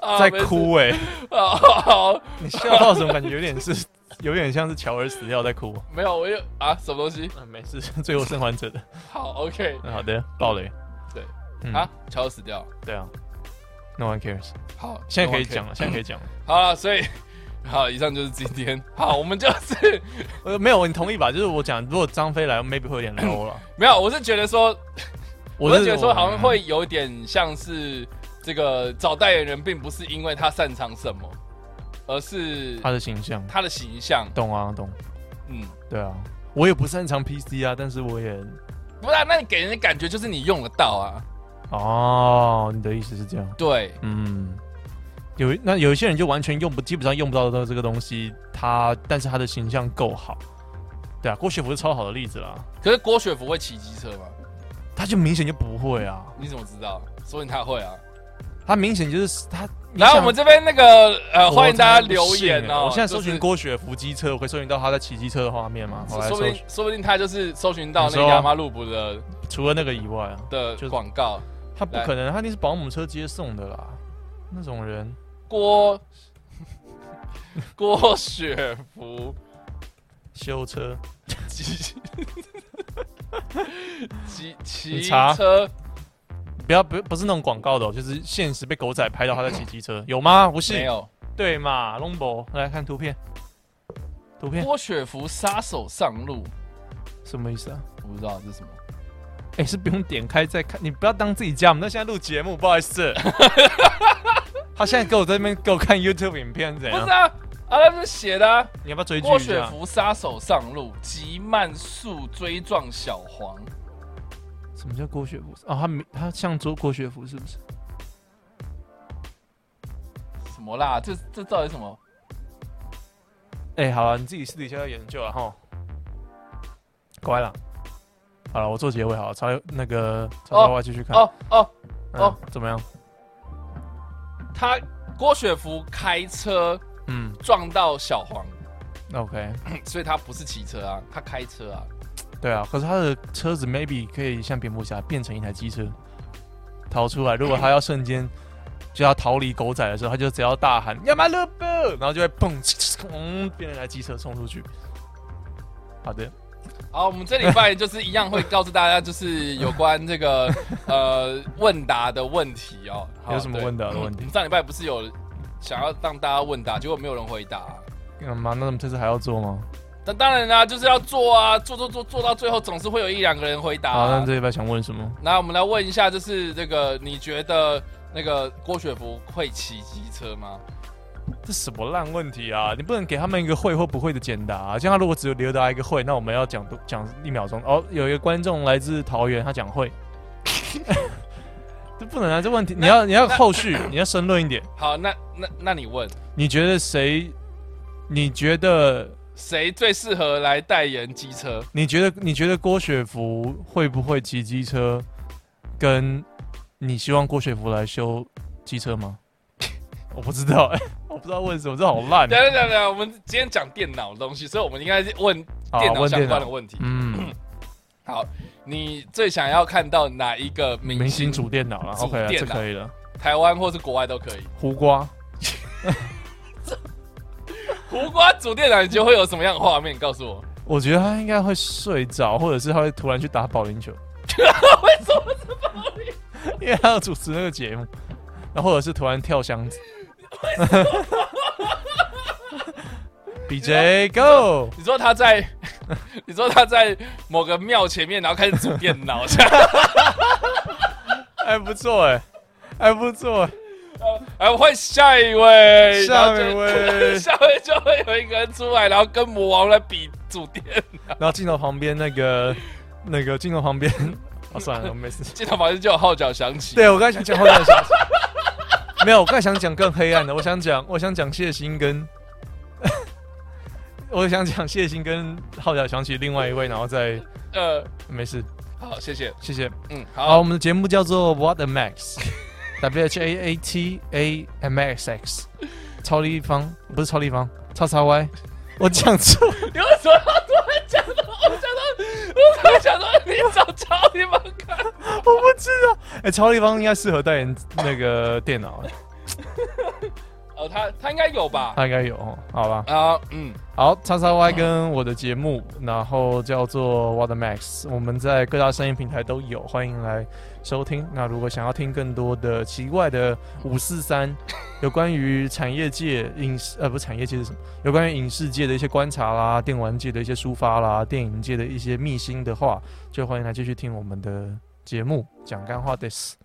[SPEAKER 5] 啊
[SPEAKER 4] 在哭哎、
[SPEAKER 5] 没事啊 [laughs] 好好
[SPEAKER 4] 你笑到什么感觉？有点是，有点像是乔尔死掉在哭。
[SPEAKER 5] 没有，我有啊，什么东西？
[SPEAKER 4] 嗯，没事，最后生还者的。
[SPEAKER 5] 好，OK，
[SPEAKER 4] 嗯好的，暴雷。
[SPEAKER 5] 对，
[SPEAKER 4] 嗯，
[SPEAKER 5] 啊，乔死掉。
[SPEAKER 4] 对啊，No one cares。
[SPEAKER 5] 好，
[SPEAKER 4] 现在可以
[SPEAKER 5] OK
[SPEAKER 4] 讲了，现在可以讲了。
[SPEAKER 5] 好了，所以好，以上就是今天。好，我们就是
[SPEAKER 4] 呃，没有，你同意吧？就是我讲，如果张飞来，maybe 会有点 low 了。
[SPEAKER 5] 没有，我是觉得说， [coughs] 我
[SPEAKER 4] 是
[SPEAKER 5] 是觉得说，好像会有点像是这个找代言人，并不是因为他擅长什么，而是
[SPEAKER 4] 他的形象，
[SPEAKER 5] 他的形象。
[SPEAKER 4] 懂啊懂。
[SPEAKER 5] 嗯，
[SPEAKER 4] 对啊，我也不擅长 PC 啊，但是我也
[SPEAKER 5] 不然那你给人的感觉就是你用得到啊。
[SPEAKER 4] 哦，你的意思是这样，
[SPEAKER 5] 对，
[SPEAKER 4] 嗯，有那有一些人就完全用不，基本上用不到的这个东西，他但是他的形象够好，对啊，郭学福是超好的例子啦，
[SPEAKER 5] 可是郭雪芙会骑机车吗？
[SPEAKER 4] 他就明显就不会啊，
[SPEAKER 5] 你怎么知道？说明他会啊。
[SPEAKER 4] 他明显就是他。
[SPEAKER 5] 然后我们这边那个呃，
[SPEAKER 4] 我
[SPEAKER 5] 欢迎大家
[SPEAKER 4] 才不
[SPEAKER 5] 留
[SPEAKER 4] 信
[SPEAKER 5] 言
[SPEAKER 4] 欸
[SPEAKER 5] 哦。
[SPEAKER 4] 我现在搜
[SPEAKER 5] 就是嗯
[SPEAKER 4] 寻郭雪扶机车，我会搜寻到他在骑机车的画面吗？我来搜
[SPEAKER 5] 说不定
[SPEAKER 4] 寻，
[SPEAKER 5] 说不定他就是搜寻到
[SPEAKER 4] 你
[SPEAKER 5] 那
[SPEAKER 4] 说
[SPEAKER 5] 个亚马路普的
[SPEAKER 4] 除了那个以外啊，就是
[SPEAKER 5] 的广告，
[SPEAKER 4] 他不
[SPEAKER 5] 来
[SPEAKER 4] 可能，他一定是保姆车接送的啦。那种人，
[SPEAKER 5] 郭 [laughs] 郭雪芙
[SPEAKER 4] 修车，
[SPEAKER 5] 骑骑骑
[SPEAKER 4] 你查
[SPEAKER 5] 车，
[SPEAKER 4] 不要不不是那种广告的、哦，就是现实被狗仔拍到他在骑机
[SPEAKER 5] [laughs]
[SPEAKER 4] 车，有吗？不
[SPEAKER 5] 没
[SPEAKER 4] 是，
[SPEAKER 5] 有
[SPEAKER 4] 对嘛？龙博，来看图片，图片
[SPEAKER 5] 郭雪芙杀手上路，
[SPEAKER 4] 什么意思啊？
[SPEAKER 5] 我不知道这是什么。
[SPEAKER 4] 哎、是不用点开再看，你不要当自己家，我们在现在录节目，不好意
[SPEAKER 5] [laughs]
[SPEAKER 4] 思。他现在给我在那边给我看 YouTube 影片怎
[SPEAKER 5] 不
[SPEAKER 4] 样
[SPEAKER 5] 是？啊，啊，那是写的、啊。
[SPEAKER 4] 你要不要追剧
[SPEAKER 5] 郭
[SPEAKER 4] 一
[SPEAKER 5] 雪
[SPEAKER 4] 下？
[SPEAKER 5] 芙杀手上路，极慢速追撞小黄。
[SPEAKER 4] 什么叫郭雪芙？哦，他名他像周郭雪芙是不是？
[SPEAKER 5] 什么啦？这这到底什么？
[SPEAKER 4] 哎、好了，你自己私底下要研究了哈。乖了，好了，我做结尾好了，超那个超超外继续看
[SPEAKER 5] 哦哦，
[SPEAKER 4] 嗯
[SPEAKER 5] 哦
[SPEAKER 4] 怎么样？
[SPEAKER 5] 他郭雪芙开车
[SPEAKER 4] 嗯
[SPEAKER 5] 撞到小黄，
[SPEAKER 4] ，OK，
[SPEAKER 5] 所以他不是骑车啊，他开车啊。
[SPEAKER 4] 对啊，可是他的车子 maybe 可以像蝙蝠侠变成一台机车逃出来，如果他要瞬间。就要逃离狗仔的时候，他就只要大喊“亚马路布”，然后就会砰，砰，变成一台机车冲出去。好的，
[SPEAKER 5] 好，我们这礼
[SPEAKER 4] [laughs]
[SPEAKER 5] 拜就是一样会告诉大家，就是有关这个呃问答的问题哦。好
[SPEAKER 4] 有什么
[SPEAKER 5] 对
[SPEAKER 4] 问答的问题
[SPEAKER 5] 嗯上礼拜不是有想要让大家问答，结果没有人回答、啊
[SPEAKER 4] 干嘛？嗯那我们这次还要做吗？
[SPEAKER 5] 但当然啦、就是要做啊，做做做做到最后，总是会有一两个人回答、啊
[SPEAKER 4] 好，那这礼拜想问什么？
[SPEAKER 5] 那我们来问一下，就是这个，你觉得那个郭雪芙会骑机车吗？
[SPEAKER 4] 这什么烂问题啊！你不能给他们一个会或不会的简答、啊。像他如果只有留答一个会，那我们要讲多讲一秒钟。哦，有一个观众来自桃园，他讲会， [laughs] 这不能啊！这问题你要你要后续，你要深论一点。
[SPEAKER 5] 好，那那那你问，
[SPEAKER 4] 你觉得谁？你觉得
[SPEAKER 5] 谁最适合来代言机车？
[SPEAKER 4] 你觉得你觉得郭雪芙会不会骑机车？跟你希望郭雪芙来修机车吗？ [laughs] 我不知道、我不知道问什么，这好烂、
[SPEAKER 5] 等
[SPEAKER 4] 啊。
[SPEAKER 5] 等等等，我们今天讲电脑的东西，所以我们应该是问
[SPEAKER 4] 好
[SPEAKER 5] 电脑
[SPEAKER 4] 问
[SPEAKER 5] 相
[SPEAKER 4] 电
[SPEAKER 5] 关的
[SPEAKER 4] 脑，
[SPEAKER 5] 问题。
[SPEAKER 4] 嗯，
[SPEAKER 5] 好，你最想要看到哪一个明星？
[SPEAKER 4] 明星主电脑了
[SPEAKER 5] 主
[SPEAKER 4] ，OK 啊，
[SPEAKER 5] 电
[SPEAKER 4] 这
[SPEAKER 5] 脑
[SPEAKER 4] 可以了。
[SPEAKER 5] 台湾或是国外都可以。
[SPEAKER 4] 胡瓜，
[SPEAKER 5] 胡瓜主电脑，你就会有什么样的画面？告诉我。
[SPEAKER 4] 我觉得他应该会睡着，或者是他会突然去打保龄球，
[SPEAKER 5] [laughs] 为什么是保龄？
[SPEAKER 4] 因为他要主持那个节目，然后或者是突然跳箱
[SPEAKER 5] [laughs]
[SPEAKER 4] 子。BJ Go，
[SPEAKER 5] 你说他在， [laughs] 你说他在某个庙前面，然后开始组电脑，这样
[SPEAKER 4] 还不错哎、还不错、欸，
[SPEAKER 5] 哎，换下一位，
[SPEAKER 4] 下一位
[SPEAKER 5] 然后就 [laughs] 下一位就会有一个人出来，然后跟魔王来比主电 [laughs] 脑。
[SPEAKER 4] 然后镜头旁边那个那个镜头旁边， [laughs] 哦算了，我没事。
[SPEAKER 5] 镜头旁边就有号角响起，
[SPEAKER 4] 对我刚才想讲后面的想法，没有，我刚才想讲更黑暗的，我想讲，我想讲谢欣跟， [laughs] 我想讲谢欣跟浩角想起另外一位，然后再
[SPEAKER 5] 呃，
[SPEAKER 4] 没事，
[SPEAKER 5] 好，谢谢，
[SPEAKER 4] 谢谢。
[SPEAKER 5] 嗯，
[SPEAKER 4] 好，
[SPEAKER 5] 好
[SPEAKER 4] 我，们的节目叫做 What a [laughs] Max，W H A A T A M X X，超立方不是超立方，叉叉 Y，我讲错，
[SPEAKER 5] 你为什么要突然讲到？我想到，我突然想到你找超地方看，
[SPEAKER 4] 我不知道。哎、超立方应该适合代言那个电脑，
[SPEAKER 5] 哦，他他应该有吧？
[SPEAKER 4] 他应该有，哦，好吧？
[SPEAKER 5] 啊，嗯，
[SPEAKER 4] 好，叉叉 Y 跟我的节目，然后叫做 What Max，我们在各大声音平台都有，欢迎来收听。那如果想要听更多的奇怪的五四三， [laughs] 有关于产业界影视呃不是产业界是什么，有关于影视界的一些观察啦，电玩界的一些抒发啦，电影界的一些秘辛的话，就欢迎来继续听我们的节目讲干话 this。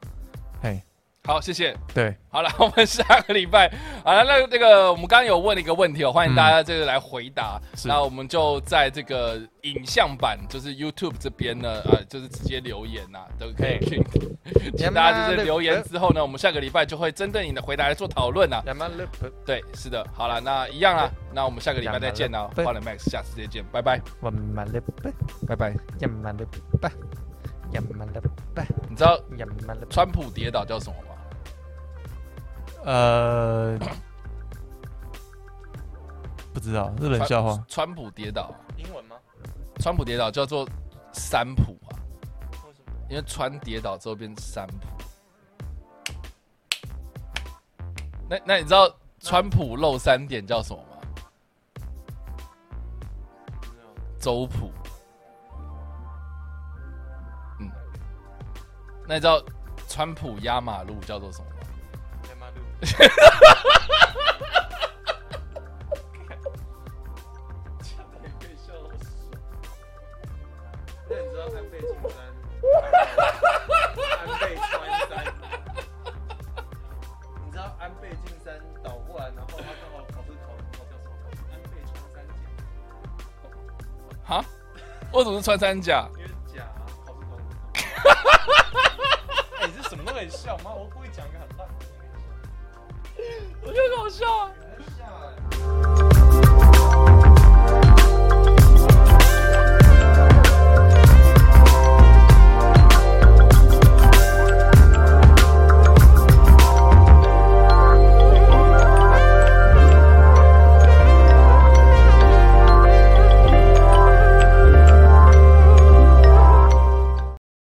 [SPEAKER 4] 嘿，
[SPEAKER 5] 好，谢谢。
[SPEAKER 4] 对，
[SPEAKER 5] 好了，我们下个礼拜，好了，那那个我们刚刚有问了一个问题哦，欢迎大家这个来回答。
[SPEAKER 4] 是
[SPEAKER 5] 那我们就在这个影像版，就是 YouTube 这边呢，呃，就是直接留言呐、都可以去， [laughs] 请大家就是留言之后呢，我们下个礼拜就会针对你的回答来做讨论呐、
[SPEAKER 4] 两万六，
[SPEAKER 5] 对，是的，好了，那一样啦，啊那我们下个礼拜再见啊啦，换了 Max，下次再见，拜拜，
[SPEAKER 4] 我满六百，
[SPEAKER 5] 拜拜。
[SPEAKER 4] 也满六百，也满六百，
[SPEAKER 5] 你知道
[SPEAKER 4] 也满六。
[SPEAKER 5] 川普跌倒叫什么吗？
[SPEAKER 4] 呃，不知道，日本笑话。 [laughs]
[SPEAKER 5] 川普跌倒，
[SPEAKER 4] 英文吗？
[SPEAKER 5] 川普跌倒叫做三普啊。
[SPEAKER 4] 为什么？
[SPEAKER 5] 因为川跌倒之后变三普。那那你知道川普漏三点叫什么吗？周普。嗯，那你知道川普压马路叫做什么吗？
[SPEAKER 4] 那你知道安倍晋三？安倍川山？你知道安倍晋三倒过来，然后他刚好考试考考叫什么？安倍川山甲，
[SPEAKER 5] 哈？为什么是穿山甲？
[SPEAKER 4] 因为甲考试考不考。哎，你这什么都很笑吗？我故意讲一个很烂的。
[SPEAKER 5] 我觉得很好笑啊。